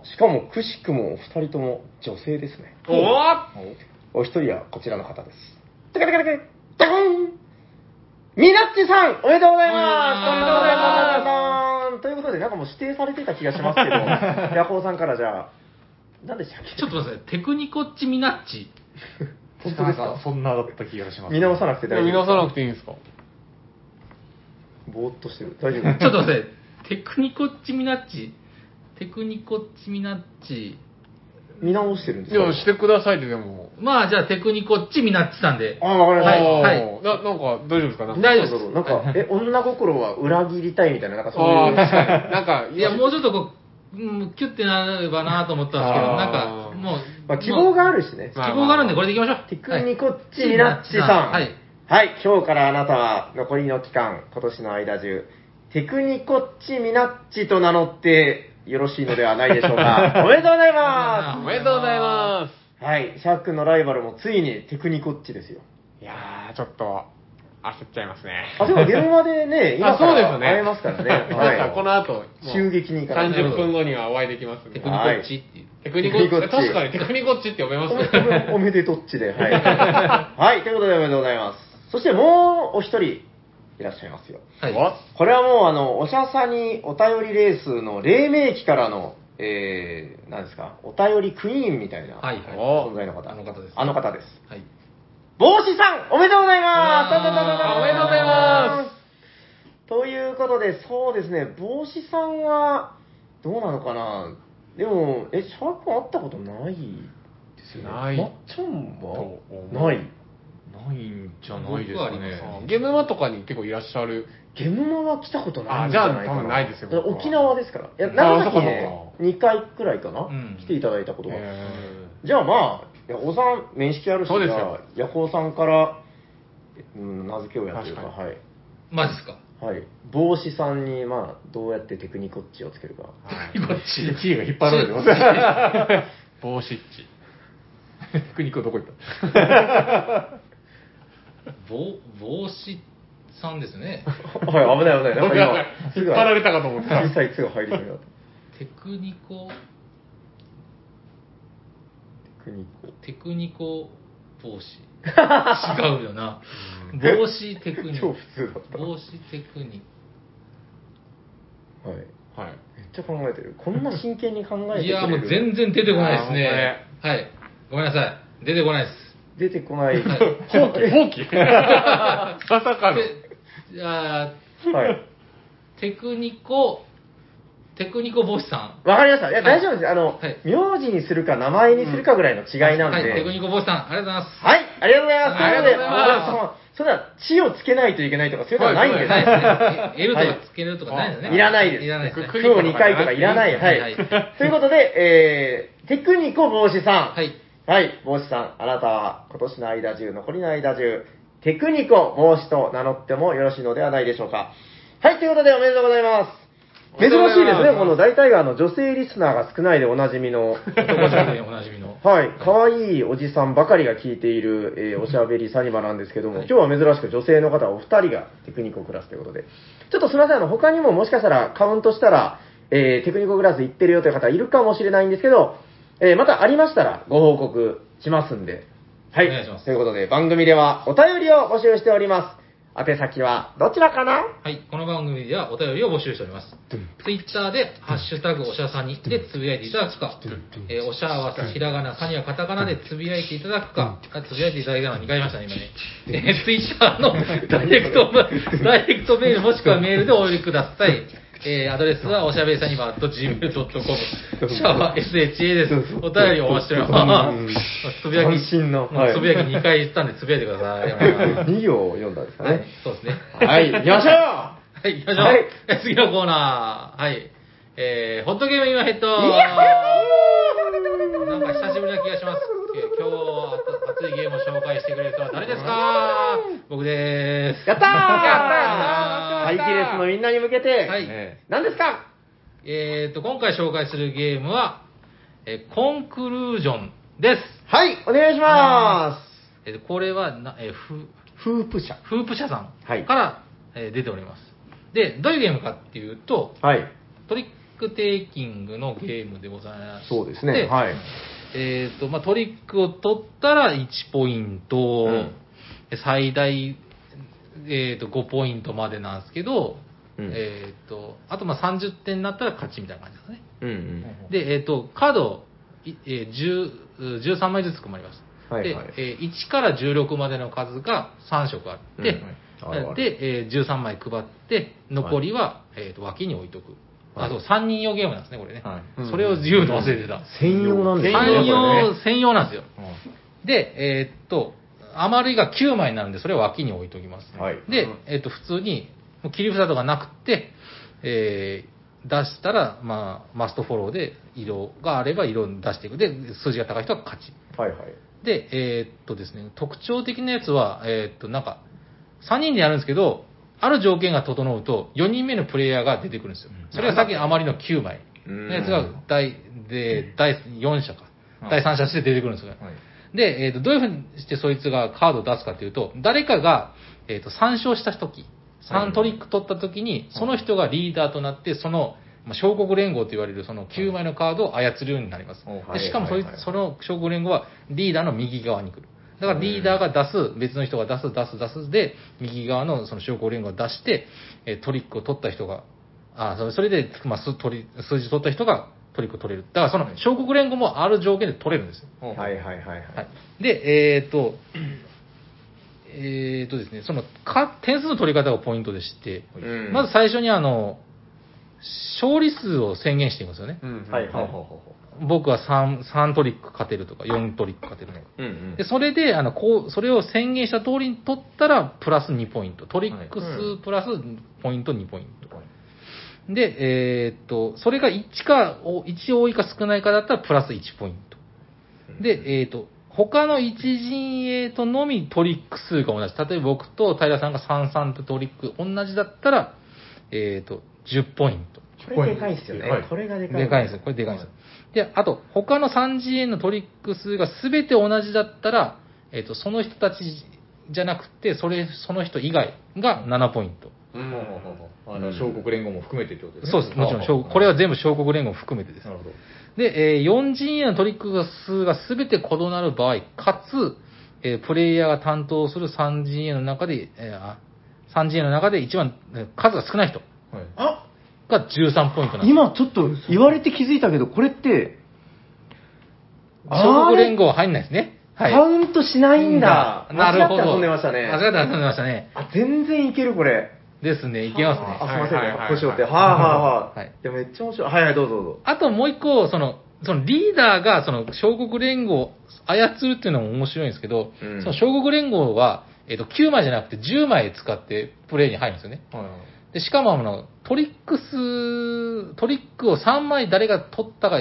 Speaker 1: しかもくしくもお二人とも女性ですね。
Speaker 3: お
Speaker 1: お一人はこちらの方です。テカテカテカ、ダコンミナッチさん、おめでとうございます。おめでとうございます。さん、ということで、なんかもう指定されてた気がしますけ ど、ヤコウさんからじゃあ、なんでしたっけ
Speaker 4: ちょっと待ってください。テクニコッチミナッチ。
Speaker 1: 本当ですか
Speaker 2: そんなだった気がします。
Speaker 1: 見直さなくて大丈夫
Speaker 6: 見直さなくていいんですか
Speaker 1: ぼーっとしてる。大丈
Speaker 4: ちょっ
Speaker 1: 夫
Speaker 4: と待って。テクニコッチミナッチ。テクニコッチミナッチ。
Speaker 1: 見直してるんです
Speaker 6: い
Speaker 1: か
Speaker 6: や、してくださいってでも。
Speaker 4: まあ、じゃあテクニコッチミナッチさんで。
Speaker 1: あ、わかりま
Speaker 4: はい
Speaker 1: した。
Speaker 4: は
Speaker 6: な
Speaker 4: い
Speaker 6: なんか、大丈夫ですかなんか
Speaker 4: 大丈夫で
Speaker 1: なんか、え、女心は裏切りたいみたいな、なんかそう
Speaker 6: ああ、確
Speaker 1: いう。
Speaker 6: かに。なんか、
Speaker 4: す。いや、もうちょっとこう、うんキュッてなればなと思ったんですけど、
Speaker 6: あー
Speaker 4: なんか、もう、
Speaker 1: まあ、希望があるしね。
Speaker 4: 希望があるんで、これでいきましょう。
Speaker 1: テク
Speaker 4: はい
Speaker 1: ニコッチミナッチさん。
Speaker 4: はい。
Speaker 1: はい、今日からあなたは残りの期間、今年の間中、テクニコッチミナッチと名乗ってよろしいのではないでしょ うか。おめでとうござい
Speaker 6: お
Speaker 1: ま。
Speaker 6: めでとうございます
Speaker 1: はい、シャーク君のライバルもついにテクニコッチですよ。
Speaker 6: す。いやー、ちょっと、焦っちゃいますね。
Speaker 1: あ、でも現場でね、今か
Speaker 6: あそ
Speaker 1: ら
Speaker 6: うですね
Speaker 1: 会えます からね。
Speaker 6: なんか、こ
Speaker 1: は
Speaker 6: の後、
Speaker 1: い。襲撃に行かないと
Speaker 6: 30分後にはお会いできますん
Speaker 4: テ
Speaker 6: で
Speaker 4: クニコッチっていう。
Speaker 6: テクニコッ
Speaker 1: テクニコッチ
Speaker 6: チ、確かにテクニコッチって呼べますね。
Speaker 1: おおめでとっち で、はい。はい、ということでおめでとうございます。そしてもうお一人いらっしゃいますよ。
Speaker 4: はい。
Speaker 1: これはもうあの、おしゃさにお便りレースの黎明期からの、えー、なんですか、お便りクイーンみたいな
Speaker 4: はいはい
Speaker 1: 存在の方。
Speaker 4: あの方です
Speaker 1: あの方です。
Speaker 4: はい。
Speaker 1: 帽子さん、おめでとうございます
Speaker 4: わ
Speaker 1: たた
Speaker 4: ー
Speaker 1: たたた
Speaker 4: おめでとうございます
Speaker 1: ということで、そうですね、帽子さんは、どうなのかなでも、え、シャーク君会ったことないですよね。
Speaker 6: ない
Speaker 1: まっちゃんは
Speaker 6: と思う
Speaker 1: ない。
Speaker 2: ないんじゃないですかね
Speaker 4: 僕はありま。
Speaker 6: ゲームマとかに結構いらっしゃる。
Speaker 1: ゲムマは来たことないんじゃな
Speaker 6: あ
Speaker 1: いかな。
Speaker 6: じゃあ多分ないですよ
Speaker 1: だから沖縄ですから。いや、
Speaker 6: あ
Speaker 1: 長崎
Speaker 6: そ
Speaker 1: ね
Speaker 6: うか、
Speaker 1: 2回くらいかな、
Speaker 2: うん
Speaker 1: 来ていただいたことが。
Speaker 6: えー
Speaker 1: じゃあまあ、ヤコウさん、面識あるし、
Speaker 6: そうです
Speaker 1: じゃあ
Speaker 6: よ
Speaker 1: ヤコウさんから、うん、名付け親というか、
Speaker 6: 確
Speaker 1: はい。
Speaker 4: マジですか。
Speaker 1: はい。帽子さんに、まあ、どうやってテクニコッチをつけるか。
Speaker 4: テクニコッチ。
Speaker 2: 1位が引っ張られてます。
Speaker 6: 帽子 っち。テクニックどこ行った
Speaker 4: 帽帽子さんですね。
Speaker 1: はい、危ない危ない。なんか今、す
Speaker 6: 引っ
Speaker 1: ぐ、
Speaker 6: 張られたかと思った。
Speaker 1: 小さいつが入りそうになった。テ
Speaker 4: テクニコ、
Speaker 1: クニ コ。
Speaker 4: テクニコ 帽子。違うよな。帽子テクニ
Speaker 1: 超
Speaker 4: コ
Speaker 1: 普。通だった。
Speaker 4: 帽子テクニ
Speaker 1: はい。
Speaker 6: はい。
Speaker 1: めっちゃ考えてる。こんな真剣に考えてくれる
Speaker 4: コ。いや、もう全然出てこないですね。はい。ごめんなさい。出てこないです。
Speaker 1: 出て こない。
Speaker 4: はい
Speaker 1: 放棄
Speaker 6: 放 棄まさかの。
Speaker 4: てじゃあ、
Speaker 1: はい。
Speaker 4: テクニコ、テクニコ帽子さん。
Speaker 1: わかりました。いや、大丈夫です。あの、
Speaker 4: はい
Speaker 1: 名字にするか名前にするかぐらいの違いなんで。
Speaker 4: はい、テクニコ帽子さん、ありがとうございます。
Speaker 1: はい、ありがとうございます。
Speaker 4: ありがとうござい
Speaker 1: とい
Speaker 4: ます
Speaker 1: うことで、そのそれは、地をつけないといけないとか、そういうのはないんです
Speaker 4: ない
Speaker 1: ね。
Speaker 4: ですね。え L とかつけるとかないですね。
Speaker 1: いらないです。
Speaker 4: いらないですね。
Speaker 1: 空を2回とかいらない。はい。
Speaker 4: はい
Speaker 1: ということで、えー、テクニコ帽子さん。
Speaker 4: はい。
Speaker 1: はい、帽子さん、あなたは今年の間中、残りの間中、テクニコ帽子と名乗ってもよろしいのではないでしょうか。はい、ということでおめでとうございます。
Speaker 6: お
Speaker 1: 珍
Speaker 6: めで
Speaker 1: し
Speaker 6: とうございます
Speaker 1: いですね、この大体があの女性リスナーが少ないでおなじみの。
Speaker 4: 男爵でおなじみの。
Speaker 1: はい、可愛いおじさんばかりが聞いている、えーおしゃべりサニバなんですけども、今日は珍しく女性の方お二人がテクニコクラスということで、ちょっとすみません、あの、他にももしかしたらカウントしたら、えーテクニコクラス行ってるよという方いるかもしれないんですけど、えーまたありましたらご報告しますんで、はい、
Speaker 4: お願いします
Speaker 1: ということで番組ではお便りを募集しております。宛先はどちらかな
Speaker 4: はい、この番組ではお便りを募集しております。ツイッターで、ハッシュタグおしゃさにでつぶやいていただくか、えーおしゃはひらがな、さにはカタカナでつぶやいていただくか、あつぶやいていただいたのは2回言いましたね、今ね。えー、ツイッターのダイレクト、ダイレクトメールもしくはメールでお寄りください。えーアドレスはおしゃべりさにば .gmail.com、シャワー SHA です。お便りお待ちしております。つぶやき、
Speaker 1: 斬新なはい
Speaker 4: つぶやき2回言ったんでつぶやいてくだ さい。
Speaker 1: ?2 行読んだんですか
Speaker 4: はい
Speaker 1: ね。、
Speaker 4: そうですね。
Speaker 1: はい、行きましょう
Speaker 4: はい、行きましょう。
Speaker 1: はい
Speaker 4: え次のコーナー。はい。えー、ホットゲーム今ヘッド。なんか久しぶりな気がします。えー今日、熱いゲームを紹介してくれる人は誰ですか僕でーす。
Speaker 1: やったー
Speaker 4: やったー
Speaker 1: ハイキレスのみんなに向けて、
Speaker 4: はい
Speaker 1: ええ何ですか
Speaker 4: えーと、今回紹介するゲームは、えーコンクルージョンです。
Speaker 1: はい、お願いしま
Speaker 4: えーこれはな、えーふ
Speaker 1: す。フープ社。
Speaker 4: フープ社さ
Speaker 1: はい
Speaker 4: んから、えー出ております。で、どういうゲームかっていうと、
Speaker 1: はい、
Speaker 4: トリックテイキングのゲームでございます。
Speaker 1: そうですね。はい。
Speaker 4: えーとまあ、トリックを取ったら1ポイント、
Speaker 1: うん
Speaker 4: 最大、えー、と5ポイントまでなんですけど、
Speaker 1: うん
Speaker 4: えーっと、あとまあ30点になったら勝ちみたいな感じですね。
Speaker 1: うんうん。
Speaker 4: で、えーっと、カード、いえー10 13枚ずつ配ります。
Speaker 1: はいはい
Speaker 4: で、えー1から16までの数が3色あって、
Speaker 1: うんはいあるある
Speaker 4: で、えー13枚配って、残りは、えーっと脇に置いとく。
Speaker 1: はい
Speaker 4: あ、そう、3人用ゲームなんですね、これね。
Speaker 1: はい
Speaker 3: うん
Speaker 4: それを自由に忘れてた。
Speaker 1: 専用なんですね
Speaker 4: 専
Speaker 1: こ
Speaker 4: 用、専用なんですよ。で、えーっと、余りが9枚になるんで、それは脇に置いときます。
Speaker 1: はい
Speaker 4: で
Speaker 3: うん、
Speaker 4: えーっと、普通に、もう切り札とかなくて、えー出したら、まあ、マストフォローで、色があれば色を出していく。で、数字が高い人は勝ち。
Speaker 1: れはいはい。
Speaker 4: で、えーっとですね、特徴的なやつは、えーっと、なんか、3人でやるんですけど、ある条件が整うと、4人目のプレイヤーが出てくるんですよ。それがさっきの余りの9枚のやつが
Speaker 1: うん
Speaker 4: 第、で、第4者か
Speaker 2: う、ん
Speaker 4: 第3者して出てくるんですよ。で、えーっと、どういうふうにしてそいつがカードを出すかというと、誰かが、えーっと、3勝したとき、3トリック取ったときに、その人がリーダーとなって、その、まあ小国連合と言われるその9枚のカードを操るようになります。
Speaker 2: お
Speaker 1: はい
Speaker 4: でしかもそ
Speaker 1: はいいはいはい
Speaker 4: その小国連合はリーダーの右側に来る。だからリーダーが出す、別の人が出す、出す、出すで、右側のその小国連合を出して、えートリックを取った人が、あそれそれで、まあ、数取り数字取った人がトリックを取れる。だからその小国連合もある条件で取れるんですよ。
Speaker 1: はいはいはいはい。
Speaker 4: はい、で、えっ、と、えっ、とですね、そのか点数の取り方がポイントでして、
Speaker 1: うん
Speaker 4: まず最初にあの、勝利数を宣言していますよね。
Speaker 3: うん
Speaker 1: はいはい。
Speaker 4: 僕は 3, 3トリック勝てるとか、4トリック勝てるとか。
Speaker 1: うんうん
Speaker 4: で、それで、あの、こう、それを宣言した通りに取ったら、プラス2ポイント。トリック数プラスポイント2ポイント。で、えーっと、それが1か、お1多いか少ないかだったら、プラス1ポイント。で、えーっと、他の1陣営とのみトリック数が同じ。例えば僕と平さんが33とトリック同じだったら、えーっと、10ポイント。
Speaker 1: これでかいっすよね
Speaker 2: はい。
Speaker 1: これがでかい。
Speaker 4: でかいんですよ。これでかいんですよ。で、あと、他の3次元のトリック数が全て同じだったら、えっ、と、その人たちじゃなくて、それ、その人以外が7ポイント。
Speaker 3: うん
Speaker 2: ほうほうほうほうあの小国連合も含めてってことですね。
Speaker 4: そうです。もちろん、
Speaker 2: はあ
Speaker 4: 小これは全部小国連合含めてです
Speaker 2: な。るほど。
Speaker 4: で、えー4陣営のトリック数が全て異なる場合、かつ、えープレイヤーが担当する3陣営の中で、えーあ3陣営の中で一番えー数が少ない人
Speaker 2: はい。
Speaker 1: あ
Speaker 4: が13ポイントなんです。
Speaker 1: 今ちょっと言われて気づいたけど、これって、
Speaker 4: 小国連合は入んないですね。はい。
Speaker 1: カウントしないんだ。
Speaker 4: なるほ
Speaker 1: 間違って
Speaker 4: ど。
Speaker 1: 遊んでましたね。
Speaker 4: 間違って遊んでましたね。
Speaker 1: あ、全然いける、これ。
Speaker 4: ですね、いけます
Speaker 1: あ、
Speaker 4: ね。
Speaker 1: すいません
Speaker 3: はい
Speaker 1: ね
Speaker 3: はいはい、
Speaker 1: 腰折って。はいはいは
Speaker 4: はいい。
Speaker 1: でもめっちゃ面白い。はいはい、どうぞどうぞ。
Speaker 4: あともう一個、その、そのリーダーが、その、小国連合を操るっていうのも面白いんですけど、
Speaker 1: うん
Speaker 4: その小国連合は、えっ、と、9枚じゃなくて10枚使ってプレイに入るんですよね。
Speaker 2: はいはい
Speaker 4: で、しかもあの、トリックス、トリックを3枚誰が取ったか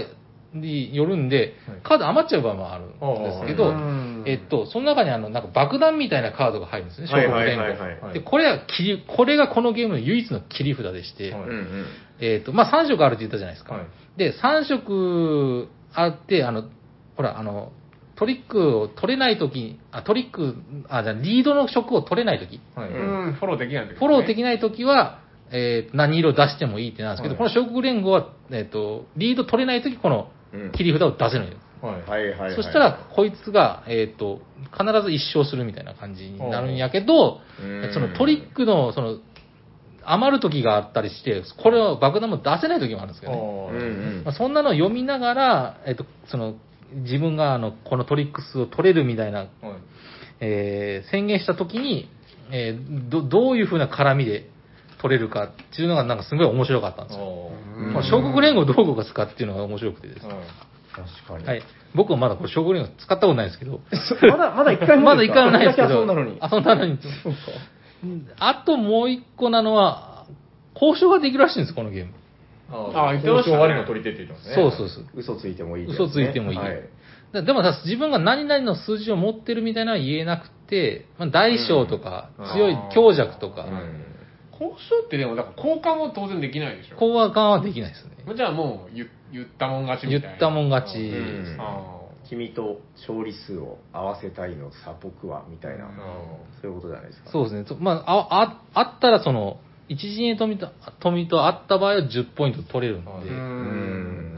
Speaker 4: によるんで
Speaker 2: はい、
Speaker 4: カード余っちゃう場合もあるんですけど、
Speaker 3: うん
Speaker 4: えっと、その中にあの、なんか爆弾みたいなカードが入るんですね、小
Speaker 1: は
Speaker 4: 国
Speaker 1: い
Speaker 4: 連合。
Speaker 1: はいはいはい
Speaker 2: はい
Speaker 4: で、これは切り、これがこのゲームの唯一の切り札でして、
Speaker 2: はい
Speaker 1: うんうん。
Speaker 4: えっ、と、まあ、3色あるって言ったじゃないですか。
Speaker 2: はい
Speaker 4: で、3色あって、あの、ほら、あの、トリックを取れないとき、あ、トリック、あ、じゃあリードの色を取れないとき、
Speaker 2: はい。
Speaker 1: う
Speaker 3: うんフォローできないんだけ
Speaker 4: フォ
Speaker 3: どね
Speaker 4: ローできないときは、えー何色出してもいいってなんですけど、
Speaker 2: はい
Speaker 4: この小国連合は、えっ、と、リード取れないとき、この
Speaker 1: うん
Speaker 4: 切り札を出せるのよ。
Speaker 2: はい。
Speaker 1: はいはいはい。
Speaker 4: そしたら、こいつが、えっ、と、必ず一勝するみたいな感じになるんやけど
Speaker 1: うん、
Speaker 4: そのトリックの、その、余る時があったりして、これを爆弾も出せない時もあるんですけどね。
Speaker 1: う
Speaker 2: あ
Speaker 1: んう
Speaker 2: ー
Speaker 1: ん
Speaker 4: まあ、そんなのを読みながら、えっと、その、自分があの、このトリックスを取れるみたいな、
Speaker 2: はい
Speaker 4: えー宣言した時に、えーど、どういう風な絡みで取れるかっていうのがなんかすごい面白かったんですよ。
Speaker 2: あ
Speaker 4: まあ小国連合どう動かすかっていうのが面白くてです
Speaker 2: ー
Speaker 4: ね。
Speaker 2: はい
Speaker 1: 確か
Speaker 4: は
Speaker 1: に。
Speaker 4: い。僕はまだこれ小国連合使ったことないですけど。
Speaker 1: まだ、まだ一回も。
Speaker 4: まだ一回もないですけど。
Speaker 1: これだけ遊んだのに。
Speaker 4: 遊んだのに。あともう一個なのは、交渉ができるらしいんです、このゲーム。
Speaker 2: あ
Speaker 3: あー
Speaker 2: あ、言
Speaker 3: 言
Speaker 2: っ
Speaker 3: っ
Speaker 2: て
Speaker 3: ましたね
Speaker 2: 終わりの取り手って言ってますね。
Speaker 4: そうそう
Speaker 2: う。
Speaker 4: そう。
Speaker 1: 嘘ついてもいいですね。
Speaker 4: 嘘ついてもいい。
Speaker 1: は
Speaker 4: だでもさ、自分が何々の数字を持ってるみたいなのは言えなくて、まあ、大小とか、
Speaker 2: うん
Speaker 4: 強い強弱とか、
Speaker 1: うん
Speaker 3: 交渉ってでもだから交換も当然できないでしょ
Speaker 4: こうは我慢はできないですね。
Speaker 3: じゃあもう言言ったもん勝ちみた
Speaker 4: 言
Speaker 3: いな
Speaker 4: ったもん勝ち。
Speaker 1: うん
Speaker 3: あ
Speaker 1: 君と勝利数を合わせたいのさ、僕は、みたいな。そういうことじゃないですか。
Speaker 4: そうですね。とまあ、あ、ああったらその、一陣営富と富と会った場合は10ポイント取れるんで、
Speaker 2: は
Speaker 3: あ
Speaker 2: いう
Speaker 1: うん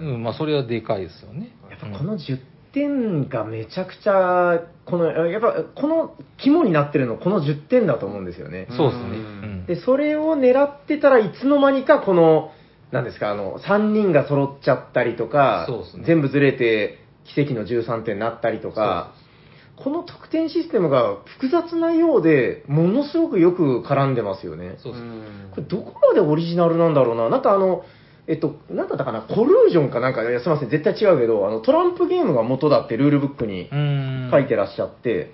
Speaker 1: ん。
Speaker 4: うん、まあそれはでかいですよね。
Speaker 1: やっぱこの10点がめちゃくちゃ、この、やっぱこの肝になってるの、この10点だと思うんですよね。
Speaker 4: そうですね。
Speaker 3: う
Speaker 4: うんん。
Speaker 1: で、それを狙ってたらいつの間にかこの、なんですか、あの、3人が揃っちゃったりとか、
Speaker 4: そうっすね
Speaker 1: 全部ずれて奇跡の13点になったりとか、この得点システムが複雑なようで、ものすごくよく絡んでますよね。
Speaker 4: そうですね。
Speaker 1: これどこまでオリジナルなんだろうな。なんかあの、えっと、なんだったかな、コルージョンかなんか、いやすみません、絶対違うけど、あの、トランプゲームが元だってルールブックに
Speaker 4: うん
Speaker 1: 書いてらっしゃって、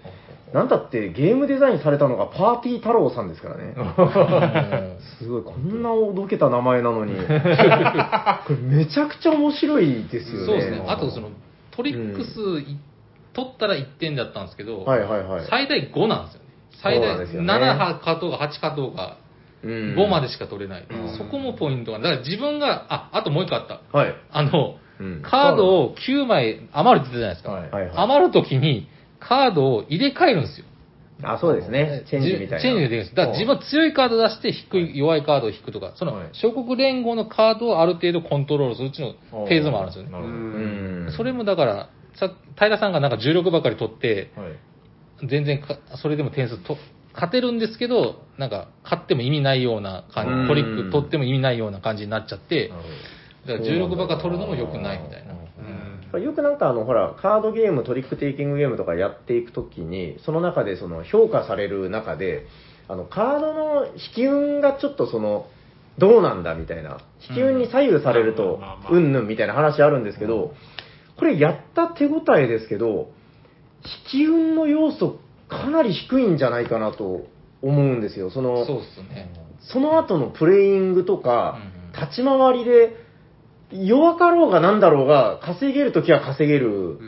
Speaker 1: なんだってゲームデザインされたのがパーティー太郎さんですからね。 すごい、こんなおどけた名前な のに。これめちゃくちゃ面白いですよね。
Speaker 4: そうですね。あと、その、トリックスい取ったら1点だったんですけど、
Speaker 1: はいはいはい。
Speaker 4: 最大5なんですよね。最
Speaker 1: そう
Speaker 4: 大
Speaker 1: なんですよね
Speaker 4: 7かとうが8かとうが
Speaker 1: うん
Speaker 4: 5までしか取れない。
Speaker 1: うん
Speaker 4: そこもポイントが。だから自分が、あ、あともう一個あった。
Speaker 1: はい。
Speaker 4: あの、
Speaker 1: うん
Speaker 4: カードを9枚余るって言ってたじゃないですか。
Speaker 1: はいはい。
Speaker 4: 余るときにカードを入れ替えるんですよ。
Speaker 1: あ、そうですね。チェンジみたいな。
Speaker 4: チェンジでできるんです。だから自分は強いカード出して引く、弱いカードを引くとか、その
Speaker 2: はい
Speaker 4: 諸国連合のカードをある程度コントロールするうちのフェーズもあるんですよ
Speaker 2: な
Speaker 4: ね。
Speaker 2: る
Speaker 1: うん。
Speaker 4: それもだから、さ平さんがなんか16ばかり取って、
Speaker 2: ほど。はい。
Speaker 4: 全然かそれでも点数と勝てるんですけど、なんか勝っても意味ないような感
Speaker 1: うん
Speaker 4: じ、トリック取っても意味ないような感じになっちゃって
Speaker 2: な、るほど。
Speaker 4: だから16ばかり取るのも良くないみたいな。
Speaker 1: よくなんかあの、ほら、カードゲーム、トリックテイキングゲームとかやっていくときに、その中でその評価される中で、あの、カードの引き運がちょっとその、どうなんだみたいな、引き運に左右されると
Speaker 3: うんまあまあま、あ
Speaker 1: うんぬんみたいな話あるんですけど、これやった手応えですけど、引き運の要素かなり低いんじゃないかなと思うんですよ。その、
Speaker 4: そうっすね。
Speaker 1: その後のプレイングとか
Speaker 4: うん、
Speaker 1: 立ち回りで、弱かろうがなんだろうが、稼げるときは稼げる。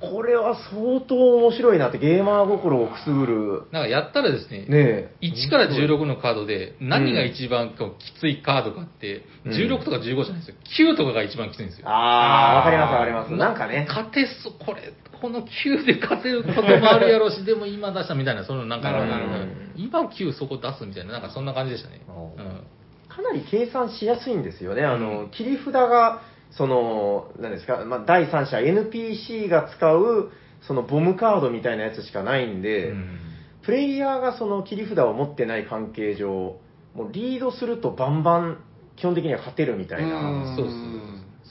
Speaker 1: これは相当面白いなって、ゲーマー心をくすぐる。
Speaker 4: なんかやったらですね、
Speaker 1: ねえ。
Speaker 4: 1から16のカードで何が一番こうきついカードかって、
Speaker 1: うん
Speaker 4: 16とか15じゃないですよ9とかが一番きついんですよ
Speaker 1: あー、
Speaker 3: ー
Speaker 1: わかりますわかります。なんかね。
Speaker 4: 勝てそうこれこの9で勝てることもあるや ろしでも今出したみたいなそのなんか
Speaker 3: なるほど
Speaker 1: なるほど
Speaker 4: 今9そこ出すみたいななんかそんな感じでしたね、
Speaker 2: なるほど
Speaker 1: かなり計算しやすいんですよね。あの、切り札が、その、何ですか、まあ、第三者、NPC が使う、そのボムカードみたいなやつしかないんで、プレイヤーがその切り札を持ってない関係上、もうリードするとバンバン基本的には勝てるみたいな、
Speaker 4: そうっす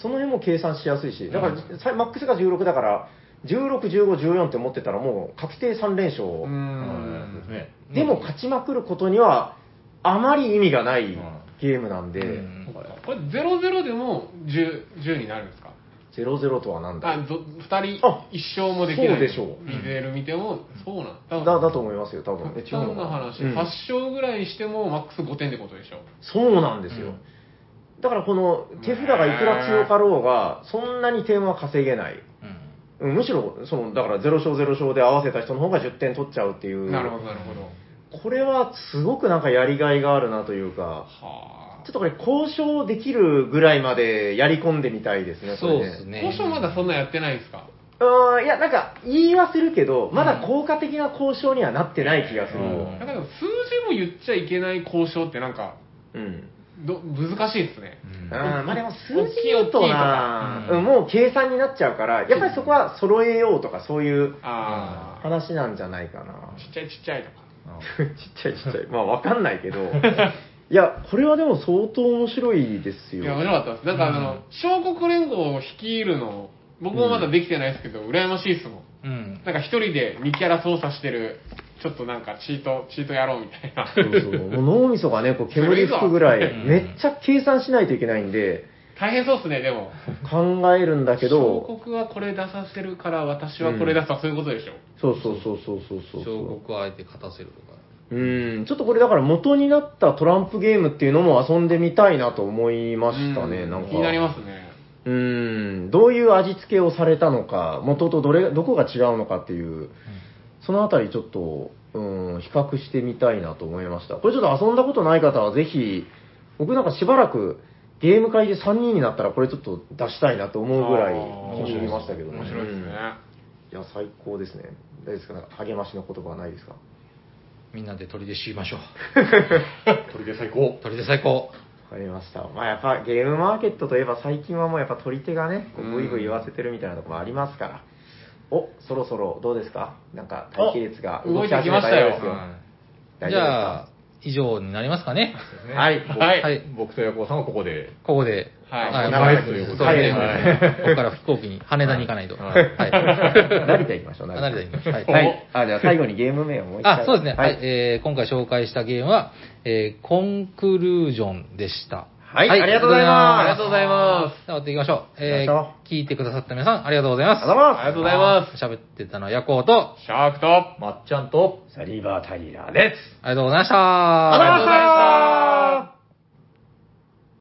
Speaker 1: その辺も計算しやすいし、だから、さマックスが16だから、16、15、14って持ってたらもう確定3連勝、
Speaker 3: うん
Speaker 2: ね。
Speaker 1: でも勝ちまくることにはあまり意味がない
Speaker 2: ん
Speaker 1: ゲームなんで、
Speaker 4: うん
Speaker 3: そっかこれゼロゼロでも十十になるんですか。
Speaker 1: 00とはなんだ
Speaker 3: あ、ど二
Speaker 1: あ
Speaker 3: 人一生もできない。
Speaker 1: そうでしょう
Speaker 3: リゼル見てもそうなんだ。
Speaker 1: だだと思いますよ、多分。え
Speaker 3: 極
Speaker 1: 違うの
Speaker 3: 端な
Speaker 1: かな
Speaker 3: 話、
Speaker 1: うん
Speaker 3: 8勝ぐらいしてもマックス5点ってことでしょ。
Speaker 1: そうなんですよ。だからこの手札がいくら強かろうが、そんなに点は稼げない。
Speaker 4: うん
Speaker 1: うんむしろ、その、だから0勝0勝で合わせた人の方が10点取っちゃうっていう。
Speaker 3: なるほど、なるほど。
Speaker 1: これはすごくなんかやりがいがあるなというか、
Speaker 3: はあ
Speaker 1: ちょっ。とこれ交渉できるぐらいまでやり込んでみたいですね、こ
Speaker 4: そ
Speaker 1: れ
Speaker 4: うです。ね
Speaker 3: 交渉まだそんなやってないんですか
Speaker 1: うーん、いや、なんか言いはするけど、まだ効果的な交渉にはなってない気がする。
Speaker 2: うん
Speaker 3: なんかでも数字も言っちゃいけない交渉ってなんか、
Speaker 1: うん。
Speaker 3: ど難しいですね。
Speaker 2: うん
Speaker 1: あーまあでも数字
Speaker 3: 大きい
Speaker 1: 言うと
Speaker 4: 大きい
Speaker 1: な
Speaker 4: と、か
Speaker 1: うんもう計算になっちゃうから、やっぱりそこは揃えようとかそういう
Speaker 3: ああ、
Speaker 1: 話なんじゃないかな。
Speaker 3: ちっちゃいちっちゃいとか。
Speaker 1: ちっちゃい ちっちゃい。まあわかんないけど。いや、これはでも相当面白いです
Speaker 3: い
Speaker 1: よ。
Speaker 3: や、面白かったです。なんかあの、小国連合を率いるの、僕もまだできてないですけど、羨ましいですもん。
Speaker 4: うん
Speaker 3: なんか一人で2キャラ操作してる、ちょっとなんかチート、チートやろうみたいな。
Speaker 1: そうそう。もう脳みそがね、こう煙吹くぐらい、めっちゃ計算しないといけないんで、
Speaker 3: 大変そうですね、でも。
Speaker 1: 考えるんだけど、
Speaker 3: 小国はこれ出させるから、私はこれ出すとかそういうことでしょ。
Speaker 1: そうそうそうそうそうそう
Speaker 4: 小国をあえて勝たせるとか
Speaker 1: うん、ちょっとこれだから元になったトランプゲームっていうのも遊んでみたいなと思いましたね、
Speaker 3: うん
Speaker 1: なんか。
Speaker 3: 気になりますね。
Speaker 1: うん、どういう味付けをされたのか、元とどれ、どこが違うのかっていう、そのあたりちょっと、うん、比較してみたいなと思いました。これちょっと遊んだことない方はぜひ、僕なんかしばらくゲーム会で3人になったらこれちょっと出したいなと思うぐらい
Speaker 3: あー
Speaker 1: 面白いましたけどね
Speaker 3: 面白いですね。
Speaker 1: うんいや、最高ですね。大丈夫ですかなんか励ましの言葉はないですか
Speaker 4: みんなで鳥で知りましょう
Speaker 2: 鳥で最高。
Speaker 4: 鳥で最高
Speaker 1: わかりました。まあやっぱゲームマーケットといえば最近はもうやっぱ取り手がね、こうブイブイ言わせてるみたいなところありますから。お、そろそろどうですかなんか待機列が
Speaker 3: お
Speaker 1: 動き始めたようですよ。
Speaker 4: じゃあ以上になりますかね。
Speaker 2: ですね
Speaker 1: はい
Speaker 2: はい。
Speaker 4: はい
Speaker 2: 僕と横尾さんはここで。
Speaker 4: ここで、
Speaker 3: はい
Speaker 2: 長い
Speaker 4: まあ
Speaker 2: という
Speaker 4: そ
Speaker 2: こ
Speaker 4: う
Speaker 2: とで
Speaker 4: ですね
Speaker 2: はい
Speaker 4: ここから飛行機に、羽田に行かないと。
Speaker 2: は
Speaker 4: はいい。
Speaker 1: 成田行きましょう、
Speaker 4: 成田に行きましょうはい
Speaker 1: はい。あ、じゃあ最後にゲーム名をもう一回。
Speaker 4: あ、そうですね。はい、
Speaker 1: はい。
Speaker 4: えー今回紹介したゲームは、えーコンクルージョンでした。
Speaker 1: はいありがとうございます
Speaker 4: ありがとうございます。では、終わっていきましょう。
Speaker 1: 行
Speaker 4: えー
Speaker 1: きま
Speaker 4: 聞いてくださった皆さん、ありがとうございます。
Speaker 1: ありがとうございます。
Speaker 3: ありがとうございます。
Speaker 4: 喋ってたのはヤコウと、
Speaker 3: シャークと、
Speaker 2: まっちゃんと、
Speaker 1: サリバー・タイラーです。
Speaker 4: ありがとうございました。
Speaker 1: ありがとうございました